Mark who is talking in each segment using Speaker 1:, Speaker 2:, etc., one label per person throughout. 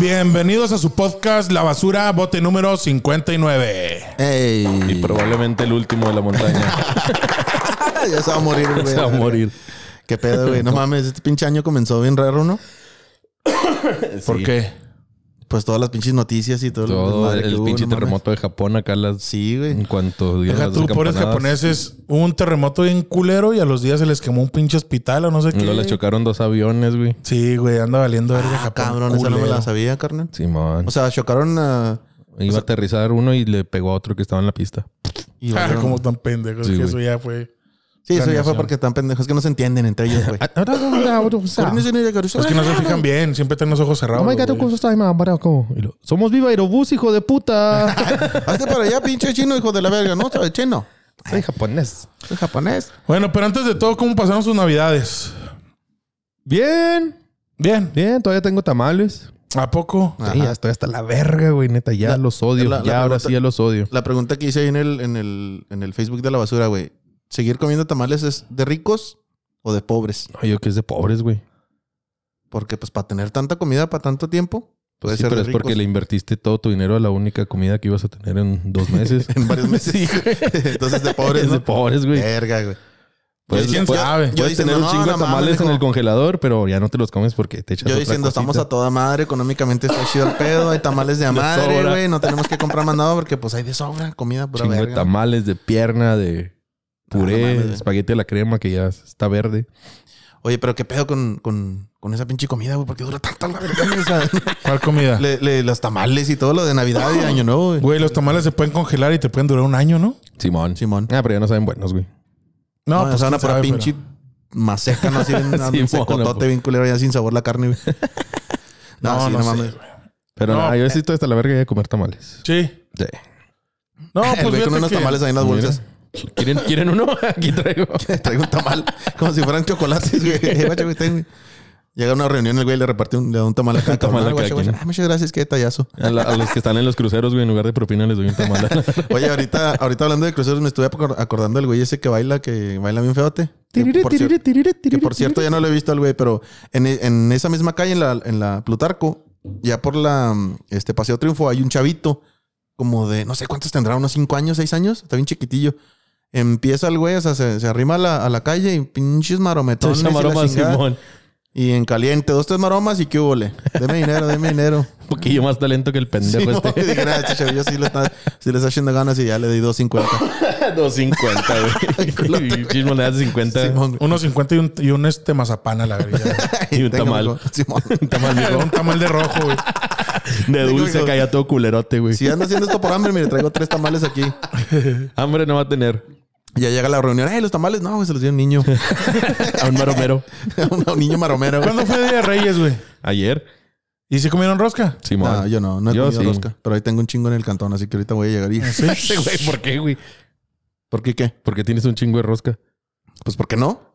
Speaker 1: Bienvenidos a su podcast La Basura, bote número 59.
Speaker 2: Ey.
Speaker 3: Y probablemente el último de la montaña.
Speaker 2: Ah, ya se va a morir, güey.
Speaker 3: Se va a morir.
Speaker 2: Qué pedo, güey. No mames, este pinche año comenzó bien raro, ¿no?
Speaker 1: ¿Por qué?
Speaker 2: Pues todas las pinches noticias y todo. lo
Speaker 3: Todo
Speaker 2: desmadre que
Speaker 3: el
Speaker 2: hubo,
Speaker 3: pinche
Speaker 2: no mames.
Speaker 3: terremoto Mm, de Japón acá las...
Speaker 2: Sí, güey.
Speaker 3: En cuanto dieron
Speaker 1: Deja
Speaker 3: las
Speaker 1: tú,
Speaker 3: dos
Speaker 1: pobres
Speaker 3: campanadas,
Speaker 1: japoneses, hubo un terremoto bien culero y a los días se les quemó un pinche hospital o no sé
Speaker 3: y luego les
Speaker 1: qué.
Speaker 3: chocaron dos aviones, güey.
Speaker 1: Sí, güey, anda valiendo verga
Speaker 2: Ah,
Speaker 1: Japón.
Speaker 2: cabrón, esa no me
Speaker 1: culero.
Speaker 2: la sabía, carnal.
Speaker 3: Simón.
Speaker 2: O sea, chocaron a.
Speaker 3: Iba a aterrizar uno y le pegó a otro que estaba en la pista.
Speaker 2: y
Speaker 1: Ah,
Speaker 2: valieron-
Speaker 1: como tan pendejos,
Speaker 3: Sí,
Speaker 1: que
Speaker 3: güey.
Speaker 1: eso ya fue.
Speaker 2: Sí, eso ya fue
Speaker 1: planeación.
Speaker 2: porque están pendejos que no se entienden entre ellos,
Speaker 3: Ah,
Speaker 2: güey.
Speaker 1: Es que no se fijan bien, siempre tienen los ojos
Speaker 2: Oh
Speaker 1: cerrados. los güeyes.
Speaker 3: Somos Viva Aerobús, hijo de puta.
Speaker 2: "Ah, Hazte para allá, pinche chino, hijo de la verga. No, soy chino.
Speaker 3: Soy japonés.
Speaker 2: Soy japonés.
Speaker 1: bueno, pero antes de todo, ¿cómo pasaron sus navidades?
Speaker 3: Bien.
Speaker 1: Bien.
Speaker 3: Bien, todavía tengo tamales.
Speaker 1: ¿A poco?
Speaker 3: Sí, ya estoy hasta la verga, güey, neta. Ya
Speaker 2: La-
Speaker 3: los odio.
Speaker 2: la- la
Speaker 3: ya ahora
Speaker 2: pregunta-
Speaker 3: sí ya los odio.
Speaker 2: La pregunta que hice ahí en el, en el, en el Facebook de la basura, güey. ¿Seguir comiendo tamales es de ricos o de pobres?
Speaker 3: No, yo que es de pobres, güey.
Speaker 2: Porque, pues, para tener tanta comida para tanto tiempo, puede
Speaker 3: Pues sí,
Speaker 2: ser
Speaker 3: pero
Speaker 2: de
Speaker 3: es porque
Speaker 2: ricos.
Speaker 3: le invertiste todo tu dinero a la única comida que ibas a tener en dos meses.
Speaker 2: En varios meses. Entonces, de pobres,
Speaker 3: es de
Speaker 2: ¿no?
Speaker 3: pobres, güey.
Speaker 2: Verga, güey.
Speaker 3: Pues,
Speaker 1: ¿Quién
Speaker 3: pues,
Speaker 1: sabe?
Speaker 2: Yo
Speaker 3: Puedes
Speaker 2: diciendo,
Speaker 3: tener un
Speaker 2: "No,
Speaker 3: chingo
Speaker 2: no
Speaker 3: de
Speaker 2: mames,
Speaker 3: tamales en
Speaker 2: hijo".
Speaker 3: el congelador, pero ya no te los comes porque te echas
Speaker 2: Yo
Speaker 3: otra
Speaker 2: diciendo,
Speaker 3: cosita.
Speaker 2: estamos a toda madre, económicamente está chido el pedo, hay tamales de a
Speaker 3: De
Speaker 2: madre,
Speaker 3: sobra.
Speaker 2: güey, no tenemos que comprar más nada porque pues hay de sobra, comida pura
Speaker 3: Chingo de
Speaker 2: verga.
Speaker 3: tamales, de pierna, de puré,
Speaker 2: Ah, no mames.
Speaker 3: espagueti a la crema que ya está verde.
Speaker 2: Oye, pero qué pedo con, con, con esa pinche comida, güey, porque dura tanta la verga. güey? O sea,
Speaker 1: ¿Cuál
Speaker 3: Ah.
Speaker 1: comida?
Speaker 2: le- le- los tamales y todo lo de Navidad y Año Nuevo, güey.
Speaker 1: Güey, los tamales se pueden congelar y te pueden durar un año, ¿no?
Speaker 3: Simón.
Speaker 2: Simón.
Speaker 3: Ah, pero ya no saben buenos, güey.
Speaker 2: No, pues
Speaker 1: quién
Speaker 2: van a poner
Speaker 1: sabe,
Speaker 2: pinche maseca, no así, un
Speaker 3: Simón,
Speaker 2: secotote
Speaker 3: no, pues.
Speaker 2: bien culero, ya sin sabor la carne, güey.
Speaker 1: pero-
Speaker 2: No, sí, no,
Speaker 1: sé,
Speaker 2: mames.
Speaker 1: güey.
Speaker 3: Pero
Speaker 1: No,
Speaker 3: nada,
Speaker 2: eh.
Speaker 3: yo sí estoy hasta la verga ya de comer tamales.
Speaker 1: Sí.
Speaker 3: Sí.
Speaker 1: No,
Speaker 3: Ah,
Speaker 2: El güey
Speaker 1: pues
Speaker 2: con unos
Speaker 1: fíjate
Speaker 2: tamales
Speaker 1: que...
Speaker 2: ahí en las bolsas.
Speaker 3: ¿Quieren, ¿Quieren uno? Aquí traigo.
Speaker 2: Traigo un tamal como si fueran chocolates, güey. Eh, guacha, güey, ten, güey. Llega a una reunión el güey le reparte un, le da un tamal a cada
Speaker 3: tamal
Speaker 2: cabrón.
Speaker 3: a
Speaker 2: Ah, guacha,
Speaker 3: cada quien.
Speaker 2: guacha. Ah, muchas gracias, qué detallazo.
Speaker 3: A, la- a los que están en los cruceros, güey, en lugar de propina les doy un tamal.
Speaker 2: Oye, ahorita, ahorita hablando de cruceros me estuve acor- acordando del güey ese que baila, que baila bien feote. Que por, cier- que por cierto ya no lo he visto al güey, pero en, e- en esa misma calle, en la, en la Plutarco, ya por la mm, este Paseo Triunfo, hay un chavito como de no sé cuántos tendrá, unos cinco años, seis años, está bien chiquitillo. Empieza el güey, o sea, se, se arrima a la, a la calle y pinches marometones. y la
Speaker 3: Maroma
Speaker 2: chingada.
Speaker 3: Simón.
Speaker 2: Y en caliente, dos, tres maromas y qué hubole. Deme dinero, deme dinero.
Speaker 3: Un poquillo más talento que el
Speaker 2: Sí, no,
Speaker 3: pendejo este.
Speaker 2: dije, "Ah, este chavillo sí le está, sí le está haciendo ganas y ya le di 2.50.
Speaker 3: 250, güey. Y monedas de 50.
Speaker 2: Simón, güey.
Speaker 1: Unos 50 y un, y un este mazapán a la verga.
Speaker 3: Y un
Speaker 2: Tengo,
Speaker 3: tamal.
Speaker 2: mijo. Simón.
Speaker 3: Un tamal, mijo.
Speaker 1: un tamal de rojo, güey.
Speaker 3: De dulce
Speaker 2: mijo.
Speaker 3: caía todo culerote, güey.
Speaker 2: Si anda haciendo esto por hambre, mire, traigo tres tamales aquí.
Speaker 3: Hambre Ah, no va a tener.
Speaker 2: Y ya llega la reunión. ¡Ay, los tamales! No, güey, se los dio un niño.
Speaker 3: A un maromero.
Speaker 2: un, un niño maromero, güey.
Speaker 1: ¿Cuándo fue Día de Reyes, güey?
Speaker 3: Ayer.
Speaker 1: ¿Y si comieron rosca?
Speaker 3: Simón.
Speaker 2: No, yo no, no he
Speaker 3: Yo
Speaker 2: comido
Speaker 3: sí.
Speaker 2: rosca. Pero ahí tengo un chingo en el cantón, así que ahorita voy a llegar y...
Speaker 3: Ese güey, ¿por qué, güey?
Speaker 2: ¿Por qué qué?
Speaker 3: Porque tienes un chingo de rosca.
Speaker 2: Pues ¿por qué no?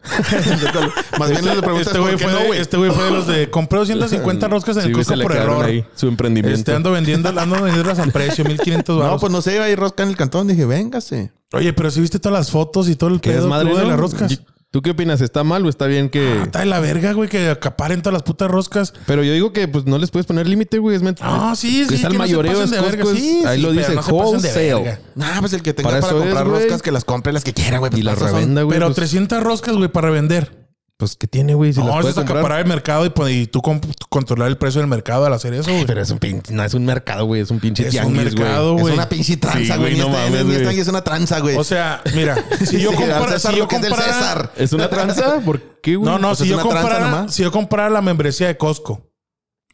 Speaker 2: Más bien le preguntas
Speaker 1: Este
Speaker 2: ¿por
Speaker 1: güey
Speaker 2: qué
Speaker 1: fue,
Speaker 2: no,
Speaker 1: de-
Speaker 2: güey?
Speaker 1: este güey fue de los de compré 250 roscas en
Speaker 3: Sí,
Speaker 1: el
Speaker 3: güey, se
Speaker 1: Costco
Speaker 3: le
Speaker 1: por
Speaker 3: quedaron
Speaker 1: error.
Speaker 3: ahí su
Speaker 1: Este
Speaker 3: emprendimiento.
Speaker 1: ando vendiendo, ando vendiéndolas a precio, 1500 baros.
Speaker 2: No, pues no sé, hay rosca en el cantón. Dije, véngase.
Speaker 1: Oye, pero si viste todas las fotos y todo el
Speaker 3: ¿Qué
Speaker 1: pedo
Speaker 3: es
Speaker 1: que
Speaker 3: madre
Speaker 1: hubo de
Speaker 3: no?
Speaker 1: las roscas. Ah,
Speaker 3: Y- ¿Tú qué opinas? ¿Está mal o está bien que.?
Speaker 1: Está de la verga, güey, que acaparen todas las putas roscas.
Speaker 3: Pero yo digo que pues no les puedes poner límite, güey. Es ment-
Speaker 1: No, sí, sí. que
Speaker 3: Es al
Speaker 1: no se
Speaker 3: mayoreo,
Speaker 1: pasen
Speaker 3: es
Speaker 1: de verga.
Speaker 3: Costco, es-
Speaker 1: Sí,
Speaker 3: ahí
Speaker 1: sí,
Speaker 3: lo
Speaker 1: pero
Speaker 3: dice,
Speaker 1: no se pasen de
Speaker 3: wholesale.
Speaker 1: verga.
Speaker 2: Nah, pues el que tenga
Speaker 3: Para
Speaker 2: para,
Speaker 3: eso es,
Speaker 2: comprar
Speaker 3: güey.
Speaker 2: roscas, que las compre las que quiera, güey.
Speaker 3: Y la
Speaker 2: Esas son-
Speaker 3: revenda, güey.
Speaker 1: Pero
Speaker 3: pues,
Speaker 1: 300 roscas, güey, para vender.
Speaker 3: Pues, ¿qué tiene, güey? Si
Speaker 1: no,
Speaker 3: las
Speaker 1: eso
Speaker 3: puede
Speaker 1: es
Speaker 3: comprar.
Speaker 1: acaparar el mercado y, pon- y tú comp- controlar el precio del mercado al hacer eso, güey.
Speaker 3: Pero es un pinche... No, es un mercado, güey. Es un pinche
Speaker 1: Es un
Speaker 3: tianguis, güey.
Speaker 1: mercado,
Speaker 2: Es
Speaker 1: güey.
Speaker 2: una pinche tranza,
Speaker 3: Sí,
Speaker 2: güey.
Speaker 3: güey,
Speaker 2: Ni
Speaker 3: no
Speaker 2: esta-
Speaker 3: mames,
Speaker 2: ni esta-
Speaker 3: güey.
Speaker 2: ni es una tranza, güey.
Speaker 1: O sea, mira, si yo
Speaker 2: pues. Sí, al
Speaker 1: comprara,
Speaker 2: César
Speaker 1: si yo
Speaker 2: lo que es del
Speaker 1: comprara-
Speaker 2: César.
Speaker 3: ¿Es una tranza? ¿Por qué, güey?
Speaker 1: no, no,
Speaker 2: Pues
Speaker 1: si
Speaker 2: es
Speaker 1: yo
Speaker 2: una tranza
Speaker 1: comprara,
Speaker 2: nomás.
Speaker 1: si yo comprara la membresía de Costco,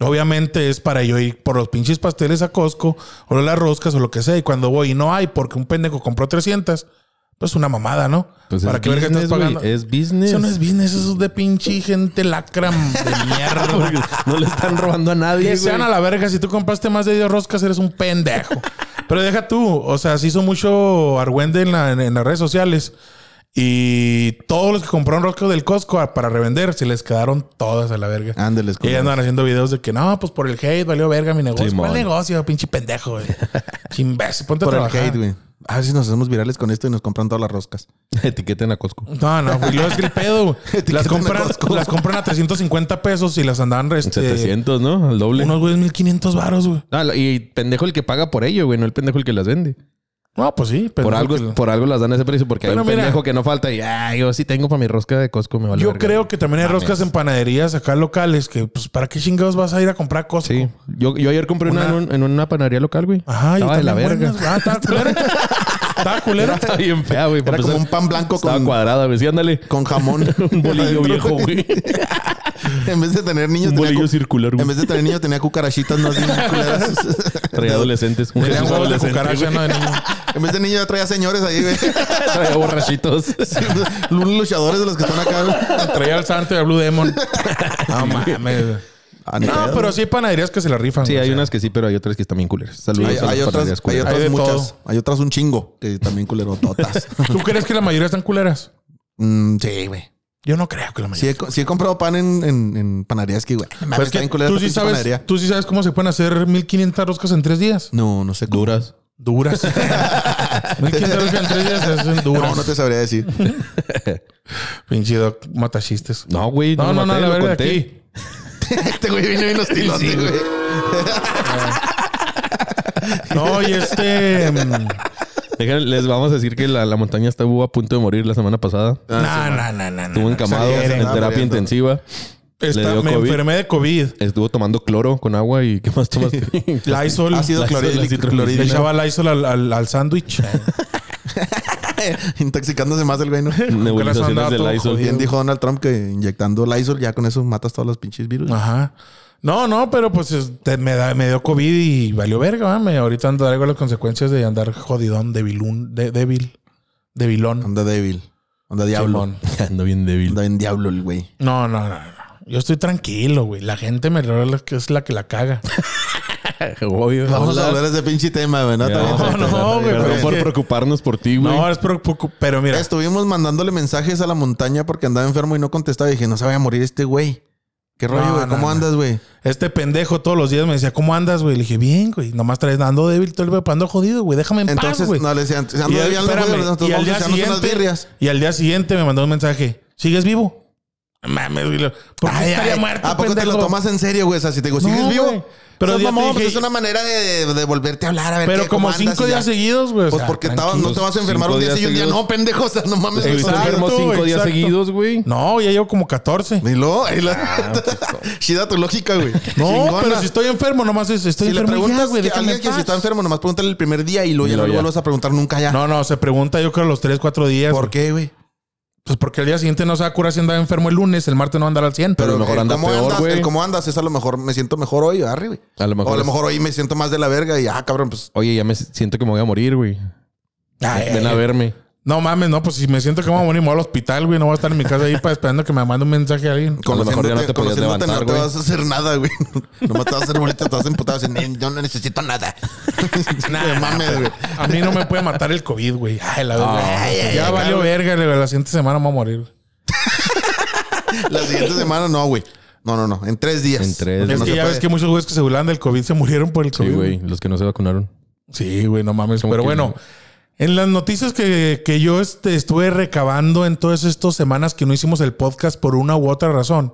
Speaker 1: obviamente es para yo ir por los pinches pasteles a Costco o las roscas o lo que sea y cuando voy y no hay porque un pendejo compró 300, pues una mamada, ¿no?
Speaker 3: Pues
Speaker 1: para
Speaker 3: es
Speaker 1: que verga estás
Speaker 3: business,
Speaker 1: pagando.
Speaker 3: güey. Es business.
Speaker 1: Eso no es business, eso es de pinche gente lacra de mierda.
Speaker 3: Porque no le están robando a nadie,
Speaker 1: Que
Speaker 3: güey.
Speaker 1: sean a la verga. Si tú compraste más de 10 roscas, eres un pendejo. Pero deja tú. O sea, se hizo mucho argüende en, la- en- en las redes sociales. Y todos los que compraron roscas del Costco a- para revender, se les quedaron todas a la verga.
Speaker 2: Ándeles,
Speaker 1: Y
Speaker 2: culeros.
Speaker 1: ya andan haciendo videos de que no, pues por el hate valió verga mi negocio.
Speaker 3: Simón.
Speaker 1: ¿Cuál negocio, pinche pendejo? güey? Imbécil, ponte a
Speaker 2: Por el
Speaker 1: trabajar.
Speaker 2: hate, güey. A ver si nos hacemos virales con esto y nos compran todas las roscas.
Speaker 3: Etiqueten a Costco.
Speaker 1: No, no, güey. Luego es que el pedo, güey. Las
Speaker 2: Etiqueten a
Speaker 1: compran,
Speaker 2: Costco.
Speaker 1: las compran a 350 pesos y las andaban este,
Speaker 3: 700, ¿no? Al doble.
Speaker 1: Unos güeyes 1500 varos, güey.
Speaker 3: Ah, la- y pendejo el que paga por ello, güey. No el pendejo el que las vende.
Speaker 1: No, pues sí.
Speaker 3: Por
Speaker 1: pendejo
Speaker 3: algo,
Speaker 1: que-
Speaker 3: por algo las dan a ese precio. Porque hay
Speaker 1: Pero
Speaker 3: un
Speaker 1: mira.
Speaker 3: pendejo que no falta. Y ah, yo sí tengo para mi rosca de Costco. Me vale
Speaker 1: Yo
Speaker 3: verga".
Speaker 1: creo que también hay
Speaker 3: Mames.
Speaker 1: roscas en panaderías acá locales que, pues, ¿para qué chingados vas a ir a comprar cosas?
Speaker 3: Sí. Yo, yo ayer compré una,
Speaker 1: Una-
Speaker 3: en, un- en una panadería local, güey.
Speaker 1: Ajá, yo
Speaker 3: Estaba de
Speaker 1: también
Speaker 3: la verga.
Speaker 1: buenas. Ah, estaba culera. Estaba culera.
Speaker 3: Está bien fea, güey. para
Speaker 2: Era como
Speaker 3: empezar.
Speaker 2: un pan blanco
Speaker 3: Estaba
Speaker 2: con,
Speaker 3: cuadrada, güey. Sí, ándale.
Speaker 2: con jamón.
Speaker 3: Un bolillo
Speaker 2: Adentro,
Speaker 3: viejo, güey.
Speaker 2: En vez de tener niños,
Speaker 3: Un
Speaker 2: tenía
Speaker 3: bolillo
Speaker 2: cu-
Speaker 3: circular,
Speaker 2: En
Speaker 3: güey.
Speaker 2: vez de tener niños, tenía cucarachitas más bien culeras.
Speaker 3: Traía adolescentes. Un
Speaker 1: Tenían
Speaker 3: Jesús
Speaker 1: huevos de
Speaker 3: adolescente,
Speaker 1: cucaracha,
Speaker 3: güey.
Speaker 1: ¿no? De niño.
Speaker 2: En vez de niños, ya traía señores ahí, güey.
Speaker 3: Traía borrachitos.
Speaker 2: Unos luchadores de los que están acá, güey.
Speaker 1: Traía al santo y a Blue Demon. No mames. güey.
Speaker 2: Ah, ni
Speaker 1: No,
Speaker 2: pedo.
Speaker 1: pero sí hay panaderías que se la rifan.
Speaker 3: Sí,
Speaker 1: güey,
Speaker 3: hay
Speaker 1: o sea.
Speaker 3: unas que sí, pero hay otras que están bien culeras. Saludos
Speaker 2: Hay,
Speaker 3: a las
Speaker 2: hay
Speaker 3: panaderías
Speaker 2: otras, hay
Speaker 3: culeras.
Speaker 2: otras
Speaker 1: Hay de
Speaker 2: muchas.
Speaker 1: todo.
Speaker 2: Hay otras un chingo que también culerototas.
Speaker 1: ¿Tú crees que la mayoría están culeras?
Speaker 2: Mm, sí, güey.
Speaker 1: Yo no creo que la mayoría.
Speaker 2: Sí he, co- sí he comprado pan en, en, en panaderías que, güey. mames,
Speaker 1: Pues es
Speaker 2: está
Speaker 1: que
Speaker 2: bien culera
Speaker 1: tú,
Speaker 2: esta
Speaker 1: sí
Speaker 2: pinche
Speaker 1: sabes,
Speaker 2: panadería.
Speaker 1: tú sí sabes cómo se pueden hacer 1500 roscas en tres días.
Speaker 2: No, no sé. cómo.
Speaker 3: Duras.
Speaker 1: Duras. 1500 roscas en tres días se hacen duras.
Speaker 2: No, no te sabría decir.
Speaker 1: Pinche doc, matachistes.
Speaker 3: No, güey.
Speaker 1: No, no, no,
Speaker 3: maté,
Speaker 1: la
Speaker 3: lo
Speaker 1: verdad
Speaker 3: conté.
Speaker 1: aquí.
Speaker 2: este güey vino y nos tiró,
Speaker 1: Sí,
Speaker 2: güey.
Speaker 1: No, y este. mm,
Speaker 3: Dejen- les vamos a decir que la, la montaña estuvo a punto de morir la semana pasada.
Speaker 1: No, no, no, no.
Speaker 3: Ah, Estuvo encamado
Speaker 2: se
Speaker 3: en
Speaker 2: viene,
Speaker 3: terapia
Speaker 2: no, muriendo.
Speaker 3: intensiva. le
Speaker 1: Está,
Speaker 3: dio
Speaker 1: me
Speaker 3: COVID.
Speaker 1: enfermé de COVID.
Speaker 3: Estuvo tomando cloro con agua y ¿qué más tomaste?
Speaker 1: Lysol.
Speaker 2: Ha sido
Speaker 3: Lysol,
Speaker 2: clorídrico.
Speaker 3: citrulina.
Speaker 1: Le
Speaker 2: clorídrico.
Speaker 1: echaba Lysol al, al, al sándwich.
Speaker 2: Intoxicándose más el güey, ¿no?
Speaker 1: Corazón
Speaker 3: Nebulizaciones
Speaker 1: andaba
Speaker 3: de
Speaker 1: todo
Speaker 3: Lysol.
Speaker 1: jodido.
Speaker 2: Bien dijo Donald Trump que inyectando Lysol ya con eso matas todos los pinches virus.
Speaker 1: Ajá. No, no, pero pues este, me, da- me dio COVID y valió verga. ¿va? Me, ahorita ando traigo las consecuencias de andar jodidón, debilún, de, débil, debilón.
Speaker 2: Anda débil. Anda diablo.
Speaker 1: Simón.
Speaker 3: Ando bien débil.
Speaker 2: Anda en diablo el güey.
Speaker 1: No, no, no, no. Yo estoy tranquilo, güey. La gente me revela que es la que la caga.
Speaker 3: Obvio.
Speaker 2: Vamos
Speaker 3: Hola.
Speaker 2: a hablar de ese pinche tema, güey. No,
Speaker 3: Ya,
Speaker 2: Está bien,
Speaker 3: vamos a
Speaker 2: está bien,
Speaker 1: no,
Speaker 2: está bien,
Speaker 1: güey,
Speaker 2: está
Speaker 1: pero
Speaker 3: Perdón
Speaker 2: bien.
Speaker 1: es
Speaker 3: por
Speaker 1: que-
Speaker 3: preocuparnos por ti, güey.
Speaker 1: No, es pero, pero mira.
Speaker 2: Estuvimos mandándole mensajes a la montaña porque andaba enfermo y no contestaba. Dije, no se vaya a morir este güey. ¿Qué rollo,
Speaker 1: No,
Speaker 2: güey?
Speaker 1: no,
Speaker 2: ¿Cómo
Speaker 1: no.
Speaker 2: andas, güey?
Speaker 1: Este pendejo todos los días me decía, ¿cómo andas, güey? Le dije, bien, güey. Nomás traes ando débil, todo el güey, pero ando jodido, güey. Déjame en paz,
Speaker 2: Entonces,
Speaker 1: güey.
Speaker 2: no, le decían, ando
Speaker 1: y, al-
Speaker 2: bien,
Speaker 1: espérame,
Speaker 2: ando bien, nosotros
Speaker 1: y al
Speaker 2: vamos a
Speaker 1: día
Speaker 2: echarnos unas
Speaker 1: siguiente,
Speaker 2: birrias.
Speaker 1: y al día siguiente me mandó un mensaje. ¿Sigues vivo? Mames, güey. lo- ¿Por qué
Speaker 2: Ay,
Speaker 1: estaría
Speaker 2: ay,
Speaker 1: muerto,
Speaker 2: ¿A poco te lo
Speaker 1: pendejo?
Speaker 2: tomas en serio, güey? O sea, si te digo,
Speaker 1: No,
Speaker 2: ¿sigues vivo?
Speaker 1: güey. Pero
Speaker 2: Pero
Speaker 1: ya te
Speaker 2: mamón, pues
Speaker 1: dije-
Speaker 2: es una manera de, de- de volverte a hablar, a ver
Speaker 1: Pero
Speaker 2: qué,
Speaker 1: como
Speaker 2: cómo andas
Speaker 1: cinco
Speaker 2: y ya.
Speaker 1: días seguidos, güey. o
Speaker 2: Pues
Speaker 1: sea,
Speaker 2: porque estabas, no
Speaker 1: tranquilos.
Speaker 2: te vas a enfermar
Speaker 3: Cinco
Speaker 2: un día
Speaker 3: días
Speaker 2: y un día
Speaker 3: seguidos.
Speaker 2: no, pendejo. O sea, no mames.
Speaker 3: Estuviste
Speaker 1: Exacto,
Speaker 3: enfermo cinco días
Speaker 1: exacto.
Speaker 3: seguidos, güey.
Speaker 1: No, ya llevo como 14.
Speaker 2: Y luego, ahí
Speaker 3: Ah,
Speaker 2: la-
Speaker 3: pues
Speaker 2: Chida tu lógica, güey.
Speaker 1: No,
Speaker 2: Chingona.
Speaker 1: pero si estoy enfermo, nomás es, estoy
Speaker 2: Si le
Speaker 1: enfermo
Speaker 2: preguntas
Speaker 1: ya, güey.
Speaker 2: que a
Speaker 1: déjame
Speaker 2: alguien
Speaker 1: en
Speaker 2: que si
Speaker 1: paz.
Speaker 2: está enfermo, nomás pregúntale el primer día y luego ya
Speaker 3: Y
Speaker 2: no
Speaker 3: luego
Speaker 2: le
Speaker 3: ya.
Speaker 2: vuelvas a preguntar nunca ya.
Speaker 1: No, no, se pregunta yo creo los 3, 4 días.
Speaker 2: ¿Por qué, güey?
Speaker 1: Pues porque al día siguiente no se va a curar si andaba enfermo el lunes, el martes no va a andar al 100.
Speaker 3: Pero a lo mejor
Speaker 2: el
Speaker 3: anda
Speaker 2: cómo
Speaker 3: peor,
Speaker 2: andas,
Speaker 3: güey.
Speaker 2: el cómo andas es a lo mejor me siento mejor hoy, arre, güey.
Speaker 3: A lo mejor.
Speaker 2: O a lo
Speaker 3: es-
Speaker 2: mejor hoy me siento más de la verga y ah, cabrón, pues
Speaker 3: Oye, ya me siento que me voy a morir, güey.
Speaker 1: Ay,
Speaker 3: Ven a verme.
Speaker 1: No mames, no, pues si me siento que me voy a morir, me voy al hospital, güey. No voy a estar en mi casa ahí para esperando que me mande un mensaje a alguien.
Speaker 3: A lo mejor ya no
Speaker 2: Conociéndote-
Speaker 3: te podías
Speaker 2: conociéndote
Speaker 3: levantar,
Speaker 2: no te
Speaker 3: güey.
Speaker 2: vas a hacer nada, güey. Nomás te vas a hacer bolita, te vas a emputar. vas a decir, "Nen, Yo no necesito nada.
Speaker 1: Nah,
Speaker 2: No mames, güey.
Speaker 1: A mí no me puede matar el COVID, güey. Ay, la verga.
Speaker 2: Ay, ay,
Speaker 1: ya
Speaker 2: ay,
Speaker 1: valió verga, güey. La siguiente semana me voy a morir.
Speaker 2: La siguiente semana no, güey. No, no, no. En tres días.
Speaker 3: En tres
Speaker 2: Porque
Speaker 1: es
Speaker 3: días.
Speaker 2: no
Speaker 1: que
Speaker 2: se
Speaker 1: ya
Speaker 2: puede.
Speaker 1: ves que muchos güeyes que se burlaban del COVID se murieron por el
Speaker 3: Sí,
Speaker 1: COVID.
Speaker 3: güey. Los que no se vacunaron.
Speaker 1: Sí, güey, no mames. Pero
Speaker 3: que
Speaker 1: bueno, en las noticias que, que yo este, estuve recabando en todas estas semanas que no hicimos el podcast por una u otra razón.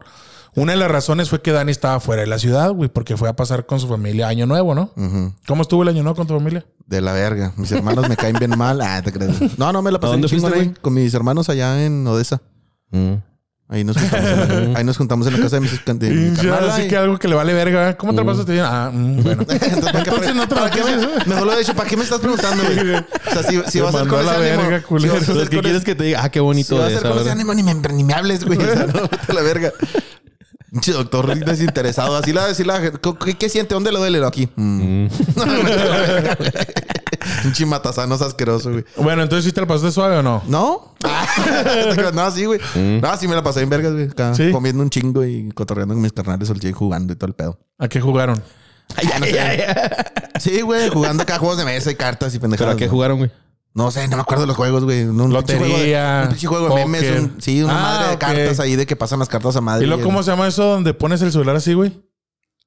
Speaker 1: Una de las razones fue que Dani estaba fuera de la ciudad, güey, porque fue a pasar con su familia Año Nuevo, ¿no? ¿Cómo estuvo el Año Nuevo con tu familia?
Speaker 2: De la verga. Mis hermanos me caen bien mal. Ah, te crees. No, no, me la pasé
Speaker 3: ¿A dónde
Speaker 2: un chingón
Speaker 3: fuiste,
Speaker 2: ahí
Speaker 3: güey?
Speaker 2: Con mis hermanos allá en Odessa.
Speaker 3: Mm.
Speaker 2: Ahí nos juntamos. en la, ahí nos juntamos en la casa de mis de mi
Speaker 1: Ya,
Speaker 2: carnala
Speaker 1: así
Speaker 2: y- Uh.
Speaker 1: que algo que le vale verga. ¿verdad? ¿Cómo te lo pasaste bien? Ah, mm, bueno. Entonces no te lo
Speaker 2: ¿Para qué me,
Speaker 1: quieres.
Speaker 2: mejor lo he dicho, ¿para qué me estás preguntando, güey? O sea, si, si
Speaker 1: Te
Speaker 2: vas a
Speaker 1: mandó
Speaker 2: ser con
Speaker 1: a la
Speaker 2: ese
Speaker 1: verga,
Speaker 2: ánimo. si
Speaker 1: culero.
Speaker 2: vas a ser
Speaker 3: Los que
Speaker 2: con
Speaker 3: quieres que te diga, ah, qué
Speaker 2: Si
Speaker 3: bonito
Speaker 2: vas a
Speaker 3: es,
Speaker 2: hacer con
Speaker 3: ahora.
Speaker 2: ese ánimo, ni me, ni me hables, güey. O sea, no, vete a la verga. Pinche doctor desinteresado. Así la, así la ¿qué- ¿qué, qué siente? ¿Dónde le duele? Aquí. Mm. Pinche matasanos asqueroso, güey.
Speaker 1: Bueno, entonces sí te lo pasaste suave o no?
Speaker 2: ¿No? Ah, no, sí, güey. No, sí me la pasé en vergas, güey. Acá
Speaker 1: ¿Sí?
Speaker 2: Comiendo un chingo y cotorreando con mis carnales el Jay jugando y todo el pedo.
Speaker 1: ¿A qué jugaron?
Speaker 2: Ay, ya no sé. Sí, güey, jugando acá juegos de mesa y cartas y
Speaker 3: ¿Pero
Speaker 2: pendejadas.
Speaker 3: a qué
Speaker 2: güey.
Speaker 3: jugaron, güey?
Speaker 2: No sé, no me acuerdo de los juegos, güey. Un pinche
Speaker 1: Lotería,
Speaker 2: juego de- Un pinche juego de
Speaker 1: póker.
Speaker 2: memes. un- sí, una
Speaker 1: Ah,
Speaker 2: madre de
Speaker 1: ok.
Speaker 2: cartas ahí de que pasan las cartas a madre.
Speaker 1: ¿Y luego cómo se llama eso donde pones el celular así, güey?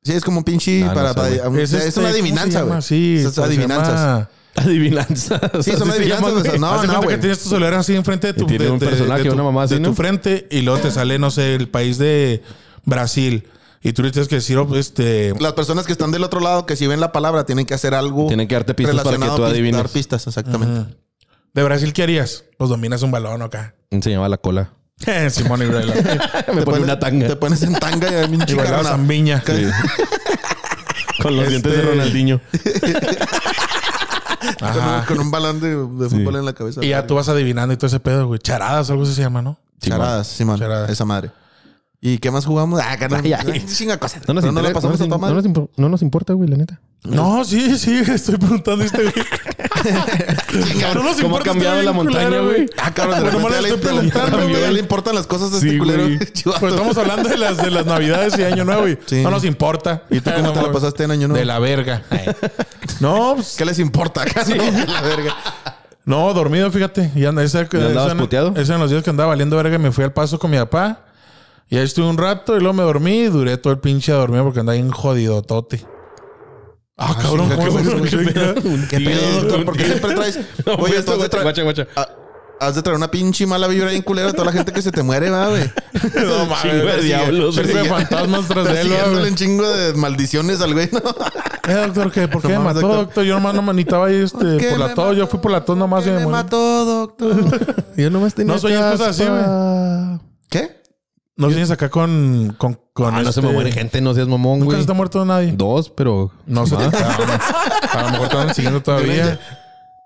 Speaker 2: Sí, es como un pinche
Speaker 3: Ah, no
Speaker 2: para.
Speaker 3: sé, güey.
Speaker 2: para- o sea, es,
Speaker 1: este,
Speaker 2: una
Speaker 1: ¿cómo se
Speaker 2: adivinanza,
Speaker 1: llama?
Speaker 2: güey.
Speaker 1: Sí.
Speaker 2: Es
Speaker 1: pues, se
Speaker 2: adivinanzas.
Speaker 1: llama-
Speaker 3: Adivinanzas.
Speaker 2: Sí, son
Speaker 3: Así se
Speaker 2: adivinanzas.
Speaker 3: llaman,
Speaker 2: o sea,
Speaker 3: güey.
Speaker 2: No,
Speaker 1: Hace
Speaker 2: no,
Speaker 1: cuenta
Speaker 2: güey.
Speaker 1: que tienes tu celular así enfrente de tu,
Speaker 3: Y tiene
Speaker 1: de-
Speaker 3: un
Speaker 1: de-
Speaker 3: personaje,
Speaker 1: de tu-
Speaker 3: una mamá así,
Speaker 1: de tu
Speaker 3: ¿no?
Speaker 1: frente y luego te sale, no sé, el país de Brasil. Y tú le tienes que decir, oh, este,
Speaker 2: Las personas que están del otro lado, que si ven la palabra, tienen que hacer algo.
Speaker 3: Tienen que darte pistas para que
Speaker 2: relacionado
Speaker 3: tú
Speaker 2: a pis-
Speaker 3: adivines.
Speaker 2: Dar pistas, exactamente.
Speaker 1: ¿de Brasil qué harías? Pues dominas un balón acá.
Speaker 3: Enseñaba la cola.
Speaker 1: Simón y Braila.
Speaker 3: Me ponía una tanga.
Speaker 2: Te pones en tanga y a mí
Speaker 1: Y bailaba
Speaker 2: chica,
Speaker 1: zambiña.
Speaker 3: Con los dientes de
Speaker 1: Este-
Speaker 3: Ronaldinho.
Speaker 1: Ajá.
Speaker 2: con un balón de, de fútbol en la cabeza.
Speaker 1: Y ya tú vas adivinando y todo ese pedo, güey. Charadas, algo así se llama, ¿no?
Speaker 2: Charadas, sí, man.
Speaker 1: Charadas.
Speaker 2: Esa madre. ¿Y qué más jugamos? Ah, carnal.
Speaker 3: Ay, ay.
Speaker 2: Chinga cosa.
Speaker 3: No nos,
Speaker 2: Pero la
Speaker 3: interesa-
Speaker 2: pasamos
Speaker 3: no
Speaker 2: a
Speaker 3: nos-
Speaker 2: tomar.
Speaker 3: no nos impo- no nos importa, güey, la neta.
Speaker 1: No, sí, sí, estoy preguntando este güey. No nos
Speaker 3: ¿Cómo
Speaker 1: importa,
Speaker 3: ha cambiado
Speaker 1: está
Speaker 3: la
Speaker 1: bien
Speaker 3: montaña,
Speaker 1: culero,
Speaker 3: güey?
Speaker 2: Ah, cabrón, de
Speaker 1: Bueno, nomás
Speaker 2: repente ya
Speaker 1: le
Speaker 2: le,
Speaker 1: estoy
Speaker 2: ya le-
Speaker 1: preguntando,
Speaker 2: ya
Speaker 1: güey.
Speaker 2: le importan las cosas de
Speaker 3: Sí,
Speaker 2: este culero.
Speaker 3: güey.
Speaker 2: Chivato.
Speaker 1: Pues estamos hablando de las, de las navidades y año nuevo y
Speaker 2: Sí.
Speaker 1: no nos importa.
Speaker 2: ¿Y tú cómo te la pasaste en Año Nuevo?
Speaker 1: De la verga. No, pues,
Speaker 2: ¿Qué les importa acá? no? De la verga.
Speaker 1: no, dormido, fíjate. Y anda, esa,
Speaker 3: ¿Y andabas
Speaker 1: esa-
Speaker 3: puteado?
Speaker 1: esa en los días que andaba valiendo verga y me fui al paso con mi papá. Y ahí estuve un rato y luego me dormí y duré todo el pinche dormido porque andaba bien jodidotote. Ah, cabrón,
Speaker 2: chinga,
Speaker 1: ¿cómo
Speaker 2: qué
Speaker 1: es?
Speaker 2: bueno,
Speaker 1: ¿Qué pedo?
Speaker 2: ¿Qué pedo, doctor? ¿Por qué siempre traes?
Speaker 3: No,
Speaker 2: Oye,
Speaker 3: pues,
Speaker 2: tú has de
Speaker 3: guacha,
Speaker 2: tra-
Speaker 3: guacha, guacha.
Speaker 2: Ah, Has de traer una pinche mala vibra bien culera a toda la gente que se te muere, va, güey.
Speaker 1: No
Speaker 3: Chingo de
Speaker 1: mames,
Speaker 3: diablos,
Speaker 1: chingo de
Speaker 2: güey.
Speaker 1: fantasmas tras de él,
Speaker 2: Persiguiéndole
Speaker 1: güey.
Speaker 2: un chingo de maldiciones al güey, ¿no?
Speaker 3: Pues
Speaker 1: Eh, doctor, ¿qué? ¿Por qué me
Speaker 2: No mames,
Speaker 1: mató,
Speaker 2: doctor.
Speaker 1: doctor? Yo nomás no manitaba ahí este,
Speaker 2: qué
Speaker 1: por la
Speaker 2: me
Speaker 1: tos. Yo fui por la tos nomás y me
Speaker 2: me
Speaker 1: morí.
Speaker 2: mató, doctor?
Speaker 3: Yo nomás tenía
Speaker 1: No sueñas cosas así, güey.
Speaker 2: ¿Qué?
Speaker 1: No vienes acá con. con, con
Speaker 3: Ah, no se
Speaker 1: este-
Speaker 3: me muere gente, no seas mamón,
Speaker 1: Nunca
Speaker 3: güey.
Speaker 1: se está muerto nadie.
Speaker 3: Dos, pero...
Speaker 1: No
Speaker 3: Ah,
Speaker 1: se te A lo mejor te van siguiendo todavía.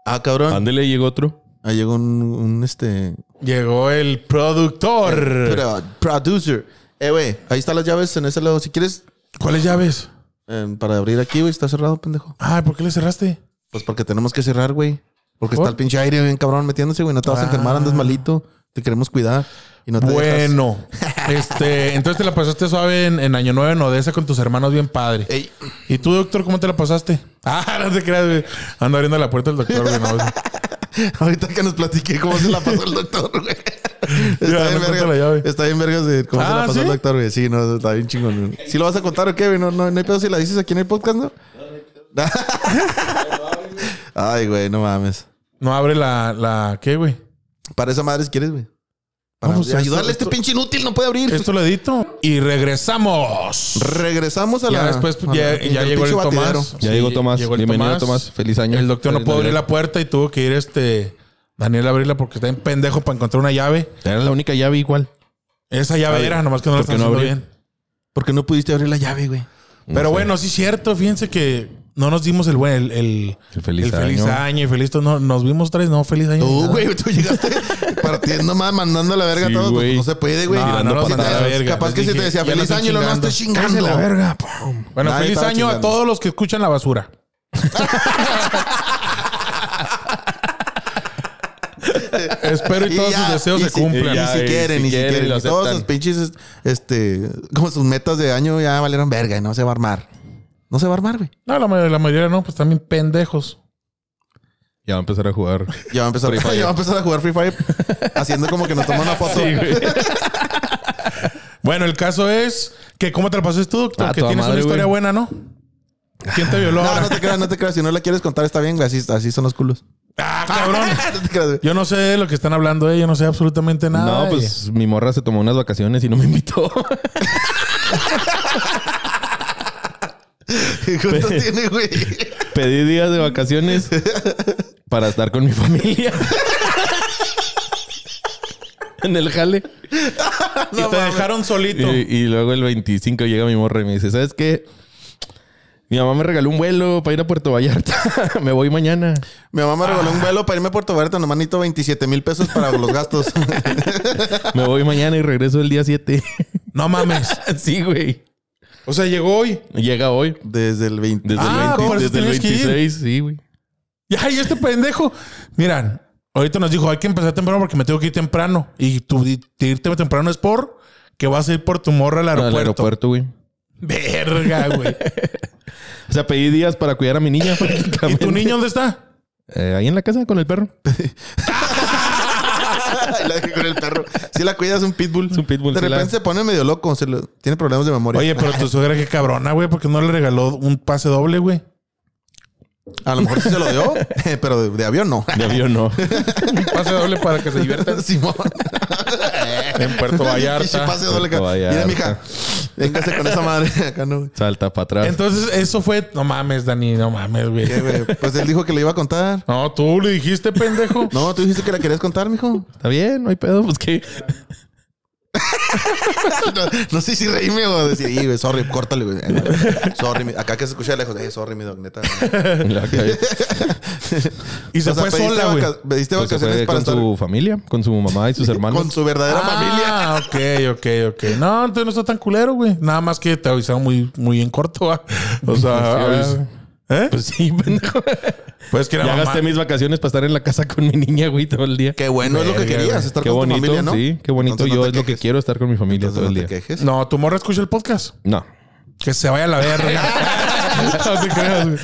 Speaker 2: Ah, cabrón.
Speaker 3: Ándele, llegó otro.
Speaker 2: Ahí llegó un, un este...
Speaker 1: Llegó el productor.
Speaker 2: Eh, Pero, producer. Eh, güey, ahí están las llaves en ese lado. Si quieres,
Speaker 1: ¿Cuáles llaves?
Speaker 2: eh, para abrir aquí, güey, está cerrado, pendejo.
Speaker 1: Ay, ¿por qué le cerraste?
Speaker 2: Pues porque tenemos que cerrar, güey. Porque
Speaker 1: ¿Por? Ah.
Speaker 2: está el pinche aire bien cabrón metiéndose, güey. No te vas a enfermar, andas malito. Te queremos cuidar. Y no te dejas.
Speaker 1: Bueno, este, entonces te la pasaste suave en, en Año Nuevo en Odessa con tus hermanos bien padre.
Speaker 2: Ey.
Speaker 1: ¿Y tú, doctor, cómo te la pasaste? Ah, no te creas, güey. Ando abriendo la puerta del doctor, güey. no, güey.
Speaker 2: Ahorita que nos platiqué cómo se la pasó el doctor, güey.
Speaker 1: Ya,
Speaker 2: Está,
Speaker 1: no
Speaker 2: bien
Speaker 1: cuenta la llave.
Speaker 2: vergas, está bien vergas de cómo se
Speaker 1: Ah,
Speaker 2: la pasó
Speaker 1: ¿sí?
Speaker 2: el doctor, güey. Sí, no, está bien chingón. güey. ¿Sí lo vas a contar o qué, güey? No, no, no hay pedo si la dices aquí en el podcast, ¿no? Ay, güey, no mames.
Speaker 1: No abre la, la, ¿qué, güey?
Speaker 2: Para esa madre si quieres, güey. Para
Speaker 1: No, pues,
Speaker 2: ayudarle a
Speaker 1: esto-
Speaker 2: este pinche inútil, no puede abrir.
Speaker 1: Esto lo edito y regresamos.
Speaker 2: Regresamos a la...
Speaker 1: Ya después
Speaker 2: a la-
Speaker 1: ya, ya
Speaker 2: al
Speaker 1: llegó el
Speaker 2: pinche batidero.
Speaker 1: Tomás.
Speaker 3: Ya llegó Tomás.
Speaker 1: el
Speaker 3: Bienvenido, Tomás. Feliz año.
Speaker 1: El doctor no
Speaker 3: Feliz
Speaker 1: pudo abrir
Speaker 3: Navidad.
Speaker 1: la puerta y tuvo que ir este Daniel a abrirla porque está en pendejo para encontrar una llave.
Speaker 3: Era la única llave igual.
Speaker 1: Esa llave era, nomás que no la
Speaker 3: ¿por qué
Speaker 1: están
Speaker 3: no
Speaker 1: haciendo
Speaker 3: abrió?
Speaker 1: bien.
Speaker 2: Porque no pudiste abrir la llave, güey.
Speaker 1: Pero bueno, sí es cierto. Fíjense que no nos dimos el buen, el, el,
Speaker 3: El feliz año.
Speaker 1: año. y feliz todo. No, nos vimos tres, no, feliz año.
Speaker 2: Tú,
Speaker 1: Nada.
Speaker 2: güey, tú llegaste partiendo más, mandando la verga
Speaker 3: Sí,
Speaker 2: a todos. pues,
Speaker 3: güey.
Speaker 2: no se puede, güey.
Speaker 1: No,
Speaker 2: Tirando
Speaker 1: no los
Speaker 2: patadas.
Speaker 1: mandaba a la verga.
Speaker 2: Capaz
Speaker 1: Les
Speaker 2: que si
Speaker 1: dije,
Speaker 2: te decía
Speaker 1: ya
Speaker 2: feliz
Speaker 1: la estoy
Speaker 2: año, lo no
Speaker 1: chingando.
Speaker 2: estoy
Speaker 1: Cállese
Speaker 2: chingando.
Speaker 1: la verga. Bueno,
Speaker 2: Nadie
Speaker 1: feliz
Speaker 2: estaba
Speaker 1: año a
Speaker 2: chingando.
Speaker 1: todos los que escuchan la basura. Espero y todos
Speaker 2: ya,
Speaker 1: sus deseos
Speaker 2: y
Speaker 1: se
Speaker 2: si-
Speaker 1: cumplan.
Speaker 2: Y si
Speaker 3: Ya, y
Speaker 2: quieren,
Speaker 3: si
Speaker 2: y si
Speaker 3: quieren,
Speaker 2: quieren.
Speaker 3: lo
Speaker 2: Y todos sus
Speaker 3: aceptan.
Speaker 2: pinches, este, como sus metas de año ya valieron verga y no se va a armar. No se va a armar, güey.
Speaker 1: No, la, ma- la mayoría no, pues también pendejos.
Speaker 3: Ya va a empezar a jugar.
Speaker 2: Ya va a empezar, ya va a, empezar a jugar Free Fire haciendo como que nos toman una foto.
Speaker 1: Bueno, el caso es que cómo te la pasaste tú, doctor,
Speaker 3: Ah,
Speaker 1: que
Speaker 3: toda
Speaker 1: tienes una
Speaker 3: madre,
Speaker 1: historia
Speaker 3: güey.
Speaker 1: buena, ¿no? ¿Quién te violó
Speaker 2: No,
Speaker 1: ahora?
Speaker 2: no te creas, no te creas. Si no la quieres contar, está bien, güey. Así, así son los culos.
Speaker 1: Ah, cabrón.
Speaker 2: No te creas, güey.
Speaker 1: Yo no sé de lo que están hablando, eh. yo no sé absolutamente nada.
Speaker 3: No, pues mi morra se tomó unas vacaciones y no me invitó.
Speaker 2: ¿Qué cuentas tiene, güey?
Speaker 3: Pedí días de vacaciones para estar con mi familia. en el jale.
Speaker 1: y te dejaron
Speaker 3: Y,
Speaker 1: solito.
Speaker 3: y luego el 25 llega mi morra y me dice, ¿sabes qué? Mi mamá me regaló un vuelo para ir a Puerto Vallarta. me voy mañana.
Speaker 2: Mi mamá me
Speaker 3: Ah.
Speaker 2: regaló un vuelo para irme a Puerto Vallarta. Nomás necesito 27 mil pesos para los gastos.
Speaker 3: Me voy mañana y regreso el día 7.
Speaker 1: No mames.
Speaker 3: sí, güey.
Speaker 1: O sea, llegó hoy.
Speaker 3: Llega hoy.
Speaker 2: Desde el 20.
Speaker 3: Desde
Speaker 1: Ah,
Speaker 3: el, 20
Speaker 1: por eso
Speaker 3: desde el
Speaker 1: tenías que ir.
Speaker 3: 26, sí, güey.
Speaker 1: Y ay, este pendejo. Miran, ahorita nos dijo, hay que empezar temprano porque me tengo que ir temprano. Y tu y irte temprano es por que vas a ir por tu morra al
Speaker 3: Al
Speaker 1: aeropuerto.
Speaker 3: aeropuerto, güey.
Speaker 1: Verga, güey.
Speaker 3: O sea, pedí días para cuidar a mi niña.
Speaker 1: ¿Y
Speaker 3: prácticamente.
Speaker 1: tu niño dónde está?
Speaker 3: Eh, ahí en la casa con el perro.
Speaker 2: la dejé con el perro. Si la cuidas, un pitbull.
Speaker 3: Es un pitbull,
Speaker 2: De
Speaker 3: sí la-
Speaker 2: repente se pone medio loco. se lo- tiene problemas de memoria.
Speaker 1: Oye, pero tu suegra qué cabrona, güey, porque no le regaló un pase doble, güey.
Speaker 2: A lo mejor sí se lo dio, eh, pero de, de avión no.
Speaker 3: De avión no.
Speaker 1: Un pase doble para que se diviertan
Speaker 2: Simón.
Speaker 1: en Puerto
Speaker 2: Pinche
Speaker 1: Vallarta.
Speaker 2: pase doble acá.
Speaker 3: Puerto
Speaker 2: Mira,
Speaker 3: Vallarta.
Speaker 2: mija. Véngase con esa madre acá, ¿no?
Speaker 3: Salta para atrás.
Speaker 1: Entonces, eso fue. No mames, Dani, no mames, güey.
Speaker 2: ¿Qué, güey? Pues él dijo que le iba a contar.
Speaker 1: No, tú le dijiste, pendejo.
Speaker 2: No, tú dijiste que la querías contar, mijo.
Speaker 3: Está bien, no hay pedo. Pues que
Speaker 2: No, no sé si reírme o decir, "Ih, güey, sorry, córtale, güey. eh, Sorry, mi- acá que se escucha de lejos, eh, sorry, mi dog, neta.
Speaker 1: Y se
Speaker 2: O sea,
Speaker 1: fue
Speaker 2: pediste
Speaker 1: sola, güey.
Speaker 2: vaca- Pediste
Speaker 3: Pues se
Speaker 2: vacaciones
Speaker 3: fue
Speaker 2: para
Speaker 3: con
Speaker 2: estar
Speaker 3: su familia, con su mamá y sus hermanos.
Speaker 2: con su verdadera familia.
Speaker 1: Ah, ok, ok, ok. No, entonces no está tan culero, güey. Nada más que te avisaron muy, muy en corto, ¿va? O sea,
Speaker 3: Pues sí,
Speaker 1: ah, ¿eh?
Speaker 3: Pues sí, pendejo.
Speaker 1: Pues que era
Speaker 3: Ya
Speaker 1: mamá.
Speaker 3: gasté mis vacaciones para estar en la casa con mi niña, güey, todo el día.
Speaker 2: Qué bueno, es lo que
Speaker 1: Verga,
Speaker 2: querías,
Speaker 1: güey.
Speaker 2: estar
Speaker 3: Qué
Speaker 2: con
Speaker 3: bonito,
Speaker 2: tu familia, ¿no?
Speaker 3: sí. Qué bonito.
Speaker 2: Entonces no
Speaker 3: Yo
Speaker 2: te
Speaker 3: es lo que
Speaker 2: quejes.
Speaker 3: quiero, estar con mi familia
Speaker 2: Entonces
Speaker 3: todo el
Speaker 2: no
Speaker 3: día.
Speaker 2: te quejes.
Speaker 1: No, tu morra escucha el podcast.
Speaker 3: No.
Speaker 1: Que se vaya a la verga. no te creas, güey.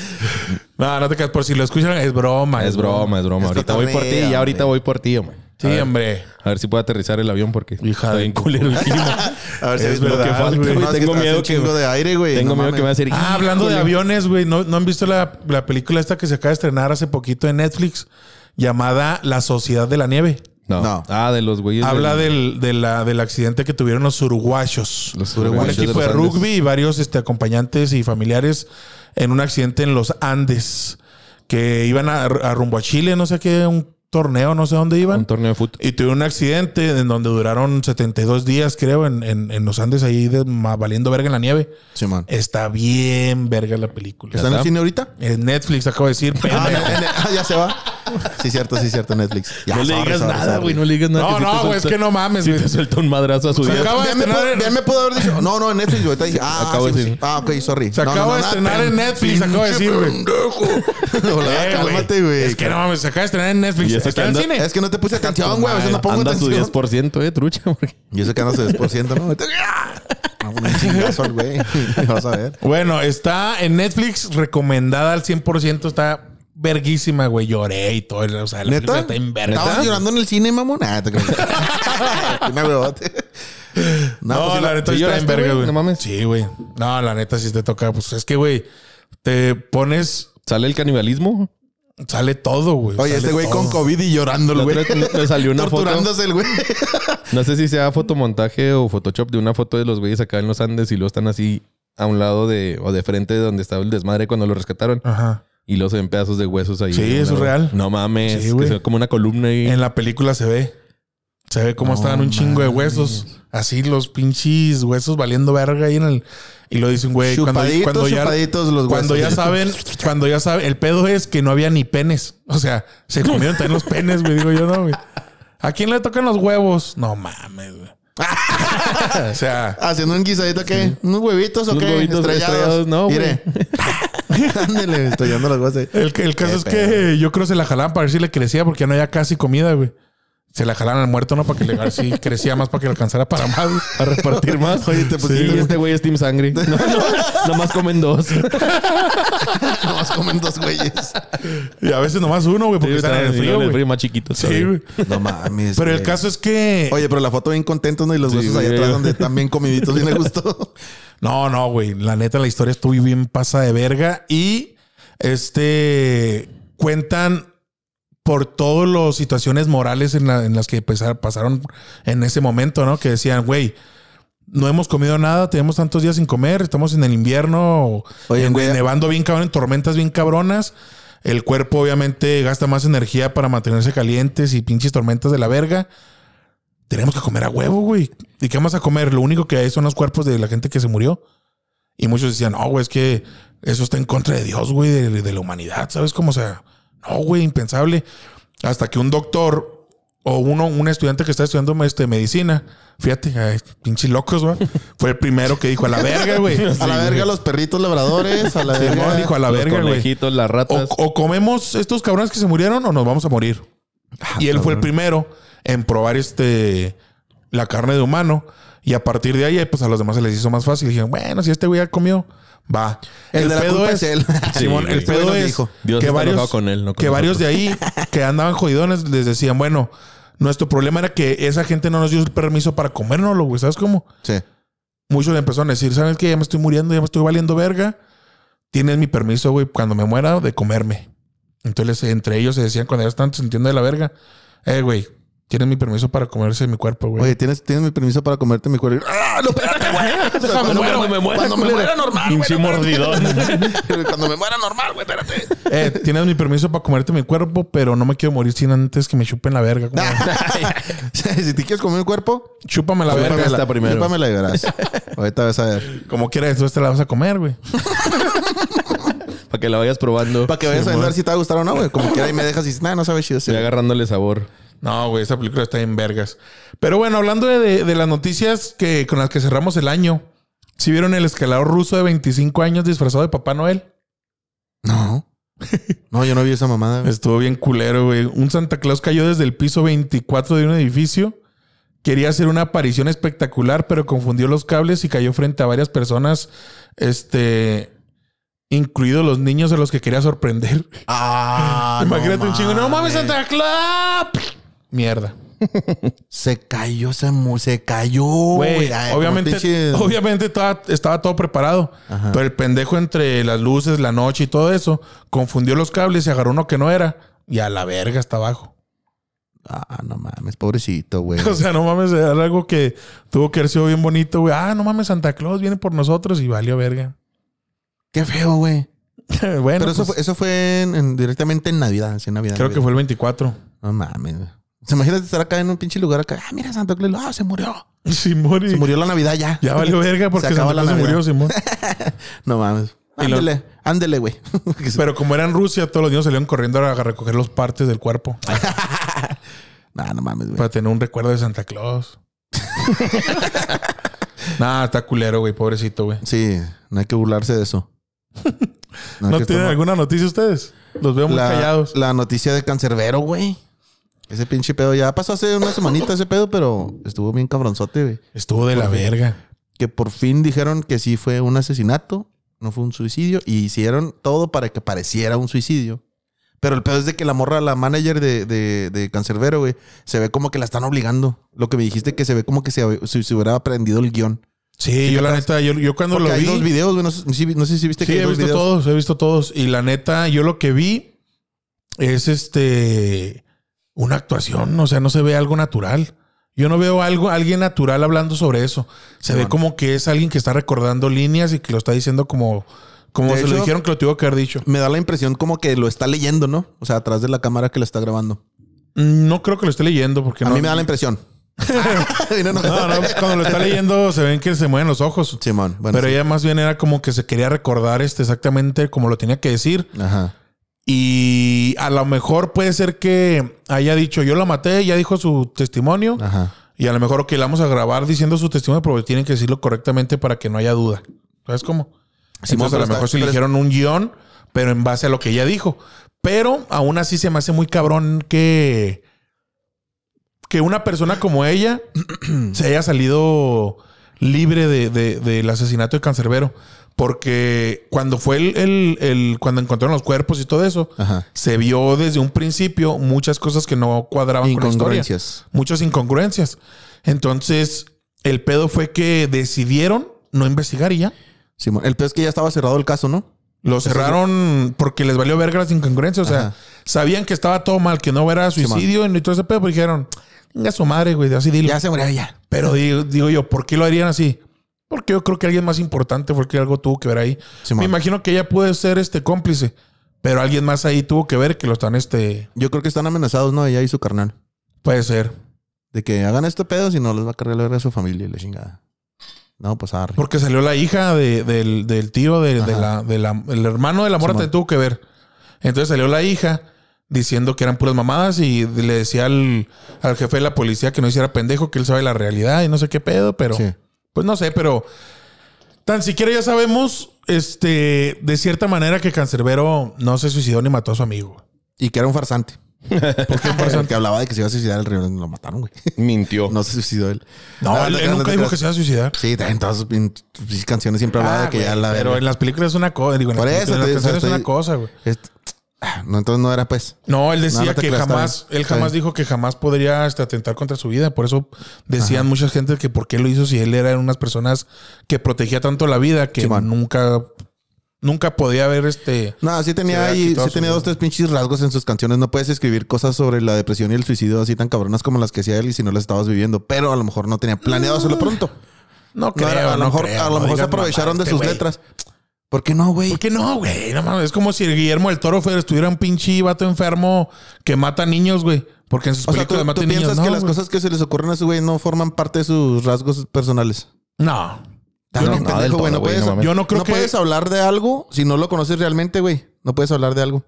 Speaker 1: No, no te creas. Por si lo escuchan, es broma.
Speaker 3: Es broma, es broma.
Speaker 2: Es
Speaker 3: Ahorita voy por ti,
Speaker 2: cotorreo,
Speaker 3: ya ahorita
Speaker 2: hombre.
Speaker 3: voy por ti, hombre.
Speaker 1: Sí, hombre.
Speaker 3: A ver si puedo aterrizar el avión porque
Speaker 1: Hija
Speaker 3: está
Speaker 1: de
Speaker 3: bien
Speaker 1: tu-
Speaker 3: culero el clima.
Speaker 2: A ver si
Speaker 3: Es
Speaker 2: es
Speaker 3: lo que
Speaker 2: verdad.
Speaker 3: falta,
Speaker 2: güey.
Speaker 3: güey.
Speaker 2: No, es
Speaker 3: Tengo
Speaker 2: traes
Speaker 3: miedo
Speaker 2: un
Speaker 3: que-
Speaker 2: chingo de aire, güey.
Speaker 3: Tengo
Speaker 2: No
Speaker 3: miedo que me va a
Speaker 2: mames.
Speaker 3: hacer.
Speaker 1: Ah, hablando de
Speaker 3: Híjole.
Speaker 1: aviones, güey. ¿no, ¿No han visto la, la película esta que se acaba de estrenar hace poquito en Netflix? Llamada La Sociedad de la Nieve.
Speaker 3: No.
Speaker 2: No.
Speaker 3: Ah, de los güeyes.
Speaker 1: Habla del, de la, del accidente que tuvieron los uruguayos.
Speaker 3: Los
Speaker 1: un
Speaker 3: uruguayos
Speaker 1: equipo de,
Speaker 2: de los Andes.
Speaker 1: rugby y varios este, acompañantes y familiares en un accidente en los Andes. Que iban a, a rumbo a Chile, no sé qué, un torneo, no sé dónde
Speaker 3: Un
Speaker 1: iban.
Speaker 3: torneo de fútbol.
Speaker 1: Y tuvieron un accidente en donde duraron 72 días, creo, en, en- en los Andes, ahí de, ma- valiendo verga en la nieve.
Speaker 2: Simón.
Speaker 3: Eh,
Speaker 1: Está bien verga la película.
Speaker 2: ¿Está en el
Speaker 3: está.
Speaker 2: cine ahorita?
Speaker 1: En Netflix acabo de decir,
Speaker 2: Ah,
Speaker 1: pendejo.
Speaker 2: en- en- ah, ya se va. Sí, cierto, sí, cierto, Netflix. Ya,
Speaker 3: No le
Speaker 2: sorry,
Speaker 3: digas
Speaker 2: sorry,
Speaker 3: nada,
Speaker 2: sorry.
Speaker 3: güey. No le digas nada.
Speaker 1: No,
Speaker 3: si te
Speaker 1: no, güey, es
Speaker 3: suelta-
Speaker 1: que no mames,
Speaker 3: Si
Speaker 1: güey.
Speaker 3: te suelta un madrazo a su
Speaker 1: Se
Speaker 3: día.
Speaker 1: acaba de
Speaker 2: Ya me, pudo,
Speaker 1: estrenar.
Speaker 2: ya
Speaker 1: en-
Speaker 2: me pudo haber dicho. No, no, en Netflix, ahorita dije. Ah,
Speaker 3: Acabo
Speaker 2: sí,
Speaker 3: de
Speaker 2: sí.
Speaker 3: decir.
Speaker 2: Ah, ok, sorry.
Speaker 1: Se
Speaker 2: No, no,
Speaker 1: acaba
Speaker 2: no,
Speaker 1: de
Speaker 2: nada,
Speaker 1: estrenar en Netflix, acabo de
Speaker 2: pinche
Speaker 1: decir, güey.
Speaker 2: pendejo. Hola,
Speaker 1: Eh, güey.
Speaker 2: Cálmate, güey.
Speaker 1: Es que no mames, se acaba de estrenar en Netflix.
Speaker 3: Y eso
Speaker 1: ¿Está
Speaker 3: que
Speaker 1: en
Speaker 3: anda-
Speaker 1: cine?
Speaker 2: Es que no te puse atención, güey. A veces no pongo
Speaker 3: Anda a su
Speaker 2: atención.
Speaker 3: 10%, eh, trucha. porque-
Speaker 2: Y eso que andas a su 10%, ¿no? Ah, Un chingazo al güey. Vas a ver.
Speaker 1: Bueno, está en Netflix, recomendada al 100%, está verguísima, güey. Lloré y todo. O sea, la película está
Speaker 2: ¿Neta?
Speaker 1: en verga.
Speaker 2: ¿Estabas llorando en el cine, mamón? Ah, te creo. Una huevote. No,
Speaker 1: No,
Speaker 2: pues,
Speaker 1: la
Speaker 2: la-
Speaker 1: neta
Speaker 3: ¿sí
Speaker 1: sí está en
Speaker 3: lloraste,
Speaker 1: verga,
Speaker 3: güey?
Speaker 1: güey.
Speaker 3: No mames.
Speaker 1: Sí, güey. No, la neta sí te toca. Pues es que, güey, te pones...
Speaker 3: ¿Sale el canibalismo?
Speaker 1: Sale todo, güey.
Speaker 2: Oye,
Speaker 1: Sale
Speaker 2: este güey
Speaker 1: todo.
Speaker 2: con COVID y llorando, el
Speaker 3: La
Speaker 2: güey.
Speaker 3: otra vez me salió una foto.
Speaker 2: Torturándose el güey.
Speaker 3: No sé si sea fotomontaje o Photoshop de una foto de los güeyes acá en los Andes y luego están así a un lado de o de frente de donde estaba el desmadre cuando lo rescataron
Speaker 1: Ajá.
Speaker 3: y luego se ven pedazos de huesos ahí.
Speaker 1: Ah. Sí,
Speaker 3: De
Speaker 1: eso es
Speaker 3: una-
Speaker 1: real.
Speaker 3: No mames,
Speaker 1: Sí,
Speaker 3: que
Speaker 1: güey.
Speaker 3: se ve como una columna y
Speaker 1: En la película se ve. Se ve cómo
Speaker 2: No
Speaker 1: estaban un chingo de huesos. Así los pinches huesos valiendo verga ahí en el. Y lo dicen, güey, cuando,
Speaker 2: Chupaditos,
Speaker 1: cuando ya.
Speaker 2: chupaditos los
Speaker 1: Cuando ya
Speaker 2: huesos.
Speaker 1: saben, cuando ya saben, el pedo es que no había ni penes. O sea, se comieron también los penes, güey. Digo yo, no, güey. ¿A quién le tocan los huevos? No mames, güey. o sea,
Speaker 2: Haciendo un guisadito, ¿qué? ¿Unos huevitos o
Speaker 3: Unos
Speaker 2: qué?
Speaker 3: huevitos estrellados, no, güey.
Speaker 2: Mire. Ándele, estrellando los huesos. Eh,
Speaker 1: el, el caso
Speaker 2: Qué
Speaker 1: es que yo creo se la jalaban para ver si le crecía porque ya no había casi comida, güey. Se la jalaban al muerto, ¿no? Para que le a ver si crecía más, para que le alcanzara para más. güey.
Speaker 3: a repartir más.
Speaker 2: Oye, te
Speaker 3: sí,
Speaker 2: pusiste-
Speaker 3: este güey es Team Sangre. No, no, nomás comen dos.
Speaker 2: Nomás comen dos güeyes.
Speaker 1: Y a veces nomás uno, güey, porque están en el
Speaker 3: Sí,
Speaker 1: frío,
Speaker 3: en el
Speaker 1: güey.
Speaker 3: frío más chiquito.
Speaker 1: Sí, güey.
Speaker 2: No mames.
Speaker 1: Pero el
Speaker 2: güey.
Speaker 1: caso es que.
Speaker 2: Oye, pero la foto bien contentos, ¿no? Y los
Speaker 3: Sí,
Speaker 2: huesos
Speaker 3: güey.
Speaker 2: allá atrás donde están bien comiditos, bien a gusto.
Speaker 1: No, no, güey. La neta, la historia estuvo bien pasa de verga. Y este. Cuentan por todas las situaciones morales en, la- en las que pesar- pasaron en ese momento, ¿no? Que decían, güey. No hemos comido nada, tenemos tantos días sin comer, estamos en el invierno,
Speaker 2: Oye,
Speaker 1: en-
Speaker 2: güey.
Speaker 1: nevando bien cabrón, en tormentas bien cabronas. El cuerpo obviamente gasta más energía para mantenerse calientes y pinches tormentas de la verga tenemos que comer a huevo, güey. ¿Y qué vamos a comer? Lo único que hay son los cuerpos de la gente que se murió. Y muchos decían, no, güey, es que eso está en contra de Dios, güey, de, de la humanidad, ¿sabes? Como, o sea, no, güey, impensable. Hasta que un doctor o uno, un estudiante que está estudiando este, medicina, fíjate, ay, pinches locos, güey, fue el primero que dijo, a la verga, güey.
Speaker 2: A la verga los perritos labradores. A la
Speaker 1: Simón
Speaker 2: verga.
Speaker 1: dijo, a la verga,
Speaker 3: Los
Speaker 1: güey.
Speaker 3: conejitos, las
Speaker 1: O,
Speaker 3: ratas.
Speaker 1: o comemos estos cabrones que se murieron o nos vamos a morir.
Speaker 2: Ah,
Speaker 1: Y él fue el primero en probar este la carne de humano. Y a partir de ahí, pues a los demás se les hizo más fácil. Dijeron, bueno, si este güey ya comió, va.
Speaker 2: El de la culpa es él.
Speaker 1: Simón, el
Speaker 3: Sí, güey.
Speaker 2: Este
Speaker 1: pedo
Speaker 2: güey nos
Speaker 1: es
Speaker 2: dijo.
Speaker 3: Dios
Speaker 1: que,
Speaker 3: está
Speaker 1: varios,
Speaker 3: enojado con él, no con
Speaker 1: que varios de ahí que andaban jodidones les decían, bueno, nuestro problema era que esa gente no nos dio el permiso para comérnoslo, güey. ¿Sabes cómo?
Speaker 2: Sí.
Speaker 1: Muchos le empezaron a decir, ¿sabes qué? Ya me estoy muriendo, ya me estoy valiendo verga. tienes mi permiso, güey, cuando me muera, de comerme. Entonces, entre ellos se decían cuando ya están sintiendo de la verga, eh, güey, tienes mi permiso para comerse mi cuerpo, güey.
Speaker 2: Oye, ¿tienes, tienes mi permiso para comerte mi cuerpo. ¡Ah, no, espérate, güey! O sea,
Speaker 1: Déjame muero,
Speaker 2: me-
Speaker 1: me muero,
Speaker 2: cuando me
Speaker 1: culera.
Speaker 2: muera normal, güey.
Speaker 4: Pinche mordidón.
Speaker 2: Cuando me muera normal, güey, espérate.
Speaker 1: Eh, tienes mi permiso para comerte mi cuerpo, pero no me quiero morir sin antes que me chupen la verga. Como,
Speaker 2: si te quieres comer mi cuerpo,
Speaker 1: Chúpame la verga.
Speaker 2: chúpamela-
Speaker 3: está primero.
Speaker 2: chúpamela y verás. Ahorita vas a ver.
Speaker 1: Como quieras, tú te la vas a comer, güey.
Speaker 3: Para que la vayas probando.
Speaker 2: Para que vayas a ver si te va a gustar o no, güey. Como quiera y me dejas y dices, nah, no sabe chido.
Speaker 3: Y
Speaker 2: ese".
Speaker 3: agarrándole sabor.
Speaker 1: No, güey, esa película está en vergas. Pero bueno, hablando de, de- de las noticias que, con las que cerramos el año, ¿sí vieron el escalador ruso de 25 años disfrazado de Papá Noel?
Speaker 2: No. No, yo no vi esa mamada. güey.
Speaker 1: Estuvo bien culero, güey. Un Santa Claus cayó desde el piso 24 de un edificio. Quería hacer una aparición espectacular, pero confundió los cables y cayó frente a varias personas, este, incluidos los niños a los que quería sorprender.
Speaker 2: Ah,
Speaker 1: Imagínate un chingo, no mames, Santa Claus. Mierda.
Speaker 2: Se cayó, se, mu- se cayó,
Speaker 1: Güey,
Speaker 2: güey. Ay,
Speaker 1: obviamente,
Speaker 2: como pinche-
Speaker 1: obviamente estaba, estaba todo preparado.
Speaker 2: Ajá.
Speaker 1: Pero el pendejo entre las luces, la noche y todo eso, confundió los cables y agarró uno que no era. Y a la verga hasta abajo.
Speaker 2: Ah, no mames, pobrecito, güey.
Speaker 1: O sea, no mames, era algo que tuvo que haber sido bien bonito, güey. Ah, no mames, Santa Claus viene por nosotros y valió verga.
Speaker 2: Qué feo, güey.
Speaker 1: bueno,
Speaker 2: Pero eso
Speaker 1: pues,
Speaker 2: fue, eso fue en- en- directamente en Navidad, sí, en Navidad.
Speaker 1: creo
Speaker 2: güey.
Speaker 1: que fue el 24.
Speaker 2: No mames, güey. ¿Se imagina estar acá en un pinche lugar acá? Ah, mira, Santa Claus, ah, se murió.
Speaker 1: Simón, y-
Speaker 2: Se murió la Navidad ya.
Speaker 1: ya valió verga porque
Speaker 2: Se
Speaker 1: Santa
Speaker 2: acaba
Speaker 1: Claus
Speaker 2: la
Speaker 1: se murió,
Speaker 2: Navidad.
Speaker 1: Simón.
Speaker 2: No mames.
Speaker 1: Y lo-
Speaker 2: Ándele, ándele, güey.
Speaker 1: Pero como era en Rusia, todos los niños salieron corriendo a recoger los partes del cuerpo
Speaker 2: Nah, no mames, güey.
Speaker 1: para tener un recuerdo de Santa Claus. nah, está culero, güey, pobrecito, güey.
Speaker 2: Sí, no hay que burlarse de eso. hay
Speaker 1: ¿No
Speaker 2: que
Speaker 1: tienen
Speaker 2: estar-
Speaker 1: alguna noticia ustedes? Los veo muy
Speaker 2: la,
Speaker 1: callados.
Speaker 2: La noticia de Cancerbero, güey. Ese pinche pedo ya pasó hace una semanita ese pedo, pero estuvo bien cabronzote, güey.
Speaker 1: Estuvo de la verga.
Speaker 2: Que por fin dijeron que sí fue un asesinato, no fue un suicidio, y hicieron todo para que pareciera un suicidio. Pero el pedo es de que la morra, la manager de, de, de Cancerbero, güey, se ve como que la están obligando. Lo que me dijiste que se ve como que se, se- se hubiera aprendido el guión.
Speaker 1: Sí, yo la neta, yo, yo cuando
Speaker 2: Porque
Speaker 1: lo
Speaker 2: hay
Speaker 1: vi...
Speaker 2: dos videos, güey. No sé, si- no sé si viste
Speaker 1: Sí,
Speaker 2: que hay
Speaker 1: he
Speaker 2: dos
Speaker 1: visto
Speaker 2: videos.
Speaker 1: todos, he visto todos. Y la neta, yo lo que vi es este una actuación, o sea, no se ve algo natural. Yo no veo algo, alguien natural hablando sobre eso. Se
Speaker 2: Sí,
Speaker 1: ve
Speaker 2: bueno.
Speaker 1: como que es alguien que está recordando líneas y que lo está diciendo como, como
Speaker 2: De
Speaker 1: se lo
Speaker 2: hecho,
Speaker 1: dijeron que lo tuvo que haber dicho.
Speaker 2: Me da la impresión como que lo está leyendo, ¿no? O sea, atrás de la cámara que lo está grabando.
Speaker 1: No creo que lo esté leyendo porque
Speaker 2: A
Speaker 1: no.
Speaker 2: mí me da la impresión. Vino
Speaker 1: no,
Speaker 2: enojado.
Speaker 1: no, pues, cuando lo está leyendo se ven que se mueven los ojos.
Speaker 2: Simón, bueno.
Speaker 1: Pero
Speaker 2: sí.
Speaker 1: ella más bien era como que se quería recordar este exactamente como lo tenía que decir.
Speaker 2: Ajá.
Speaker 1: Y a lo mejor puede ser que haya dicho, yo la maté, ya dijo su testimonio.
Speaker 2: Ajá.
Speaker 1: Y a lo mejor que la vamos a grabar diciendo su testimonio, pero tienen que decirlo correctamente para que no haya duda. ¿Sabes cómo?
Speaker 2: Sí,
Speaker 1: Entonces,
Speaker 2: pero
Speaker 1: a lo
Speaker 2: está-
Speaker 1: mejor se le
Speaker 2: pero es-
Speaker 1: dijeron un guión, pero en base a lo que ella dijo. Pero aún así se me hace muy cabrón que, que una persona como ella se haya salido libre de- de- del asesinato de Cancerbero. Porque cuando fue el, el- el- cuando encontraron los cuerpos y todo eso,
Speaker 2: Ajá.
Speaker 1: se vio desde un principio muchas cosas que no cuadraban con la historia
Speaker 2: Incongruencias.
Speaker 1: muchas incongruencias. Entonces, el pedo fue que decidieron no investigar y ya.
Speaker 2: Simón. El peor es que ya estaba cerrado el caso, ¿no?
Speaker 1: Lo cerraron porque les valió verga las incongruencias. O sea,
Speaker 2: Ajá.
Speaker 1: sabían que estaba todo mal, que no era suicidio y todo ese pedo, pero dijeron, venga su madre, güey, así dilo.
Speaker 2: Ya se murió ya.
Speaker 1: Pero digo, digo yo, ¿por qué lo harían así? Porque yo creo que alguien más importante fue el que algo tuvo que ver ahí.
Speaker 2: Simón.
Speaker 1: Me imagino que ella puede ser este cómplice, pero alguien más ahí tuvo que ver que lo están, este,
Speaker 2: Yo creo que están amenazados, ¿no? Ella y su carnal.
Speaker 1: puede ser.
Speaker 2: De que hagan este pedo si no les va a cargar la verga a su familia y la chingada. No, pues arre.
Speaker 1: Porque salió la hija de- del, del tío, de, de
Speaker 2: Ajá.
Speaker 1: la, de la- el hermano de la morra
Speaker 2: Simón.
Speaker 1: te tuvo que ver. Entonces salió la hija diciendo que eran puras mamadas y le decía al, al jefe de la policía que no hiciera pendejo, que él sabe la realidad y no sé qué pedo, pero
Speaker 2: Sí.
Speaker 1: pues no sé, pero tan siquiera ya sabemos este de cierta manera que Cancerbero no se suicidó ni mató a su amigo.
Speaker 2: Y que era un farsante. Porque un farsante? que hablaba de que se iba a suicidar el río. Lo mataron, güey.
Speaker 3: Mintió.
Speaker 2: No se suicidó él.
Speaker 1: No,
Speaker 2: Ah,
Speaker 1: él, él
Speaker 2: no,
Speaker 1: nunca
Speaker 2: no,
Speaker 1: dijo
Speaker 2: no.
Speaker 1: que se iba a suicidar.
Speaker 2: Sí, en todas sus pin- sus canciones siempre hablaba
Speaker 1: Ah,
Speaker 2: de que
Speaker 1: güey,
Speaker 2: ya la
Speaker 1: pero
Speaker 2: verga.
Speaker 1: en las películas es una cosa, digo, en, las
Speaker 2: Por eso
Speaker 1: películas, en las
Speaker 2: te-
Speaker 1: canciones es
Speaker 2: estoy-
Speaker 1: una cosa, güey.
Speaker 2: Este- Ah, No, entonces no era pues.
Speaker 1: No, él decía
Speaker 2: No, no te
Speaker 1: que
Speaker 2: creas, está
Speaker 1: jamás,
Speaker 2: bien.
Speaker 1: él
Speaker 2: Está
Speaker 1: jamás
Speaker 2: bien.
Speaker 1: dijo que jamás podría hasta atentar contra su vida. Por eso decían mucha gente que por qué lo hizo si él era de unas personas que protegía tanto la vida que
Speaker 2: Simón.
Speaker 1: nunca Nunca podía haber este.
Speaker 2: No, sí tenía
Speaker 1: Se ve
Speaker 2: ahí,
Speaker 1: quitado
Speaker 2: sí
Speaker 1: su-
Speaker 2: tenía dos, tres pinches rasgos en sus canciones. No puedes escribir cosas sobre la depresión y el suicidio así tan cabronas como las que hacía él y si no las estabas viviendo. Pero a lo mejor no tenía planeado hacerlo pronto.
Speaker 1: No
Speaker 2: No,
Speaker 1: creo.
Speaker 2: a
Speaker 1: no
Speaker 2: lo mejor,
Speaker 1: creo,
Speaker 2: a
Speaker 1: no
Speaker 2: lo mejor se
Speaker 1: digas
Speaker 2: aprovecharon
Speaker 1: mamadas,
Speaker 2: de sus
Speaker 1: güey.
Speaker 2: letras. ¿Por qué no, güey?
Speaker 1: ¿Por qué no, güey? No mames, es como si el Guillermo del Toro fuera, estuviera un pinche vato enfermo que mata niños, güey. Porque en sus
Speaker 2: O sea, tú,
Speaker 1: películas
Speaker 2: tú
Speaker 1: mata niños.
Speaker 2: piensas
Speaker 1: no,
Speaker 2: que las
Speaker 1: güey.
Speaker 2: cosas que se les ocurren a ese güey no forman parte de sus rasgos personales.
Speaker 1: No.
Speaker 2: Yo
Speaker 3: no, no, del todo,
Speaker 2: güey. No
Speaker 3: güey,
Speaker 2: puedes,
Speaker 3: no mames.
Speaker 1: Yo no creo
Speaker 2: no
Speaker 1: que.
Speaker 2: puedes hablar de algo si no lo conoces realmente, güey. No puedes hablar de algo.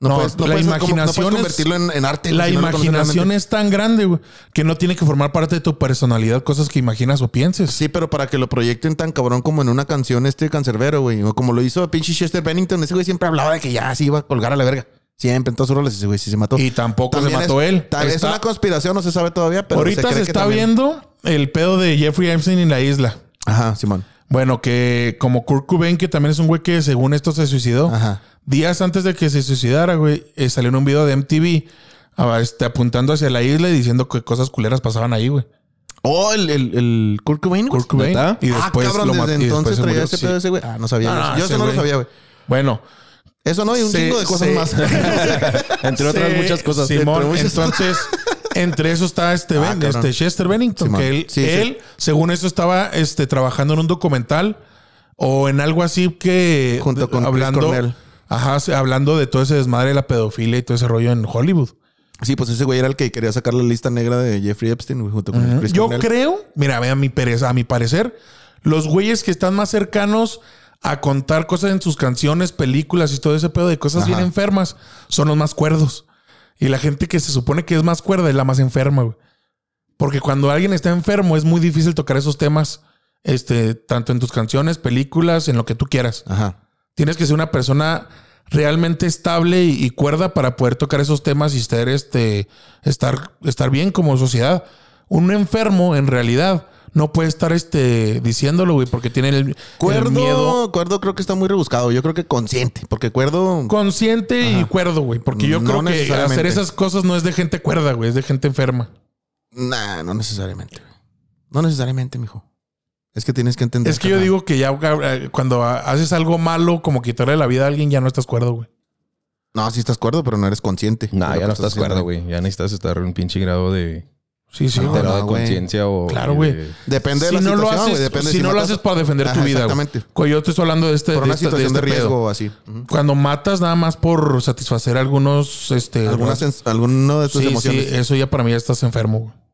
Speaker 2: No,
Speaker 1: No,
Speaker 2: puedes, no
Speaker 1: la
Speaker 2: puedes como-
Speaker 1: imaginación
Speaker 2: no
Speaker 1: es-
Speaker 2: puedes convertirlo en, en arte. güey,
Speaker 1: la
Speaker 2: si no lo conoces
Speaker 1: imaginación
Speaker 2: realmente.
Speaker 1: es tan grande, güey, que no tiene que formar parte de tu personalidad cosas que imaginas o pienses.
Speaker 2: Sí, pero para que lo proyecten tan cabrón como en una canción este cancerbero, güey. O como lo hizo pinche Chester Bennington. Ese güey siempre hablaba de que ya se iba a colgar a la verga. Siempre en todas sus roles. Ese güey sí se mató.
Speaker 1: Y tampoco se
Speaker 2: También
Speaker 1: mató
Speaker 2: es-
Speaker 1: él.
Speaker 2: tal- Es
Speaker 1: Está-
Speaker 2: una conspiración, no se sabe todavía, pero
Speaker 1: Ahorita se,
Speaker 2: cree que
Speaker 1: está
Speaker 2: también-
Speaker 1: viendo el pedo de Jeffrey Epstein en la isla.
Speaker 2: Ajá, Simón.
Speaker 1: Bueno, que como Kurt Cobain, que también es un güey que según esto se suicidó.
Speaker 2: Ajá.
Speaker 1: Días antes de que se suicidara, güey, eh, salió en un video de MTV a- este, apuntando hacia la isla y diciendo que cosas culeras pasaban ahí, güey.
Speaker 2: Oh, el, el, el Kurt Cobain. güey.
Speaker 1: Kurt Cobain.
Speaker 3: ¿Neta?
Speaker 1: Y después
Speaker 2: ah, cabrón,
Speaker 1: lo mató.
Speaker 2: desde
Speaker 1: y después
Speaker 2: entonces
Speaker 1: se
Speaker 2: traía
Speaker 1: murió,
Speaker 2: ese
Speaker 1: sí.
Speaker 2: pedo de ese güey. Ah, no sabía.
Speaker 1: Ah,
Speaker 2: yo
Speaker 1: ese
Speaker 2: eso no
Speaker 1: güey.
Speaker 2: lo sabía, güey.
Speaker 1: Bueno,
Speaker 2: Eso no, y un
Speaker 1: Se-
Speaker 2: chingo de cosas
Speaker 1: se-
Speaker 2: más.
Speaker 3: Entre otras
Speaker 1: Sí,
Speaker 3: muchas cosas.
Speaker 1: Simón,
Speaker 3: Entre muchas-
Speaker 1: entonces, entre eso está este, Ben-
Speaker 2: Ah, cabrón.
Speaker 1: este Chester Bennington,
Speaker 2: Simón.
Speaker 1: que él,
Speaker 2: Sí, sí.
Speaker 1: él, según eso, estaba este, trabajando en un documental o en algo así que.
Speaker 2: Junto con Chris Cornell.
Speaker 1: Ajá, sí, hablando de todo ese desmadre de la pedofilia y todo ese rollo en Hollywood.
Speaker 2: sí, pues ese güey era el que quería sacar la lista negra de Jeffrey Epstein, güey, junto con Chris
Speaker 1: Yo
Speaker 2: Cornell.
Speaker 1: creo, mira, a mi, pereza, a mi parecer, los güeyes que están más cercanos a contar cosas en sus canciones, películas y todo ese pedo de cosas bien
Speaker 2: Ajá.
Speaker 1: enfermas son los más cuerdos. Y la gente que se supone que es más cuerda es la más enferma, güey. Porque cuando alguien está enfermo es muy difícil tocar esos temas, este, tanto en tus canciones, películas, en lo que tú quieras.
Speaker 2: Ajá.
Speaker 1: Tienes que ser una persona realmente estable y, y cuerda para poder tocar esos temas y estar, este, estar, estar bien como sociedad. Un enfermo, en realidad, no puede estar este, diciéndolo, güey, porque tiene el, el
Speaker 2: Cuerdo,
Speaker 1: miedo
Speaker 2: Cuerdo creo que está muy rebuscado. Yo creo que consciente, porque Cuerdo.
Speaker 1: consciente y cuerdo, güey. Porque yo
Speaker 2: No
Speaker 1: creo que
Speaker 2: necesariamente.
Speaker 1: hacer esas cosas no es de gente cuerda, güey, es de gente enferma.
Speaker 2: Nah, no necesariamente. güey. No necesariamente, mijo. Es que tienes que entender.
Speaker 1: Es que yo
Speaker 2: carnal.
Speaker 1: digo que ya eh, cuando ha- haces algo malo, como quitarle la vida a alguien, ya no estás cuerdo, güey.
Speaker 2: No, sí estás cuerdo, pero no eres consciente. de
Speaker 3: Nah,
Speaker 2: lo
Speaker 3: ya
Speaker 2: que
Speaker 3: no estás
Speaker 2: haciendo,
Speaker 3: cuerdo, güey. Ya necesitas estar en un pinche grado de
Speaker 1: Sí, sí.
Speaker 2: No,
Speaker 1: güey.
Speaker 3: alterado de
Speaker 2: no, güey.
Speaker 3: conciencia o.
Speaker 1: Claro, güey.
Speaker 3: de-
Speaker 1: si
Speaker 2: Depende de la
Speaker 1: no lo
Speaker 2: situación,
Speaker 1: haces,
Speaker 2: güey. Depende de
Speaker 1: si no lo
Speaker 2: matas
Speaker 1: haces para defender
Speaker 2: Ajá,
Speaker 1: tu vida. güey.
Speaker 2: exactamente.
Speaker 1: Güey, Yo te estoy hablando de este,
Speaker 2: por
Speaker 1: de
Speaker 2: una
Speaker 1: este- de
Speaker 2: situación de,
Speaker 1: este pedo.
Speaker 2: riesgo o así. Ujú.
Speaker 1: Cuando matas nada más por satisfacer algunos, este,
Speaker 2: Alguna
Speaker 1: sí,
Speaker 2: sens- alguno de tus
Speaker 1: sí,
Speaker 2: emociones.
Speaker 1: eso ya para mí ya estás enfermo. güey.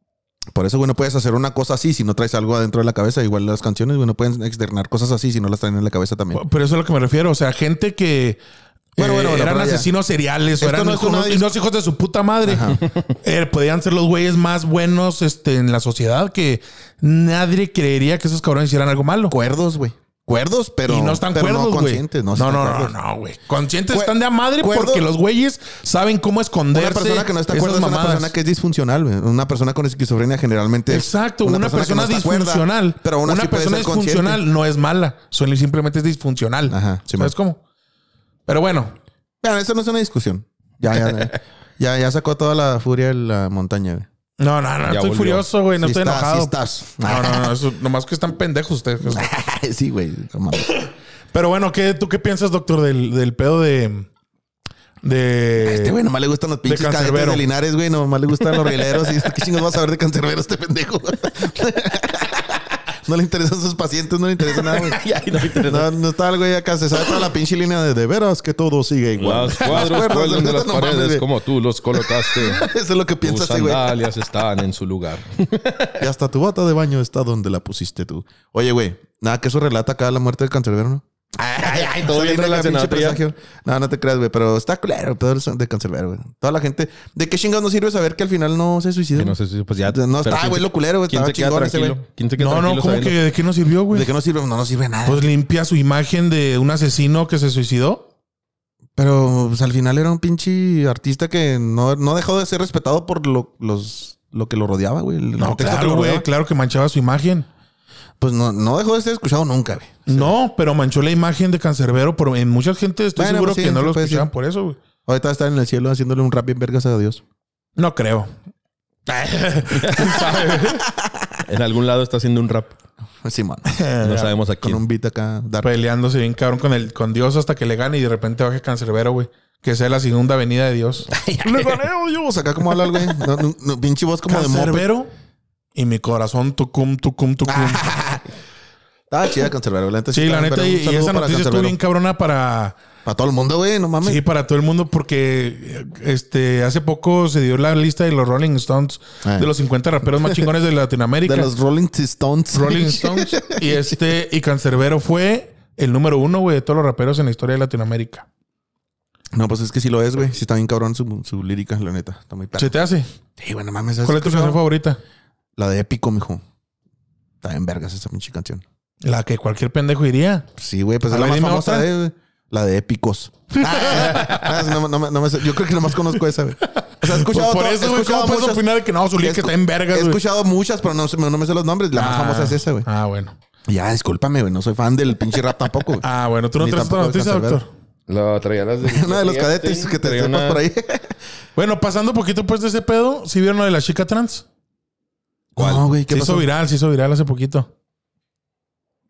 Speaker 2: Por eso, güey, no puedes hacer una cosa así si no traes algo adentro de la cabeza. Igual las canciones, güey, no pueden externar cosas así si no las traen en la cabeza también.
Speaker 1: Pero eso es a lo que me refiero. O sea, gente que
Speaker 2: Bueno,
Speaker 1: eh,
Speaker 2: bueno, bueno,
Speaker 1: eran
Speaker 2: pero ya.
Speaker 1: asesinos seriales, o
Speaker 2: Esto
Speaker 1: eran
Speaker 2: no es
Speaker 1: hijos,
Speaker 2: una dis-
Speaker 1: unos hijos de su puta madre. Eh, podían ser los güeyes más buenos este, en la sociedad que nadie creería que esos cabrones hicieran algo malo.
Speaker 2: Cuerdos, güey. Cuerdos, pero,
Speaker 1: y no están
Speaker 2: pero
Speaker 1: cuerdos,
Speaker 2: no
Speaker 1: güey.
Speaker 2: conscientes. No, sí
Speaker 1: no,
Speaker 2: están
Speaker 1: no, no,
Speaker 2: cuerdos.
Speaker 1: no, güey. Conscientes
Speaker 2: Cue-
Speaker 1: están de a madre
Speaker 2: cuerdo-
Speaker 1: porque los güeyes saben cómo esconderse.
Speaker 2: Una persona que no está
Speaker 1: esas
Speaker 2: cuerda es una
Speaker 1: mamadas.
Speaker 2: persona que es disfuncional, güey. Una persona con esquizofrenia generalmente es
Speaker 1: Exacto, una, persona,
Speaker 2: que no está cuerda,
Speaker 1: disfuncional.
Speaker 2: pero aún así
Speaker 1: una
Speaker 2: puede
Speaker 1: persona
Speaker 2: ser consciente.
Speaker 1: disfuncional no es mala, solo simplemente es disfuncional.
Speaker 2: Ajá, sí,
Speaker 1: ¿Sabes cómo? Pero bueno,
Speaker 2: Vean, eso no es una discusión. Ya, ya, ya, ya sacó toda la furia de la montaña, güey.
Speaker 1: no, no, no, estoy
Speaker 3: volvió.
Speaker 1: furioso, güey, no
Speaker 2: Sí
Speaker 1: estoy
Speaker 2: estás,
Speaker 1: enojado.
Speaker 2: sí estás.
Speaker 1: No, no, no, eso, nomás que están pendejos ustedes.
Speaker 2: sí, güey. no mames.
Speaker 1: Pero bueno, ¿qué, ¿tú qué piensas, doctor, del, del pedo de. de.
Speaker 2: Este
Speaker 3: Eh,
Speaker 2: güey nomás le gustan los pinches cadetes
Speaker 1: Cancerbero.
Speaker 2: de Linares, güey. Nomás le gustan los rieleros. ¿Y qué chingos vas a ver de cancerbero este pendejo? No le interesan sus pacientes, no le interesa nada, güey. no, no está el güey acá. Se sabe toda la pinche línea de de veras que todo sigue igual.
Speaker 3: Los cuadros
Speaker 2: cuerdas,
Speaker 3: cuelgan de las
Speaker 2: no mames,
Speaker 3: paredes
Speaker 2: güey.
Speaker 3: como tú los colocaste.
Speaker 2: Eso es lo que
Speaker 3: Tus
Speaker 2: piensa ese güey.
Speaker 3: sandalias están en su lugar.
Speaker 2: Y hasta tu bata de baño está donde la pusiste tú. Oye, güey. Nada, que eso relata acá la muerte del cancerbero, ¿no?
Speaker 3: Ay, ay,
Speaker 2: Todo bien relacionado.
Speaker 3: ya.
Speaker 2: No, no te creas, güey. Pero está claro, pedo de cancerbero, güey. Toda la gente. ¿De qué chingados nos sirve saber que al final no se suicidó?
Speaker 3: Que no sé si- pues
Speaker 2: No,
Speaker 3: ya. pero
Speaker 2: está,
Speaker 3: ¿quién
Speaker 2: güey,
Speaker 3: se-
Speaker 2: lo culero, güey.
Speaker 3: ¿Quién se
Speaker 2: Estaba chingón
Speaker 3: queda
Speaker 2: ese,
Speaker 3: tranquilo?
Speaker 2: güey.
Speaker 3: ¿Quién se queda
Speaker 1: no, no,
Speaker 3: tranquilo
Speaker 1: ¿cómo que
Speaker 3: sabiendo?
Speaker 1: de qué nos sirvió, güey?
Speaker 2: ¿De qué nos sirve? No nos sirve nada.
Speaker 1: Pues limpia su imagen de un asesino que se suicidó.
Speaker 2: pero pues, al final era un pinche artista que no, no dejó de ser respetado por lo, los, lo que lo rodeaba, güey. El
Speaker 1: No,
Speaker 2: contexto que
Speaker 1: claro,
Speaker 2: lo
Speaker 1: güey,
Speaker 2: rodeaba.
Speaker 1: claro que manchaba su imagen.
Speaker 2: Pues no, no dejó de ser escuchado nunca, güey.
Speaker 1: No, pero manchó la imagen de Cancerbero. Por, en mucha gente estoy
Speaker 2: Bueno,
Speaker 1: seguro
Speaker 2: pues sí,
Speaker 1: que no
Speaker 2: se
Speaker 1: lo
Speaker 2: puede
Speaker 1: escuchaban
Speaker 2: decir.
Speaker 1: por eso, güey.
Speaker 2: Ahorita está en el cielo haciéndole un rap bien vergas a Dios.
Speaker 1: No creo.
Speaker 3: En algún lado está haciendo un rap.
Speaker 2: Simón.
Speaker 3: No sabemos a
Speaker 2: Con
Speaker 3: quién.
Speaker 2: un beat acá. dark.
Speaker 1: Ah, Peleándose bien cabrón con, el, con Dios hasta que le gane y de repente baje Cancerbero, güey. Que sea la segunda venida de Dios.
Speaker 2: Le gané a Dios. Pues, Acá como habla el güey. No, no, no, pinche voz como de moped.
Speaker 1: Cancerbero y mi corazón tucum, tucum, tucum.
Speaker 2: Estaba chida Cancerbero. La neta
Speaker 1: sí, la
Speaker 2: estaba,
Speaker 1: neta.
Speaker 2: Pues pero
Speaker 1: Y,
Speaker 2: un
Speaker 1: y
Speaker 2: saludo
Speaker 1: esa
Speaker 2: para
Speaker 1: noticia estuvo
Speaker 2: Canserbero.
Speaker 1: bien cabrona para...
Speaker 2: Para todo el mundo, güey. No mames.
Speaker 1: Sí, para todo el mundo porque este hace poco se dio la lista de los Rolling Stones
Speaker 2: Ah.
Speaker 1: de los 50 raperos más chingones de Latinoamérica.
Speaker 2: de los Rolling Stones.
Speaker 1: Rolling Stones y este y Cancerbero fue el número uno, güey, de todos los raperos en la historia de Latinoamérica.
Speaker 2: No, pues es que sí lo es, güey. Sí está bien cabrón su, su lírica, la neta. Está muy perro.
Speaker 1: ¿Se te hace?
Speaker 2: Sí, bueno, mames. ¿sabes
Speaker 1: ¿Cuál es tu
Speaker 2: qué
Speaker 1: canción
Speaker 2: pedo?
Speaker 1: favorita?
Speaker 2: La de Épico, mijo. Está en vergas esa pinche canción.
Speaker 1: La que cualquier pendejo iría.
Speaker 2: Sí, güey, pues
Speaker 1: A
Speaker 2: es la
Speaker 1: ver,
Speaker 2: más
Speaker 1: dime
Speaker 2: famosa
Speaker 1: otra.
Speaker 2: de... La de Épicos. Ah, no, no, no, no me sé. yo creo que nomás conozco esa, güey. O sea,
Speaker 1: Pues
Speaker 2: he escuchado...
Speaker 1: por
Speaker 2: to- he
Speaker 1: eso, güey,
Speaker 2: escuchado
Speaker 1: ¿cómo puedes
Speaker 2: muchas-
Speaker 1: opinar que no, su
Speaker 2: he
Speaker 1: que está
Speaker 2: escu-
Speaker 1: en vergas,
Speaker 2: He
Speaker 1: güey?
Speaker 2: escuchado muchas, pero no, sé- no me sé los nombres. La más
Speaker 1: Ah.
Speaker 2: famosa es esa, güey.
Speaker 1: Ah, bueno.
Speaker 2: Ya, discúlpame, güey. No soy fan del pinche rap tampoco, güey.
Speaker 1: Ah, bueno. ¿Tú no
Speaker 2: Ni
Speaker 1: traes otra
Speaker 2: tampoco de
Speaker 1: noticia,
Speaker 2: Canserbero.
Speaker 1: doctor?
Speaker 3: La traía las de.
Speaker 2: Una de los cadetes que te
Speaker 3: traía
Speaker 2: sepas
Speaker 3: una-
Speaker 2: por ahí.
Speaker 1: Bueno, pasando poquito pues de ese pedo, ¿sí vieron lo de la chica trans?
Speaker 3: ¿Cuál?
Speaker 2: No, güey,
Speaker 1: Se
Speaker 2: ¿qué
Speaker 1: hizo
Speaker 2: pasó?
Speaker 1: viral, se hizo viral hace poquito.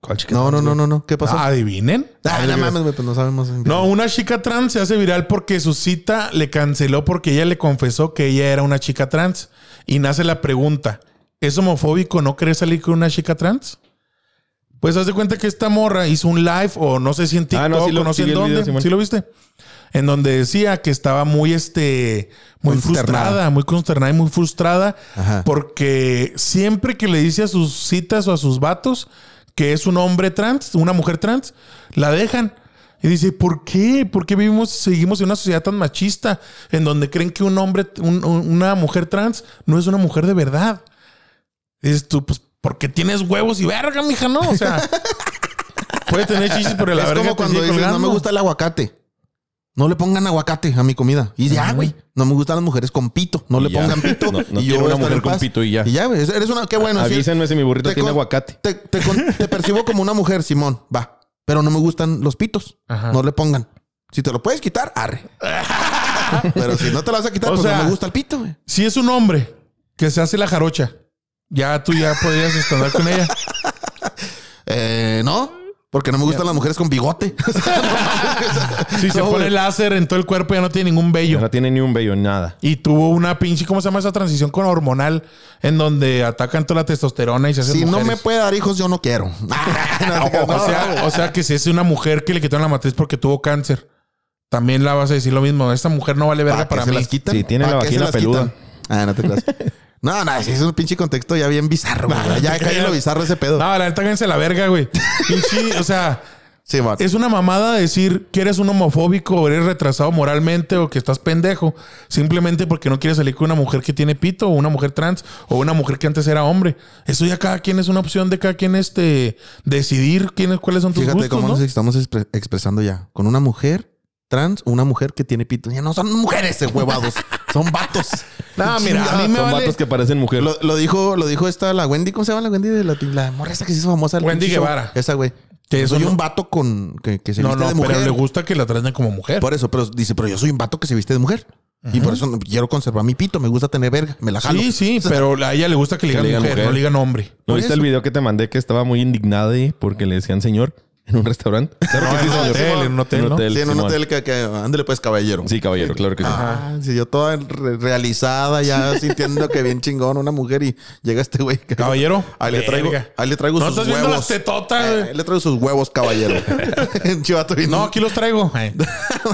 Speaker 3: ¿Cuál chica?
Speaker 2: No, no, no, no, no. ¿Qué pasó?
Speaker 1: Ah, adivinen.
Speaker 2: Ah, no mames, güey, pues no sabemos.
Speaker 1: No, una chica trans se hace viral porque su cita le canceló porque ella le confesó que ella era una chica trans. Y nace la pregunta: ¿es homofóbico no querer salir con una chica trans? Pues haz de cuenta que esta morra hizo un live o no sé si en TikTok
Speaker 3: Ah, no, sí lo-
Speaker 1: o no sé
Speaker 3: sí vi
Speaker 1: en
Speaker 3: el
Speaker 1: dónde.
Speaker 3: video, Simón.
Speaker 1: ¿Sí lo viste? En donde decía que estaba muy, este, muy
Speaker 2: Consternada.
Speaker 1: frustrada, Ah, muy consternada y muy frustrada
Speaker 2: Ajá.
Speaker 1: porque siempre que le dice a sus citas o a sus vatos que es un hombre trans, una mujer trans, la dejan. Y dice, ¿por qué? ¿Por qué vivimos, seguimos en una sociedad tan machista en donde creen que un hombre, un- un- una mujer trans no es una mujer de verdad? Dices tú, pues, porque tienes huevos y verga, mija, ¿no? O sea, puede tener chichis, pero la
Speaker 2: es
Speaker 1: verga
Speaker 2: como
Speaker 1: te
Speaker 2: cuando
Speaker 1: sigue
Speaker 2: dices, no
Speaker 1: colgando".
Speaker 2: me gusta el aguacate. No le pongan aguacate a mi comida. Y ya,
Speaker 1: Ajá.
Speaker 2: güey. No me gustan las mujeres con pito. No
Speaker 3: Y
Speaker 2: le
Speaker 3: ya.
Speaker 2: pongan pito.
Speaker 3: No, no
Speaker 2: y
Speaker 3: quiero
Speaker 2: voy a
Speaker 3: una
Speaker 2: estar
Speaker 3: mujer
Speaker 2: en
Speaker 3: con
Speaker 2: paz.
Speaker 3: pito y ya.
Speaker 2: Y ya, güey. Eres una... Qué bueno. sí.
Speaker 3: Avísenme si mi burrito
Speaker 2: Te
Speaker 3: tiene
Speaker 2: con-
Speaker 3: aguacate.
Speaker 2: Te, te con- te percibo como una mujer, Simón. Va. Pero no me gustan los pitos.
Speaker 1: Ajá.
Speaker 2: No le pongan. Si te lo puedes quitar, arre. Pero si no te lo vas a quitar,
Speaker 1: O
Speaker 2: pues
Speaker 1: sea,
Speaker 2: no me gusta el pito, güey.
Speaker 1: Si es un hombre que se hace la jarocha, ya tú ya podrías estar con ella.
Speaker 2: Eh, no. Porque no me gustan las mujeres con bigote. O sea,
Speaker 1: Si se
Speaker 2: No,
Speaker 1: pone
Speaker 2: güey.
Speaker 1: láser en todo el cuerpo ya no tiene ningún vello.
Speaker 3: No tiene ni un vello, nada.
Speaker 1: Y tuvo una pinche, ¿cómo se llama esa transición con hormonal? En donde atacan toda la testosterona y se hacen
Speaker 2: si no
Speaker 1: mujeres.
Speaker 2: me puede dar hijos, yo no quiero.
Speaker 1: o, sea, o sea que si es una mujer que le quitaron la matriz porque tuvo cáncer, también la vas a decir lo mismo. Esta mujer no vale verga para
Speaker 2: ¿Para, que se
Speaker 1: mí.
Speaker 2: las quitan?
Speaker 3: Sí, tiene
Speaker 2: ¿Para
Speaker 3: la
Speaker 2: qué se
Speaker 3: vagina
Speaker 2: las
Speaker 3: peluda.
Speaker 2: quitan? Ah, no te creas. No, no, sí, es un pinche contexto ya bien bizarro. güey. ya deja ahí lo bizarro ese pedo.
Speaker 1: No, la neta, háganse la verga, güey. Pinche, o sea,
Speaker 2: Sí, va.
Speaker 1: es una mamada decir que eres un homofóbico o eres retrasado moralmente o que estás pendejo simplemente porque no quieres salir con una mujer que tiene pito o una mujer trans o una mujer que antes era hombre. Eso ya cada quien es una opción de cada quien este decidir quiénes cuáles son tus
Speaker 2: Fíjate
Speaker 1: gustos,
Speaker 2: cómo
Speaker 1: ¿no?
Speaker 2: nos estamos expre- expresando ya. Con una mujer trans o una mujer que tiene pito. Ya no son mujeres, eh, huevados. son vatos.
Speaker 1: No, mira, a
Speaker 2: Chingada.
Speaker 1: mí me
Speaker 3: ah, Son
Speaker 1: vale-
Speaker 3: vatos que parecen mujer.
Speaker 2: Lo, lo dijo, lo dijo esta la Wendy, ¿cómo se llama la Wendy de la, la morra esa que se hizo famosa? el
Speaker 1: Wendy
Speaker 2: pinche show?
Speaker 1: Guevara.
Speaker 2: Esa güey.
Speaker 1: Que
Speaker 2: Que
Speaker 1: eso
Speaker 2: soy
Speaker 1: no-
Speaker 2: un vato con que, que se
Speaker 1: No,
Speaker 2: viste
Speaker 1: no,
Speaker 2: de
Speaker 1: pero
Speaker 2: mujer.
Speaker 1: le gusta que la traten como mujer.
Speaker 2: Por eso, pero dice, pero yo soy un vato que se viste de mujer. Y por eso no- quiero conservar mi pito, me gusta tener verga, me la jalo.
Speaker 1: Sí, sí, pero a ella le gusta que le
Speaker 3: Que
Speaker 1: digan
Speaker 3: le
Speaker 1: mujer,
Speaker 3: digan mujer.
Speaker 1: no le digan hombre.
Speaker 2: por
Speaker 3: ¿No viste
Speaker 2: eso.
Speaker 3: el video que te mandé que estaba muy indignada eh, porque le decían señor en un restaurante? Claro
Speaker 1: No, en
Speaker 3: que sí,
Speaker 1: un
Speaker 3: señor.
Speaker 1: hotel, en un hotel, ¿no?
Speaker 2: Sí, en un
Speaker 3: Simón.
Speaker 2: hotel que, que ándale pues caballero.
Speaker 3: Sí, caballero, claro que sí.
Speaker 2: Ah, sí, yo toda re- realizada, ya sintiendo que bien chingón una mujer y llega este güey. que-
Speaker 1: Caballero,
Speaker 2: Ahí le traigo,
Speaker 1: verga.
Speaker 2: ahí le traigo
Speaker 1: No
Speaker 2: sus
Speaker 1: estás
Speaker 2: huevos.
Speaker 1: viendo las tetotas.
Speaker 2: Eh,
Speaker 1: güey.
Speaker 2: ahí le traigo sus huevos, caballero. Chivato, y
Speaker 1: No, aquí los traigo. Eh.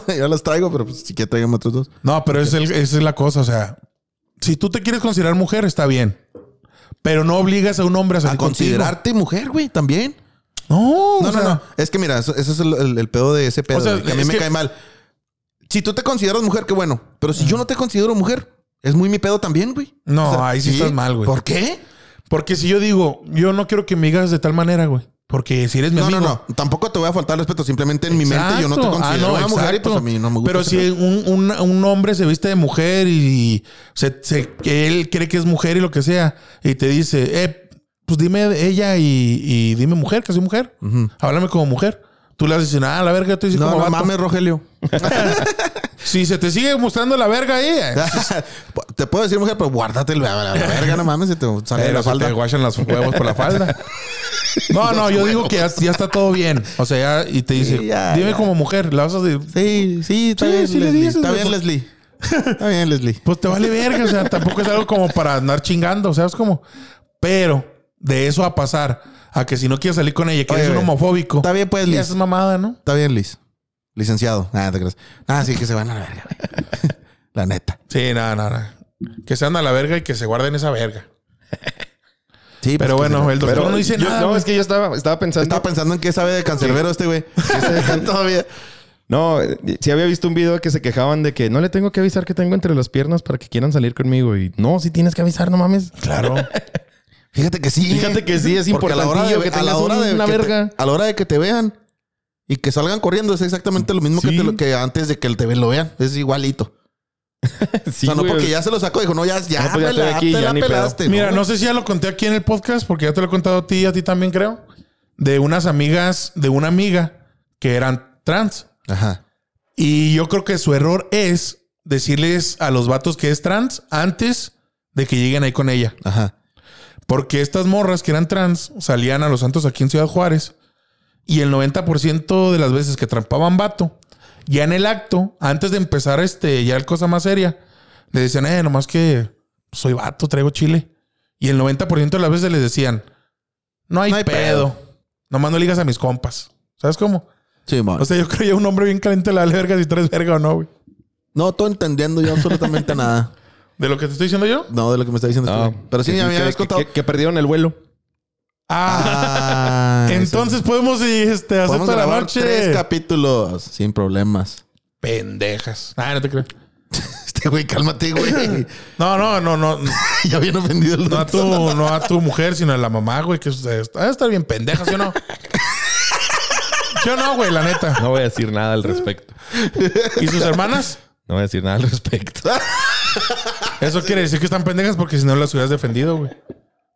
Speaker 2: yo los traigo, pero pues, si quiere traigan otros dos.
Speaker 1: No, pero es el- esa es la cosa. O sea, si tú te quieres considerar mujer, está bien. Pero no obligas a un hombre a
Speaker 2: A
Speaker 1: salir contigo.
Speaker 2: considerarte mujer, güey, también.
Speaker 1: No,
Speaker 2: No,
Speaker 1: o
Speaker 2: no,
Speaker 1: sea,
Speaker 2: no. Es que mira, eso, eso es el, el- el pedo de ese pedo,
Speaker 1: O sea,
Speaker 2: güey, que a mí
Speaker 1: es
Speaker 2: me
Speaker 1: que-
Speaker 2: cae mal. Si tú te consideras mujer, qué bueno. Pero si yo no te considero mujer, es muy mi pedo también, güey.
Speaker 1: Ah. No, ahí sí estás mal, güey.
Speaker 2: ¿Por qué?
Speaker 1: Porque si yo digo, yo no quiero que me digas de tal manera, güey. Porque si eres mi
Speaker 2: No,
Speaker 1: amigo.
Speaker 2: no, no. Tampoco te voy a faltar respeto. Simplemente en mi mente yo no te
Speaker 1: Exacto. Ah,
Speaker 2: considero una mujer y
Speaker 1: exacto.
Speaker 2: pues a mí no me gusta.
Speaker 1: Pero
Speaker 2: ese
Speaker 1: si
Speaker 2: pedo.
Speaker 1: un, un- un hombre se viste de mujer y se, se- que él cree que es mujer y lo que sea, y te dice, eh, pues dime de ella y, y dime mujer, que soy mujer. Háblame como mujer. Tú le dices, ah, la verga, yo te dices
Speaker 2: No,
Speaker 1: como vato".
Speaker 2: no mames, Rogelio.
Speaker 1: Si se te sigue mostrando la verga ahí, eh,
Speaker 2: Ah, te puedo decir mujer, pero guárdatelo. A la verga, no mames, se te sale de
Speaker 1: Pero
Speaker 2: la
Speaker 1: eh, se te
Speaker 2: falda.
Speaker 1: guachan los huevos por la falda. No, no, yo digo que ya, ya está todo bien. O sea, ya- y te dice,
Speaker 2: Sí, ya,
Speaker 1: dime
Speaker 2: ya.
Speaker 1: como mujer, la vas a decir,
Speaker 2: Sí, sí, está
Speaker 1: Sí,
Speaker 2: bien,
Speaker 1: sí le
Speaker 2: Leslie.
Speaker 1: dices,
Speaker 2: está
Speaker 1: güey,
Speaker 2: bien,
Speaker 1: pues-
Speaker 2: Leslie. Está bien, Leslie.
Speaker 1: pues te vale verga, o sea, tampoco es algo como para andar chingando, o sea, es como, pero de eso a pasar a que si no quieres salir con ella, que
Speaker 2: Oye,
Speaker 1: eres un
Speaker 2: güey,
Speaker 1: homofóbico,
Speaker 2: Está bien, pues,
Speaker 1: ya
Speaker 2: Liz.
Speaker 1: es mamada, ¿no?
Speaker 2: Está bien, Liz. Licenciado. Nada, te creas. Ah, sí, que se van a la verga, güey. La neta.
Speaker 1: Sí, nada, nada. Que se anda a la verga y que se guarden esa verga.
Speaker 2: Sí,
Speaker 1: Pero
Speaker 2: pues, que
Speaker 1: bueno,
Speaker 2: se-
Speaker 1: el doctor no dice
Speaker 3: yo-
Speaker 1: nada.
Speaker 3: No,
Speaker 1: güey.
Speaker 3: es que yo estaba, estaba pensando.
Speaker 2: Estaba pensando en qué sabe de cancerbero este güey. ¿Qué se dejan todavía?
Speaker 3: No, si había visto un video que se quejaban de que no le tengo que avisar que tengo entre las piernas para que quieran salir conmigo. Y no, sí tienes que avisar, no mames.
Speaker 1: Claro.
Speaker 2: Fíjate que sí.
Speaker 3: Fíjate que sí, es
Speaker 2: Porque a la hora de,
Speaker 3: importantillo que
Speaker 2: a la
Speaker 3: tengas
Speaker 2: hora de
Speaker 3: una
Speaker 2: que te-
Speaker 3: verga.
Speaker 2: a la hora de que te vean y que salgan corriendo es exactamente lo mismo
Speaker 1: Sí.
Speaker 2: que, te lo- que antes de que el TV lo vean. Es igualito. o
Speaker 3: Sí,
Speaker 2: sea, no
Speaker 3: güey.
Speaker 2: porque ya se lo sacó, dijo, no, ya, ya,
Speaker 3: No, pues ya
Speaker 2: me la-
Speaker 3: estoy aquí,
Speaker 2: te
Speaker 3: ya
Speaker 2: la
Speaker 3: ni pedo.
Speaker 2: pelaste.
Speaker 1: Mira, no sé si ya lo conté aquí en el podcast, porque ya te lo he contado a ti y a ti también, creo. De unas amigas, de una amiga que eran trans.
Speaker 2: Ajá.
Speaker 1: Y yo creo que su error es decirles a los vatos que es trans antes de que lleguen ahí con ella.
Speaker 2: Ajá.
Speaker 1: Porque estas morras que eran trans salían a los santos aquí en Ciudad Juárez. Y el 90% de las veces que trampaban vato, ya en el acto, antes de empezar este, ya el cosa más seria, le decían, eh, nomás que soy vato, traigo chile. Y el 90% de las veces les decían, no hay,
Speaker 2: No hay
Speaker 1: pedo. Nomás no ligas a mis compas. ¿Sabes cómo?
Speaker 2: Sí,
Speaker 1: O sea, yo creo que un hombre bien caliente la vale verga si traes verga o no, güey.
Speaker 2: no estoy entendiendo yo absolutamente nada.
Speaker 1: ¿De lo que te estoy diciendo yo?
Speaker 2: No, de lo que me está diciendo.
Speaker 3: Ah,
Speaker 2: este güey. Pero sí,
Speaker 3: que-
Speaker 2: ya me
Speaker 3: que-
Speaker 2: habías
Speaker 3: que-
Speaker 2: contado.
Speaker 3: Que, que perdieron el vuelo.
Speaker 1: Ah,
Speaker 2: Ah,
Speaker 1: entonces podemos este,
Speaker 2: eso.
Speaker 1: hacer
Speaker 2: Podemos
Speaker 1: toda la
Speaker 2: grabar
Speaker 1: noche.
Speaker 2: tres capítulos sin problemas.
Speaker 1: Pendejas. Ah, no te creo.
Speaker 2: Este güey, cálmate, güey.
Speaker 1: No, no, no, no. No
Speaker 2: ya bien ofendido el
Speaker 1: a
Speaker 2: doctor.
Speaker 1: tu, no a tu mujer, sino a la mamá, güey, que es- ha de estar bien pendeja, ¿sí o no? Yo no, güey, la neta.
Speaker 3: No voy a decir nada al respecto.
Speaker 1: ¿Y sus hermanas?
Speaker 3: No voy a decir nada al respecto.
Speaker 1: Eso quiere decir que están pendejas porque si no las hubieras defendido, güey.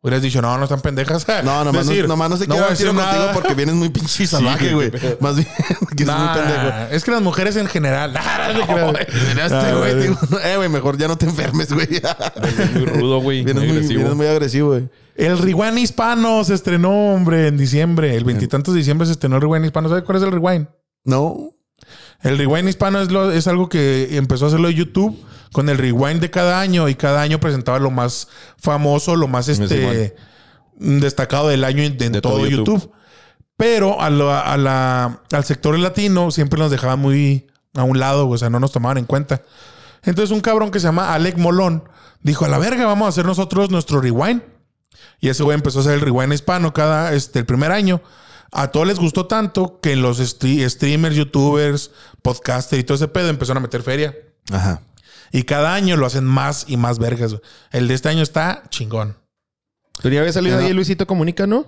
Speaker 1: Hubieras dicho, no, no están pendejas.
Speaker 2: No, nomás,
Speaker 1: Decir,
Speaker 2: no, nomás no se
Speaker 1: voy
Speaker 2: quiero
Speaker 1: a
Speaker 2: decir
Speaker 1: decir
Speaker 2: contigo
Speaker 1: nada.
Speaker 2: porque vienes muy pinche y salvaje, güey. Más bien, que es muy
Speaker 1: Nah,
Speaker 2: pendejo.
Speaker 1: es que las mujeres en general. Nah, no te creas.
Speaker 2: Este
Speaker 1: Ah,
Speaker 2: güey,
Speaker 1: güey.
Speaker 2: digo, eh, güey, mejor ya no te enfermes, güey.
Speaker 3: Muy rudo, güey. Muy
Speaker 2: vienes, muy,
Speaker 3: agresivo.
Speaker 2: vienes muy agresivo, güey.
Speaker 1: El Rewind Hispano se estrenó, hombre, en diciembre. El veintitantos de diciembre se estrenó el Rewind Hispano. ¿Sabes cuál es el Rewind?
Speaker 2: No.
Speaker 1: El rewind hispano es, lo- es algo que empezó a hacerlo YouTube con el rewind de cada año y cada año presentaba lo más famoso, lo más
Speaker 3: Simón.
Speaker 1: este, destacado del año en, en
Speaker 3: De
Speaker 1: todo,
Speaker 3: todo
Speaker 1: YouTube.
Speaker 3: YouTube.
Speaker 1: Pero a la- a la- al sector latino siempre nos dejaban muy a un lado, o sea, no nos tomaban en cuenta. Entonces un cabrón que se llama Alec Molón dijo, a la verga, vamos a hacer nosotros nuestro rewind. Y ese güey empezó a hacer el rewind hispano cada este, el primer año. A todos les gustó tanto que los stre- streamers, youtubers, podcasters y todo ese pedo empezaron a meter feria.
Speaker 2: Ajá.
Speaker 1: Y cada año lo hacen más y más vergas. güey. El de este año está chingón.
Speaker 3: Pero ya había salido
Speaker 2: Era-
Speaker 3: ahí Luisito Comunica, ¿no?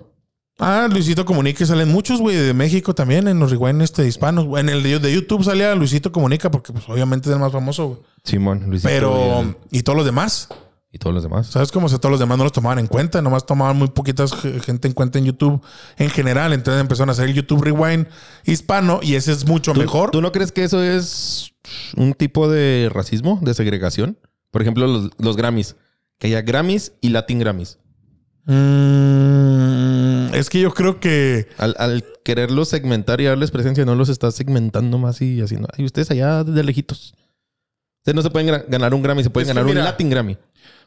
Speaker 1: Ah, Luisito Comunica salen muchos, güey, de México también en los rewind este, hispanos. En el de, de YouTube salía Luisito Comunica porque pues obviamente es el más famoso, güey.
Speaker 3: Simón, Luisito.
Speaker 1: Pero... Y todos los demás.
Speaker 3: Y, y todos los demás.
Speaker 1: ¿Sabes cómo? O sea, todos los demás no los tomaban en cuenta, nomás tomaban muy poquitas ge- gente en cuenta en YouTube en general. Entonces empezaron a hacer el YouTube Rewind hispano y ese es mucho
Speaker 3: ¿Tú-
Speaker 1: mejor.
Speaker 3: ¿Tú no crees que eso es un tipo de racismo, de segregación? Por ejemplo, los, los Grammys. Que haya Grammys y Latin Grammys.
Speaker 1: Mm, es que yo creo que.
Speaker 3: Al, al quererlos segmentar y darles presencia, no los estás segmentando más y haciendo. Ay, ustedes allá de lejitos. Ustedes no se pueden gra- ganar un Grammy, se pueden
Speaker 1: Es que
Speaker 3: ganar
Speaker 1: mira-
Speaker 3: un Latin Grammy.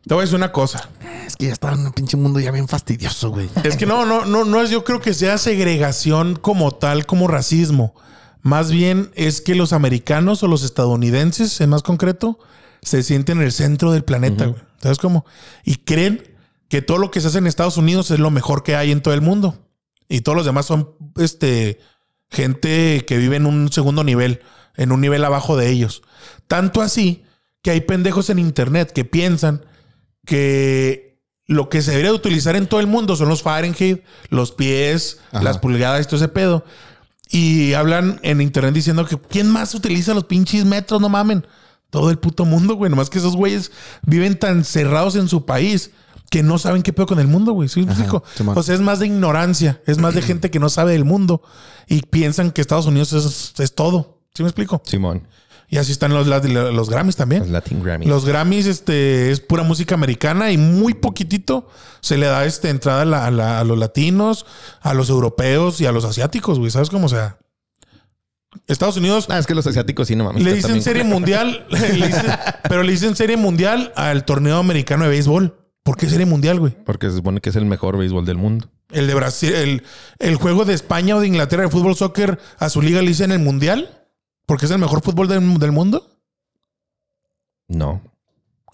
Speaker 1: Te voy a decir una cosa.
Speaker 2: Es que ya estaba en un pinche mundo ya bien fastidioso, güey.
Speaker 1: Es que no, no, no, no es. Yo creo que sea segregación como tal, como racismo. Más bien es que los americanos o los estadounidenses, en más concreto, se sienten en el centro del planeta, güey. ¿Sabes cómo? Y creen que todo lo que se hace en Estados Unidos es lo mejor que hay en todo el mundo. Y todos los demás son este gente que vive en un segundo nivel, en un nivel abajo de ellos. Tanto así que hay pendejos en internet que piensan que lo que se debería de utilizar en todo el mundo son los Fahrenheit, los pies,
Speaker 2: Ajá.
Speaker 1: las pulgadas y todo ese pedo. Y hablan en internet diciendo que ¿quién más utiliza los pinches metros? No mamen. Todo el puto mundo, güey. Nomás que esos güeyes viven tan cerrados en su país que no saben qué pedo con el mundo, güey. ¿Sí me
Speaker 2: Ajá,
Speaker 1: explico?
Speaker 2: Simón.
Speaker 1: O sea, es más de ignorancia. Es más de gente que no sabe del mundo y piensan que Estados Unidos es, es todo. ¿Sí me explico?
Speaker 3: Simón.
Speaker 1: Y así están los, lat- los Grammys
Speaker 3: Los
Speaker 1: también.
Speaker 3: Latin Grammy.
Speaker 1: Los Grammys este, es pura música americana y muy poquitito se le da este, entrada a, la- a la- a los latinos, a los europeos y a los asiáticos, güey. ¿Sabes cómo? O sea, Estados Unidos
Speaker 3: Ah, es que los asiáticos sí, no mames.
Speaker 1: le dicen
Speaker 3: están bien
Speaker 1: serie
Speaker 3: culeros.
Speaker 1: mundial, le dicen- pero le dicen serie mundial al torneo americano de béisbol. ¿Por qué serie mundial, güey?
Speaker 3: Porque se supone que es el mejor béisbol del mundo.
Speaker 1: El de Brasil, el, el juego de España o de Inglaterra de fútbol soccer a su liga le dicen el mundial, porque es el mejor fútbol del, del mundo.
Speaker 3: No.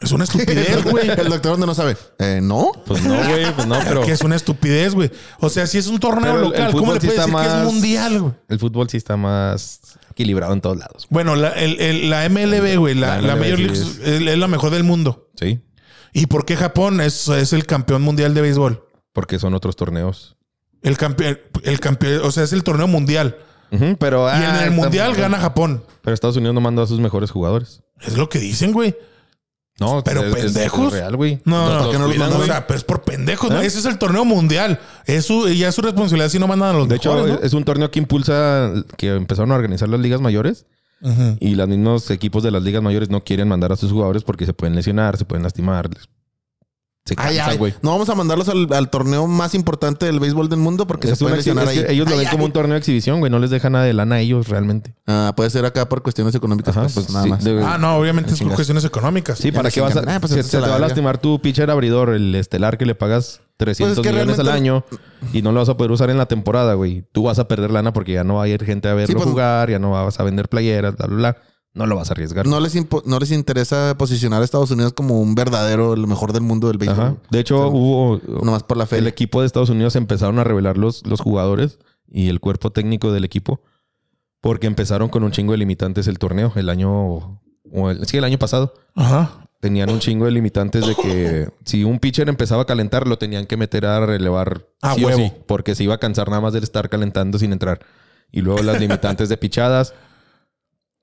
Speaker 1: Es una estupidez, güey.
Speaker 2: El doctor donde no sabe. Eh, no.
Speaker 3: Pues no, güey. Pues no, pero.
Speaker 1: Que es una estupidez, güey. O sea, si es un torneo
Speaker 3: Pero el- el
Speaker 1: local, ¿cómo
Speaker 3: fútbol
Speaker 1: le
Speaker 3: sí
Speaker 1: puedes
Speaker 3: está
Speaker 1: decir que es
Speaker 3: más-
Speaker 1: mundial, güey?
Speaker 3: El fútbol sí está más equilibrado en todos lados.
Speaker 1: Bueno, la, el- el- la MLB, güey, la,
Speaker 3: La
Speaker 1: la
Speaker 3: MLB
Speaker 1: Major League
Speaker 3: sí
Speaker 1: es, es la mejor del mundo.
Speaker 3: Sí.
Speaker 1: ¿Y por qué Japón es, es el campeón mundial de béisbol?
Speaker 3: Porque son otros torneos.
Speaker 1: El campeón, el campeón, o sea, es el torneo mundial.
Speaker 3: Ujú, pero. ah,
Speaker 1: y en el mundial gana Japón.
Speaker 3: Pero Estados Unidos no mandó a sus mejores jugadores.
Speaker 1: Es lo que dicen, güey.
Speaker 3: No,
Speaker 1: Pero pendejos.
Speaker 3: real, güey.
Speaker 1: No, no,
Speaker 3: los
Speaker 1: que no los
Speaker 3: cuidan,
Speaker 1: mandan,
Speaker 3: güey.
Speaker 1: o sea, pero es por pendejos.
Speaker 3: ¿Eh?
Speaker 1: ¿no? Ese es el torneo mundial. Es su- ya es su responsabilidad si no mandan a los
Speaker 3: De hecho,
Speaker 1: mejores, ¿no?
Speaker 3: es un torneo que impulsa que empezaron a organizar las ligas mayores
Speaker 1: Ujú.
Speaker 3: y los mismos equipos de las ligas mayores no quieren mandar a sus jugadores porque se pueden lesionar, se pueden lastimar. les- Se
Speaker 2: Ay, ay.
Speaker 3: cansan, güey.
Speaker 2: No vamos a mandarlos al, al torneo más importante del béisbol del mundo porque
Speaker 3: Es
Speaker 2: se pueden
Speaker 3: una exhi-
Speaker 2: lesionar
Speaker 3: es que
Speaker 2: ahí.
Speaker 3: ellos lo
Speaker 2: Ay,
Speaker 3: ven
Speaker 2: ay.
Speaker 3: como un torneo de exhibición, güey. No les deja nada de lana a ellos realmente.
Speaker 2: Ah, puede ser acá por cuestiones económicas.
Speaker 3: Ajá,
Speaker 2: pues,
Speaker 3: pues
Speaker 2: nada
Speaker 3: sí,
Speaker 2: más.
Speaker 3: de-
Speaker 1: Ah, no, obviamente es por
Speaker 2: Chingas.
Speaker 1: cuestiones económicas.
Speaker 3: Sí,
Speaker 2: Ya
Speaker 3: ¿para
Speaker 2: les
Speaker 3: qué vas
Speaker 2: encantan.
Speaker 3: a...?
Speaker 2: Ah, pues,
Speaker 3: se,
Speaker 2: échense
Speaker 3: se
Speaker 2: a
Speaker 3: te
Speaker 2: la
Speaker 3: va a
Speaker 2: verga. Pues
Speaker 3: lastimar tu pitcher abridor, el estelar que le pagas 300
Speaker 2: que
Speaker 3: millones al
Speaker 2: realmente-
Speaker 3: año y no lo vas a poder usar en la temporada, güey. Tú vas a perder lana porque ya no va a ir gente a verlo
Speaker 2: pues-
Speaker 3: jugar, ya no vas a vender playeras, bla, bla, bla. No lo vas a arriesgar.
Speaker 2: No les, impo- no les interesa posicionar a Estados Unidos como un verdadero, lo mejor del mundo del béisbol.
Speaker 3: Ajá. De hecho, hubo...
Speaker 2: Nomás por la
Speaker 3: el
Speaker 2: fe.
Speaker 3: equipo de Estados Unidos empezaron a revelar los, los jugadores y el cuerpo técnico del equipo porque empezaron con un chingo de limitantes el torneo el año o el, sí, el año pasado
Speaker 1: Ajá.
Speaker 3: tenían un chingo de limitantes de que si un pitcher empezaba a calentar lo tenían que meter a relevar
Speaker 1: Ah,
Speaker 3: sí o
Speaker 1: huevo.
Speaker 3: sí, porque se iba a cansar nada más de estar calentando sin entrar y luego las limitantes de pichadas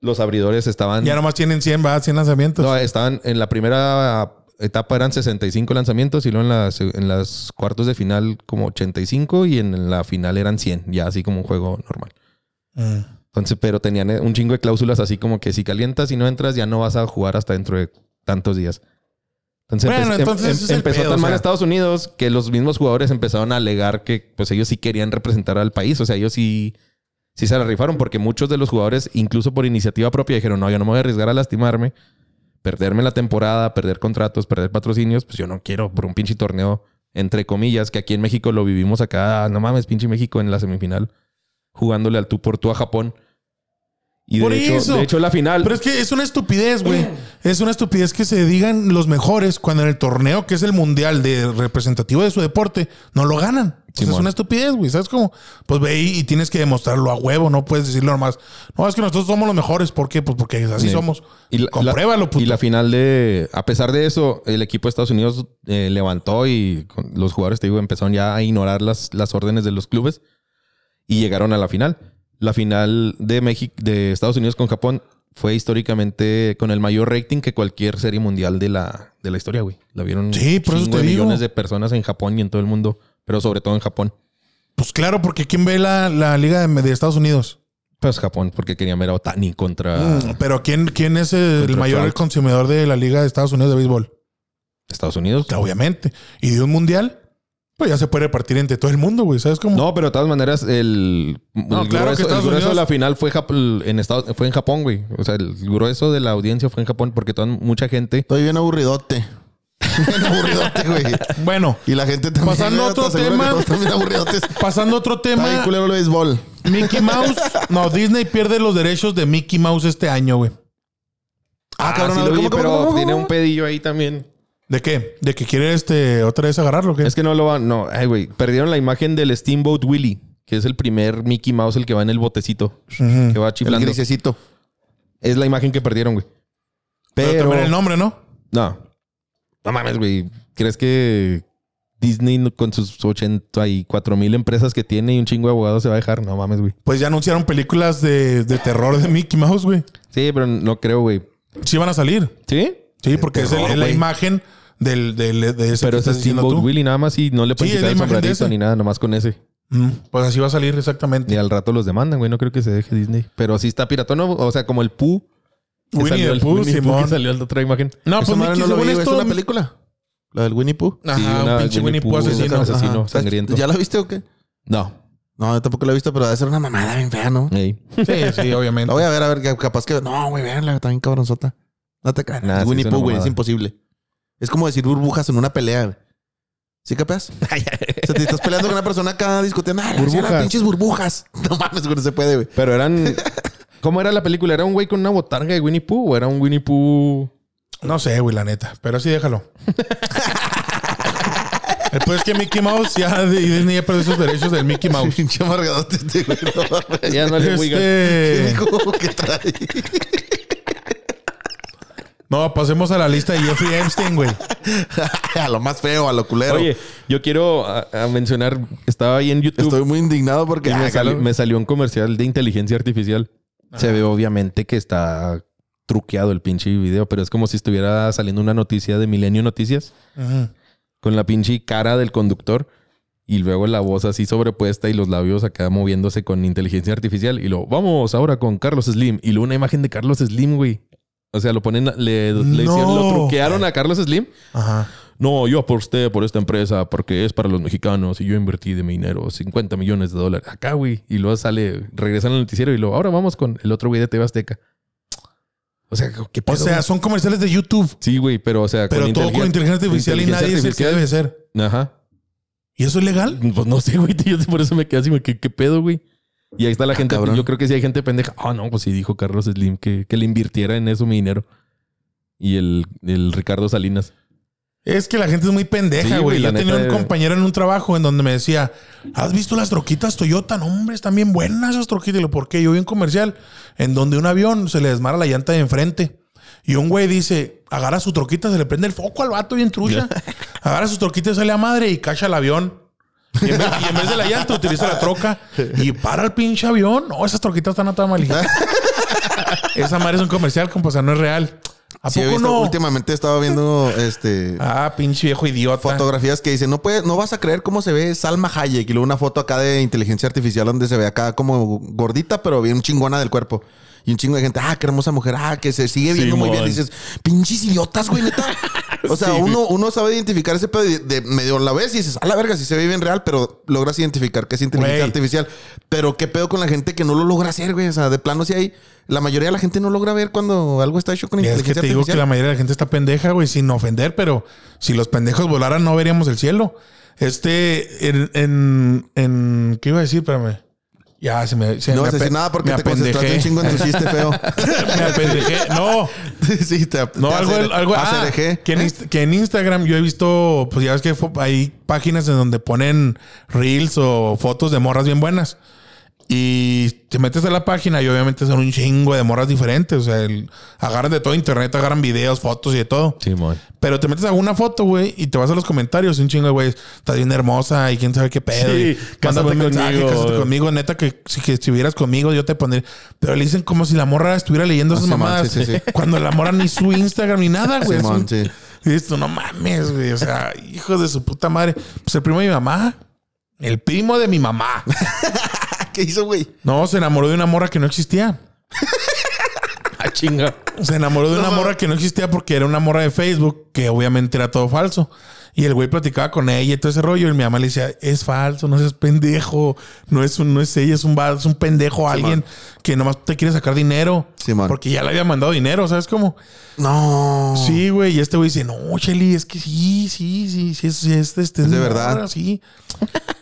Speaker 3: los abridores estaban
Speaker 1: Ya nomás tienen 100, va, 100 lanzamientos.
Speaker 3: no, estaban en la primera etapa eran 65 lanzamientos y luego en las, en las cuartos de final como 85 y en la final eran 100, ya así como un juego normal. Eh.
Speaker 1: Mm.
Speaker 3: Entonces, pero tenían eh, un chingo de cláusulas así como que si calientas y no entras ya no vas a jugar hasta dentro de tantos días. Entonces,
Speaker 1: Bueno,
Speaker 3: empe- em-
Speaker 1: entonces
Speaker 3: em-
Speaker 1: ese es el
Speaker 3: empezó
Speaker 1: pedo,
Speaker 3: tan
Speaker 1: o
Speaker 3: mal
Speaker 1: sea.
Speaker 3: Estados Unidos que los mismos jugadores empezaron a alegar que pues ellos sí querían representar al país, o sea, ellos sí sí se la rifaron porque muchos de los jugadores, incluso por iniciativa propia, dijeron, no, yo no me voy a arriesgar a lastimarme, perderme la temporada, perder contratos, perder patrocinios, pues yo no quiero por un pinche torneo, entre comillas, que aquí en México lo vivimos acá, no mames, pinche México en la semifinal, jugándole al tú por tú a Japón. Y de,
Speaker 1: Por
Speaker 3: hecho,
Speaker 1: eso.
Speaker 3: de hecho la final...
Speaker 1: Pero es que es una estupidez, güey. Es una estupidez que se digan los mejores cuando en el torneo, que es el mundial de representativo de su deporte, no lo ganan. Entonces,
Speaker 3: Simón.
Speaker 1: es una estupidez, güey. ¿Sabes cómo? Pues ve y, y tienes que demostrarlo a huevo. No puedes decirlo nomás. No, es que nosotros somos los mejores. ¿Por qué? Pues porque así
Speaker 3: Sí.
Speaker 1: somos.
Speaker 3: Y la,
Speaker 1: Compruébalo, pues,
Speaker 3: la-
Speaker 1: puto.
Speaker 3: Y la final de. A pesar de eso, el equipo de Estados Unidos eh, levantó y con- los jugadores, te digo, empezaron ya a ignorar las, las órdenes de los clubes y llegaron a la final. La final de México, de Estados Unidos con Japón fue históricamente con el mayor rating que cualquier serie mundial de la, de la historia, güey. La vieron
Speaker 1: Sí, por eso
Speaker 3: chingo
Speaker 1: te
Speaker 3: de
Speaker 1: digo.
Speaker 3: millones de personas en Japón y en todo el mundo, pero sobre todo en Japón.
Speaker 1: Pues claro, porque ¿quién ve la, la liga de, de Estados Unidos?
Speaker 3: Pues Japón, porque querían ver a Otani contra
Speaker 1: Mm, Pero ¿quién, quién es el
Speaker 3: Ah. Contra
Speaker 1: mayor
Speaker 3: Trout.
Speaker 1: consumidor de la liga de Estados Unidos de béisbol?
Speaker 3: Estados Unidos.
Speaker 1: Obviamente. Y de un mundial, pues ya se puede repartir entre todo el mundo, güey. ¿Sabes cómo?
Speaker 3: No, pero de todas maneras, el, el
Speaker 1: claro que
Speaker 3: grueso, el
Speaker 1: Estados
Speaker 3: grueso de
Speaker 1: Unidos-
Speaker 3: la final fue, Jap- en Estados, fue en Japón, güey. O sea, el grueso de la audiencia fue en Japón porque toda, mucha gente...
Speaker 2: Estoy bien aburridote. bien aburridote, güey.
Speaker 1: Bueno,
Speaker 2: Y la gente también.
Speaker 1: Pasando a
Speaker 2: güey, te
Speaker 1: otro
Speaker 2: aseguro que
Speaker 1: tema.
Speaker 2: todos Están bien aburridotes.
Speaker 1: pasando a otro tema.
Speaker 2: Está bien culero el béisbol.
Speaker 1: Mickey Mouse. No, Disney pierde los derechos de Mickey Mouse este año, güey.
Speaker 2: Ah, cabrón.
Speaker 3: sí
Speaker 2: a
Speaker 3: lo
Speaker 2: ver,
Speaker 3: vi,
Speaker 2: ¿cómo, cómo,
Speaker 3: pero
Speaker 2: cómo, cómo,
Speaker 3: tiene
Speaker 2: cómo?
Speaker 3: un pedillo ahí también.
Speaker 1: ¿De qué? ¿De que quiere este otra vez agarrarlo? o ¿Qué?
Speaker 3: Es que no lo van... No, ay, güey. Perdieron la imagen del Steamboat Willie, que es el primer Mickey Mouse, el que va en el botecito,
Speaker 1: Ujú.
Speaker 3: que va
Speaker 2: El
Speaker 3: chiflando.
Speaker 2: grisecito.
Speaker 3: Es la imagen que perdieron, güey.
Speaker 1: Pero
Speaker 3: Pero...
Speaker 1: también el nombre, ¿no?
Speaker 3: No. No mames, güey. ¿Crees que Disney no- con sus 84 mil empresas que tiene y un chingo de abogados se va a dejar? No mames, güey.
Speaker 1: Pues ya anunciaron películas de, de terror de Mickey Mouse, güey.
Speaker 3: Sí, pero no creo, güey.
Speaker 1: Sí van a salir.
Speaker 3: ¿Sí?
Speaker 1: Sí, porque es, el-
Speaker 2: terror,
Speaker 1: es la
Speaker 2: güey.
Speaker 1: imagen del, del- de ese que
Speaker 3: Pero ese
Speaker 1: estás
Speaker 3: es
Speaker 1: diciendo
Speaker 3: Steamboat
Speaker 1: tú.
Speaker 3: Willie nada más y no le pueden
Speaker 1: Sí, es
Speaker 3: quitar
Speaker 1: la
Speaker 3: el
Speaker 1: imagen de
Speaker 3: sombrerito
Speaker 1: ese.
Speaker 3: ni nada, nomás con ese.
Speaker 1: Mm, Pues así va a salir
Speaker 3: Y
Speaker 1: exactamente.
Speaker 3: al rato los demandan, güey. No creo que se deje Disney. Pero así está piratón, ¿no? o sea, como el Pooh Que
Speaker 1: Winnie
Speaker 3: salió
Speaker 1: the
Speaker 3: el
Speaker 1: Pooh,
Speaker 3: Winnie the
Speaker 1: Simón.
Speaker 3: que salió la otra imagen.
Speaker 1: No,
Speaker 2: Esa
Speaker 1: pues
Speaker 2: madre
Speaker 1: Mickey,
Speaker 2: no lo
Speaker 1: según
Speaker 2: vi, güey.
Speaker 1: esto.
Speaker 2: ¿Es una película? ¿La del Winnie Pooh?
Speaker 1: Ajá,
Speaker 3: Sí, una
Speaker 1: un pinche
Speaker 3: del
Speaker 1: Winnie Pooh asesino.
Speaker 3: Esa- asesino
Speaker 2: Ajá.
Speaker 3: sangriento.
Speaker 2: ¿Ya la viste o qué?
Speaker 3: No.
Speaker 2: No, yo tampoco la he visto, pero debe ser una mamada bien fea, ¿no?
Speaker 3: Ey.
Speaker 1: Sí, sí, obviamente.
Speaker 2: La voy a ver, a ver, que- capaz que. No, güey, veanla, está bien cabronzota. No te creas.
Speaker 3: Nah,
Speaker 2: es
Speaker 3: sí,
Speaker 2: Winnie
Speaker 3: es una
Speaker 2: Pooh, güey, es
Speaker 3: mamada.
Speaker 2: imposible. Es como decir burbujas en una pelea, güey. ¿Sí capaz? o sea, te estás peleando con una persona acá discutiendo. Ah, burbujas.
Speaker 1: Burbujas.
Speaker 2: pinches burbujas. No mames, güey, no se puede, güey.
Speaker 3: Pero eran. ¿Cómo era la película? ¿Era un güey con una botarga de Winnie Pooh o era un Winnie Pooh?
Speaker 1: No sé, güey, la neta. Pero sí, déjalo. Después que Mickey Mouse ya y Disney ya perdió sus derechos del Mickey Mouse.
Speaker 2: Pinche amargadote este, güey. No mames.
Speaker 3: Ya no le voy a-
Speaker 1: Este,
Speaker 2: Digo, ¿Qué trae?
Speaker 1: no, pasemos a la lista de Jeffrey Epstein, güey.
Speaker 2: A lo más feo, a lo
Speaker 1: Este,
Speaker 2: culero.
Speaker 3: Oye, yo quiero a- a mencionar. Estaba ahí en YouTube.
Speaker 2: Estoy muy indignado porque
Speaker 3: Y
Speaker 2: Ah,
Speaker 3: me, salió,
Speaker 2: cabrón.
Speaker 3: me salió un comercial de inteligencia artificial. Se ve obviamente que está truqueado el pinche video, pero es como si estuviera saliendo una noticia de Milenio Noticias
Speaker 1: Ajá.
Speaker 3: con la pinche cara del conductor y luego la voz así sobrepuesta y los labios acá moviéndose con inteligencia artificial y lo vamos ahora con Carlos Slim y luego una imagen de Carlos Slim, güey. O sea, lo ponen, le, le hicieron, lo
Speaker 1: No.
Speaker 3: truquearon a Carlos Slim.
Speaker 1: Ajá.
Speaker 3: No, yo aposté por esta empresa porque es para los mexicanos y yo invertí de mi dinero 50 millones de dólares acá, güey. Y luego sale, regresan al noticiero y luego, ahora vamos con el otro güey de TV Azteca. O sea, ¿qué
Speaker 1: O
Speaker 3: pedo,
Speaker 1: sea,
Speaker 3: güey?
Speaker 1: son comerciales de YouTube,
Speaker 3: sí, güey, pero o sea,
Speaker 1: pero todo con inteligencia artificial y nadie dice que debe ser.
Speaker 3: debe. Ajá.
Speaker 1: ¿Y eso es legal?
Speaker 3: Pues no sé, güey, yo por eso me quedé así, güey, ¿qué, qué pedo, güey? Y ahí está
Speaker 1: Ah,
Speaker 3: la gente, pues,
Speaker 2: cabrón.
Speaker 3: yo creo que sí hay gente pendeja. Ah, no, pues sí dijo Carlos Slim que, que le invirtiera en eso mi dinero. Y el, el Ricardo Salinas.
Speaker 1: Es que la gente es muy pendeja,
Speaker 3: Sí,
Speaker 1: güey.
Speaker 3: güey, la
Speaker 1: Yo tenía
Speaker 3: neta,
Speaker 1: un
Speaker 3: eh.
Speaker 1: compañero en un trabajo en donde me decía, ¿has visto las troquitas Toyota? No, hombre, están bien buenas esas troquitas. Y lo, ¿por qué? Yo vi un comercial en donde un avión se le desmara la llanta de enfrente. Y un güey dice, agarra su troquita, se le prende el foco al vato bien trucha. Agarra su troquita y sale a madre y cacha el avión. Y en, vez, y en vez de la llanta utiliza la troca y para el pinche avión. No, esas troquitas están a toda malija. Esa madre es un comercial, compa, o sea, no es real. ¿A
Speaker 2: Sí, he
Speaker 1: poco
Speaker 2: visto-
Speaker 1: no?
Speaker 2: Últimamente he estado viendo este,
Speaker 1: Ah, pinche viejo idiota.
Speaker 2: fotografías que dicen, no puede, no vas a creer cómo se ve Salma Hayek. Y luego una foto acá de inteligencia artificial donde se ve acá como gordita, pero bien chingona del cuerpo. Y un chingo de gente, ah, qué hermosa mujer, ah, que se sigue viendo muy bien.
Speaker 3: Simón.
Speaker 2: Y dices, pinches idiotas, güey, neta. O sea, uno, uno sabe identificar ese pedo y de, de medio la ves y dices, a la verga, si se ve bien real, pero logras identificar que es inteligencia
Speaker 1: Güey.
Speaker 2: artificial. Pero qué pedo con la gente que no lo logra hacer, güey. O sea, de plano si hay. La mayoría de la gente no logra ver cuando algo está hecho con
Speaker 1: Es que
Speaker 2: inteligencia
Speaker 1: te digo que
Speaker 2: artificial.
Speaker 1: la mayoría de la gente está pendeja, güey, sin ofender, pero si los pendejos volaran no veríamos el cielo. Este, en, en, en- ¿qué iba a decir? Espérame. Ya, se me... se
Speaker 2: No
Speaker 1: me
Speaker 2: vas a decir
Speaker 1: ape-
Speaker 2: nada porque
Speaker 1: me
Speaker 2: te concentraste un
Speaker 1: apendejé.
Speaker 2: chingo en tu chiste feo.
Speaker 1: me apendejé. No,
Speaker 2: sí, te,
Speaker 1: no, algo... algo ah, que, en, Inst- que en Instagram yo he visto, pues ya ves que fo- hay páginas en donde ponen reels o fotos de morras bien buenas. Y te metes a la página y obviamente son un chingo de morras diferentes. O sea, el- agarran de todo internet, agarran videos, fotos y de todo.
Speaker 3: Simón.
Speaker 1: Pero te metes a una foto, güey, y te vas a los comentarios. y Un chingo, de güey, estás bien hermosa y quién sabe qué pedo.
Speaker 3: Sí,
Speaker 1: y
Speaker 3: cásate
Speaker 1: mándame un mensaje,
Speaker 3: conmigo.
Speaker 1: cásate conmigo. Neta, que si que estuvieras conmigo, yo te pondría. Pero le dicen como si la morra estuviera leyendo esas
Speaker 2: Ah, Simón,
Speaker 1: mamadas.
Speaker 2: sí, sí, sí.
Speaker 1: Cuando la morra ni su Instagram ni nada, güey. Es
Speaker 2: Simón,
Speaker 1: un-
Speaker 2: sí.
Speaker 1: y dices tú, no mames, güey. O sea, hijo de su puta madre. Pues el primo de mi mamá. El primo de mi mamá.
Speaker 2: ¿Qué hizo, güey?
Speaker 1: No, se enamoró de una morra que no existía.
Speaker 3: Ah, chinga.
Speaker 1: Se enamoró de una morra que no existía porque era una morra de Facebook, que obviamente era todo falso. Y el güey platicaba con ella y todo ese rollo. Y mi mamá le decía, es falso, no seas pendejo. No es, un, no es ella, es un, va- es un pendejo, alguien que nomás te quiere sacar dinero.
Speaker 2: Simón. Oh.
Speaker 1: porque ya le había mandado dinero, ¿sabes cómo?
Speaker 2: No.
Speaker 1: Sí, güey. Y este güey dice, no, Shelly, es que sí, sí, sí, sí, es, es- este,
Speaker 2: Es de
Speaker 1: mi
Speaker 2: verdad.
Speaker 1: morra, sí.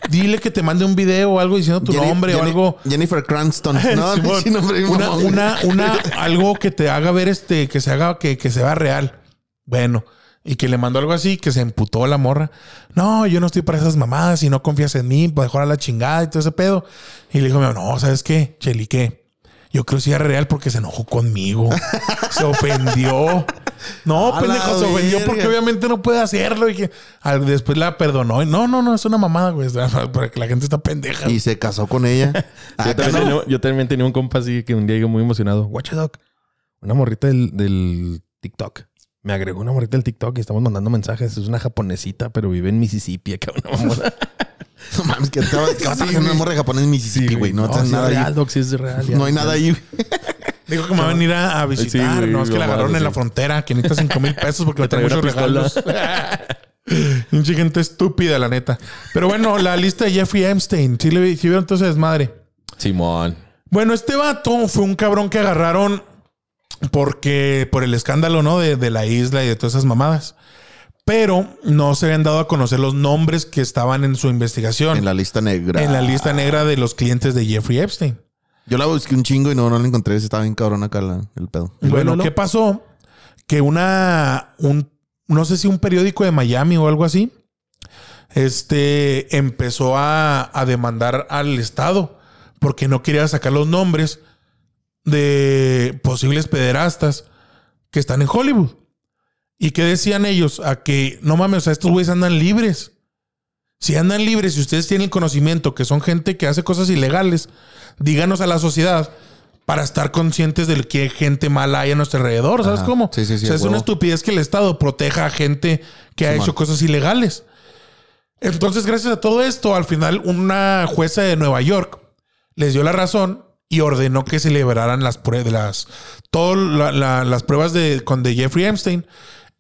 Speaker 1: Dile que te mande un video o algo diciendo tu
Speaker 2: Jenny-
Speaker 1: nombre o
Speaker 2: Jenny-
Speaker 1: algo.
Speaker 2: Jennifer Cranston. No,
Speaker 1: Simón,
Speaker 2: pinche nombre. bien
Speaker 1: una,
Speaker 2: mamón.
Speaker 1: una, una, algo que te haga ver este, que se haga, que, que se vea real. Bueno, y que le mandó algo así, que se emputó la morra. No, yo no estoy para esas mamadas y no confías en mí, pues mejor a la chingada y todo ese pedo. Y le dijo, mi mamá, no, ¿sabes qué? Cheli, ¿qué? Yo creo que sí era real porque se enojó conmigo. Se ofendió. No,
Speaker 2: A la
Speaker 1: pendejo, se ofendió
Speaker 2: verga.
Speaker 1: porque obviamente no puede hacerlo. Y que al- después la perdonó. Y No, no, no, es una mamada, güey. Porque la gente está pendeja.
Speaker 2: Y se casó con ella. Ah,
Speaker 3: Yo también,
Speaker 2: cabrón.
Speaker 3: tenía, yo también tenía un compa así que un día llegó muy emocionado. Watch a dog. Una morrita del, del TikTok. Me agregó una morrita del TikTok y estamos mandando mensajes. Es una japonesita, pero vive en Mississippi. Acá una mamada.
Speaker 2: No mames, que te vas que vas a casar con una morra de Japón en Mississippi, güey. No,
Speaker 3: sí
Speaker 2: haces
Speaker 3: es
Speaker 2: nada ahí.
Speaker 3: real, Doc, sí es real. ya.
Speaker 2: No hay nada ahí. güey.
Speaker 1: Dijo que me va a venir a, a visitar.
Speaker 3: güey,
Speaker 1: no, es que la
Speaker 3: mamada,
Speaker 1: agarraron en
Speaker 3: sí.
Speaker 1: la frontera. Que necesita 5 mil pesos porque me trae
Speaker 3: traigo
Speaker 1: muchos
Speaker 3: una
Speaker 1: regalos. Pinche gente estúpida, la neta. Pero bueno, la lista de Jeffrey Epstein. Sí, le vi- sí vieron todo ese desmadre.
Speaker 3: Simón.
Speaker 1: Bueno, este vato fue un cabrón que agarraron porque por el escándalo, ¿no? De, de la isla y de todas esas mamadas. Pero no se habían dado a conocer los nombres que estaban en su investigación.
Speaker 2: En la lista negra.
Speaker 1: en la lista negra de los clientes de Jeffrey Epstein.
Speaker 2: Yo la busqué un chingo y no, no la encontré. Estaba bien cabrón acá la- el pedo.
Speaker 1: Bueno,
Speaker 3: luego?
Speaker 1: ¿qué pasó? Que una, un, no sé si un periódico de Miami o algo así, este, empezó a, a demandar al Estado porque no quería sacar los nombres de posibles pederastas que están en Hollywood. ¿Y qué decían ellos? A que, no mames, o sea, estos güeyes andan libres. Si andan libres, si ustedes tienen el conocimiento que son gente que hace cosas ilegales, díganos a la sociedad para estar conscientes de qué gente mala hay a nuestro alrededor. ¿Sabes
Speaker 2: Ajá.
Speaker 1: cómo?
Speaker 2: Sí, sí, sí,
Speaker 1: O sea,
Speaker 2: a
Speaker 1: es una
Speaker 2: huevo.
Speaker 1: estupidez que el Estado proteja a gente que ha
Speaker 2: Simón.
Speaker 1: hecho cosas ilegales. Entonces, gracias a todo esto, al final una jueza de Nueva York les dio la razón y ordenó que se liberaran las pruebas, las, todo la- la- las pruebas de, con, de Jeffrey Epstein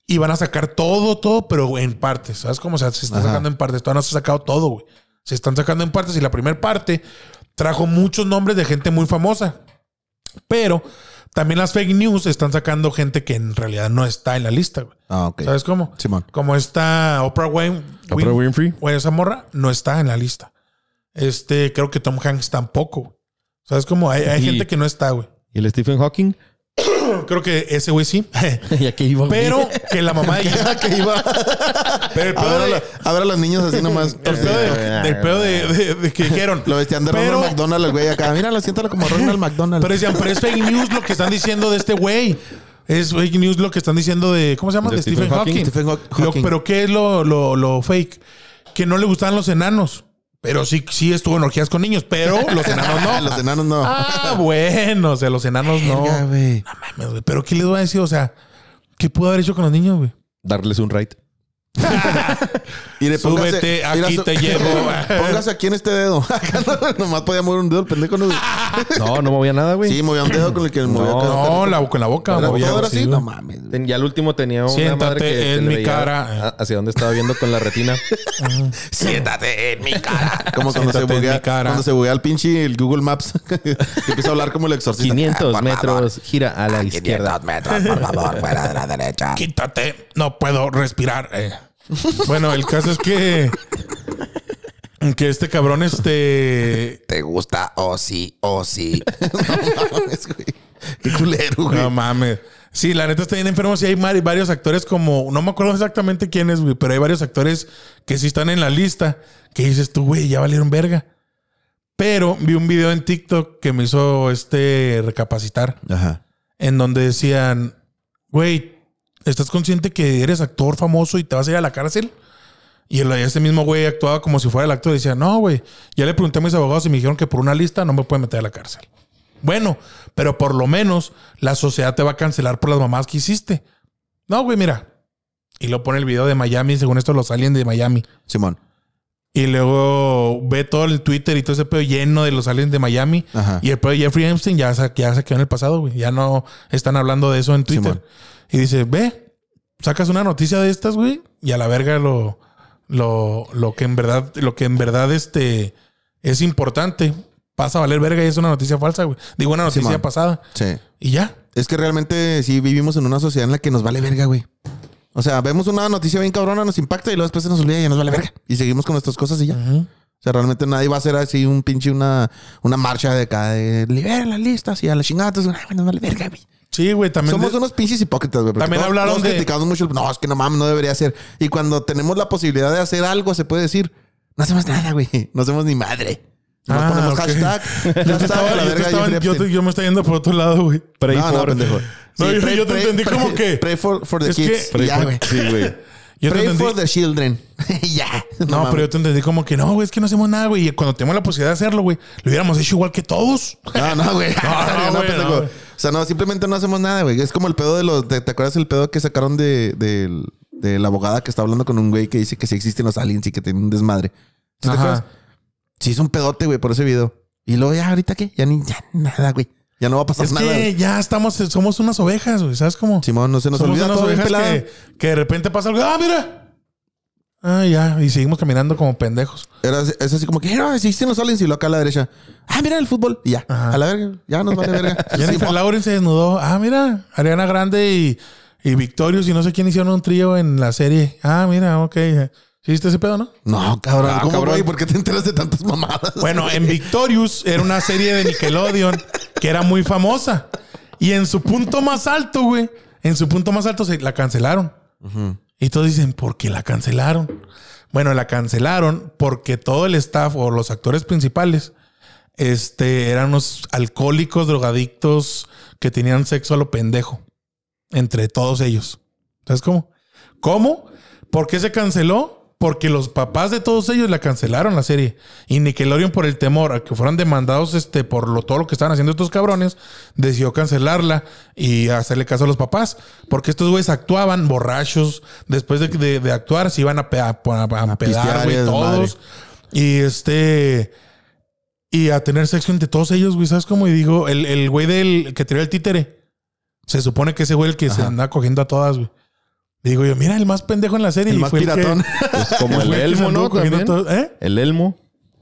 Speaker 1: y van a sacar todo, todo, pero en partes. ¿Sabes cómo? O sea, se está
Speaker 2: Ajá.
Speaker 1: sacando en partes. Todavía no se ha sacado todo, güey. Se están sacando en partes y la primera parte trajo muchos nombres de gente muy famosa. Pero también las fake news están sacando gente que en realidad no está en la lista, güey.
Speaker 2: Ah, ok.
Speaker 1: ¿Sabes cómo?
Speaker 2: Simón.
Speaker 1: Como está Oprah Win-
Speaker 3: Oprah Winfrey.
Speaker 1: Bueno, esa morra no está en la lista. Este, creo que Tom Hanks tampoco. güey. ¿Sabes cómo? Hay, hay
Speaker 3: Y-
Speaker 1: gente que no está, güey.
Speaker 3: ¿Y el Stephen Hawking?
Speaker 1: Creo que ese güey sí.
Speaker 3: ¿Y aquí iba?
Speaker 1: Pero que la mamá de
Speaker 2: que iba
Speaker 1: Pero el
Speaker 2: a
Speaker 1: pedo
Speaker 2: ver a,
Speaker 1: de-
Speaker 2: la- a ver a los niños así nomás.
Speaker 1: el pedo de- del pedo de, de- de que dijeron.
Speaker 2: Lo vestían de
Speaker 1: pero,
Speaker 2: Ronald McDonald, el güey acá. Mira, lo siento como Ronald McDonald.
Speaker 1: Pero decían, pero es fake news lo que están diciendo de este güey. Es fake news lo que están diciendo de. ¿Cómo se llama?
Speaker 3: De
Speaker 1: De, Stephen,
Speaker 3: Stephen
Speaker 1: Hawking.
Speaker 3: Hawking.
Speaker 2: Stephen Haw-
Speaker 1: Lo-
Speaker 2: Hawking.
Speaker 1: pero ¿qué es lo, lo- lo fake? Que no le gustaban los enanos. Pero sí, sí estuvo en orgías con niños, pero los enanos no.
Speaker 2: los enanos no.
Speaker 1: Ah, bueno, o sea, los enanos no.
Speaker 2: Verga,
Speaker 1: No
Speaker 2: güey.
Speaker 1: mames, güey. Pero ¿qué les voy a decir? O sea, ¿qué pudo haber hecho con los niños, güey?
Speaker 3: Darles un ride.
Speaker 2: Y le póngase-
Speaker 1: Súbete, aquí
Speaker 2: mira, su-
Speaker 1: te llevo.
Speaker 2: Póngase aquí en este dedo. Acá no- nomás podía mover un dedo el pendejo. No, güey.
Speaker 3: No, no movía nada, güey.
Speaker 2: sí, movía un dedo con el que
Speaker 3: No,
Speaker 2: movió acá.
Speaker 1: No, la, con la boca.
Speaker 2: Era
Speaker 1: movía,
Speaker 2: todo era
Speaker 1: sí,
Speaker 2: así.
Speaker 1: güey.
Speaker 2: No mames. güey.
Speaker 3: Ten- Ya el último tenía una
Speaker 1: Siéntate
Speaker 3: madre que te
Speaker 1: en
Speaker 3: le
Speaker 1: mi
Speaker 3: veía
Speaker 1: cara.
Speaker 3: a- hacia dónde estaba viendo con la retina.
Speaker 2: Siéntate en mi cara. Como cuando se,
Speaker 1: Siéntate en
Speaker 2: buguea,
Speaker 1: mi cara.
Speaker 2: cuando se buguea el pinche el Google Maps. que empieza a hablar como el exorcista.
Speaker 3: 500
Speaker 2: Por favor,
Speaker 3: metros, gira a la izquierda.
Speaker 2: 500 metros, por favor, fuera de la derecha.
Speaker 1: Quítate, no puedo respirar. eh. Bueno, el caso es que. Que este cabrón, este.
Speaker 2: ¿Te gusta? Oh, sí, oh, sí. no mames, güey. Qué culero, güey.
Speaker 1: No mames. Sí, la neta está bien enfermo. Sí, hay mari- varios actores como. No me acuerdo exactamente quién es, güey, pero hay varios actores que sí están en la lista. Que dices tú, güey, ya valieron verga. Pero vi un video en TikTok que me hizo este recapacitar.
Speaker 2: Ajá.
Speaker 1: En donde decían, güey, ¿estás consciente que eres actor famoso y te vas a ir a la cárcel? Y el, ese mismo güey actuaba como si fuera el actor. Decía, no, güey. Ya le pregunté a mis abogados y me dijeron que por una lista no me pueden meter a la cárcel. Bueno, pero por lo menos la sociedad te va a cancelar por las mamás que hiciste. No, güey, mira. Y lo pone el video de Miami, según esto, los aliens de Miami.
Speaker 2: Simón.
Speaker 1: Y luego ve todo el Twitter y todo ese pedo lleno de los aliens de Miami.
Speaker 2: Ajá.
Speaker 1: Y el pedo de Jeffrey Epstein ya se, ya se quedó en el pasado, güey. Ya no están hablando de eso en Twitter.
Speaker 2: Simón.
Speaker 1: Y dice, ve, sacas una noticia de estas, güey, y a la verga lo, lo, lo que en verdad, lo que en verdad este es importante. Pasa a valer verga y es una noticia falsa, güey. Digo, una noticia
Speaker 2: Simón.
Speaker 1: pasada.
Speaker 2: Sí.
Speaker 1: Y ya.
Speaker 2: Es que realmente sí vivimos en una sociedad en la que nos vale verga, güey. O sea, vemos una noticia bien cabrona, nos impacta y luego después se nos olvida y ya nos vale verga. Y seguimos con nuestras cosas y ya. O sea, realmente nadie va a hacer así un pinche una, una marcha de acá de libera las listas y a la chingada. Entonces, "Ay, nos vale verga, güey.
Speaker 1: Sí, güey, también.
Speaker 2: Somos
Speaker 1: de-
Speaker 2: unos pinches hipócritas, güey. porque
Speaker 1: También
Speaker 2: todos-
Speaker 1: hablaron
Speaker 2: todos
Speaker 1: de-
Speaker 2: criticamos mucho. el- No, es que no mames, no debería ser. Y cuando tenemos la posibilidad de hacer algo, se puede decir, no hacemos nada, güey. No hacemos ni madre. Nos
Speaker 1: Ah,
Speaker 2: ponemos
Speaker 1: ok.
Speaker 2: hashtag.
Speaker 1: Yo, te
Speaker 2: hashtag
Speaker 1: estaba-
Speaker 2: a la
Speaker 1: yo te
Speaker 2: verga
Speaker 1: estaba-
Speaker 2: Jeffrey
Speaker 1: yo te-
Speaker 2: Epstein.
Speaker 1: yo me estoy yendo por otro lado, güey.
Speaker 3: Pray
Speaker 2: No, no,
Speaker 3: for.
Speaker 2: pendejo.
Speaker 1: No, yo- yo te entendí como que-
Speaker 2: Pray for, for the
Speaker 1: Es
Speaker 2: kids.
Speaker 1: que-
Speaker 2: Y ya, güey.
Speaker 3: Sí, güey.
Speaker 1: Yo te
Speaker 2: Pray
Speaker 1: entendí-
Speaker 2: for the children. Y ya.
Speaker 1: No, pero yo te entendí como que no, güey, es que no hacemos nada, güey. Y cuando tenemos la posibilidad de hacerlo, güey, lo hubiéramos hecho igual que todos.
Speaker 2: mames. No, no,
Speaker 1: No,
Speaker 2: güey.
Speaker 1: no,
Speaker 2: No,
Speaker 1: güey,
Speaker 2: pendejo.
Speaker 1: no, güey.
Speaker 2: O sea, no, simplemente no hacemos nada, güey. Es como el pedo de los. de- ¿Te acuerdas el pedo que sacaron de, del- de la abogada que está hablando con un güey que dice que si existen los aliens y que tienen un desmadre? ¿Sí te
Speaker 1: Ajá.
Speaker 2: acuerdas? Sí, es un pedote, güey, por ese video. Y luego ya, ahorita qué? Ya ni ya nada, güey. Ya no va a pasar
Speaker 1: Es
Speaker 2: nada.
Speaker 1: que
Speaker 2: güey.
Speaker 1: ya estamos, somos unas ovejas, güey. ¿Sabes cómo?
Speaker 2: Simón, no se nos
Speaker 1: somos
Speaker 2: olvida
Speaker 1: unas
Speaker 2: todo bien
Speaker 1: ovejas
Speaker 2: pelada.
Speaker 1: que, que de repente pasa algo. ¡Ah, mira! Ah, ya. Y seguimos caminando como pendejos.
Speaker 2: Era, así- es así como que, no, existen los aliens y lo acá a la derecha. Ah, mira el fútbol. Y ya, a la verga. Ya nos vale verga.
Speaker 1: Jennifer Lawrence se desnudó. Ah, mira. Ariana Grande y, y Victorious y no sé quién hicieron un trío en la serie. Ah, mira, ok. ¿Sí viste ese pedo, no?
Speaker 2: No, cabrón.
Speaker 3: Ah,
Speaker 2: ¿Cómo,
Speaker 3: cabrón.
Speaker 2: güey? ¿Por qué te enteras de tantas mamadas?
Speaker 1: Bueno, en Victorious era una serie de Nickelodeon que era muy famosa. Y en su punto más alto, güey, en su punto más alto se la cancelaron. Y todos dicen, ¿por qué la cancelaron? Bueno, la cancelaron porque todo el staff o los actores principales este, eran unos alcohólicos, drogadictos que tenían sexo a lo pendejo. Entre todos ellos. ¿Sabes cómo? ¿Cómo? ¿Por qué se canceló? Porque los papás de todos ellos la cancelaron la serie. Y Nickelodeon, por el temor a que fueran demandados este, por lo, todo lo que estaban haciendo estos cabrones, decidió cancelarla y hacerle caso a los papás. Porque estos güeyes actuaban borrachos. Después de, de- de actuar, se iban a, pe- a- a- a
Speaker 2: pistear
Speaker 1: pedar,
Speaker 2: y
Speaker 1: güey,
Speaker 2: desmadre.
Speaker 1: todos. Y este. Y a tener sexo entre todos ellos, güey. ¿Sabes cómo? Y digo, el, el güey del que tiró el títere. Se supone que ese güey el que se anda cogiendo a todas, güey. Digo yo, mira, el más pendejo en la serie.
Speaker 2: el
Speaker 1: y
Speaker 2: más
Speaker 1: fue el que-
Speaker 2: piratón.
Speaker 3: Pues como el
Speaker 1: fue que se
Speaker 3: Elmo,
Speaker 1: anduvo
Speaker 3: ¿no?
Speaker 1: cogiendo
Speaker 3: También.
Speaker 1: todo- ¿Eh?
Speaker 3: El Elmo.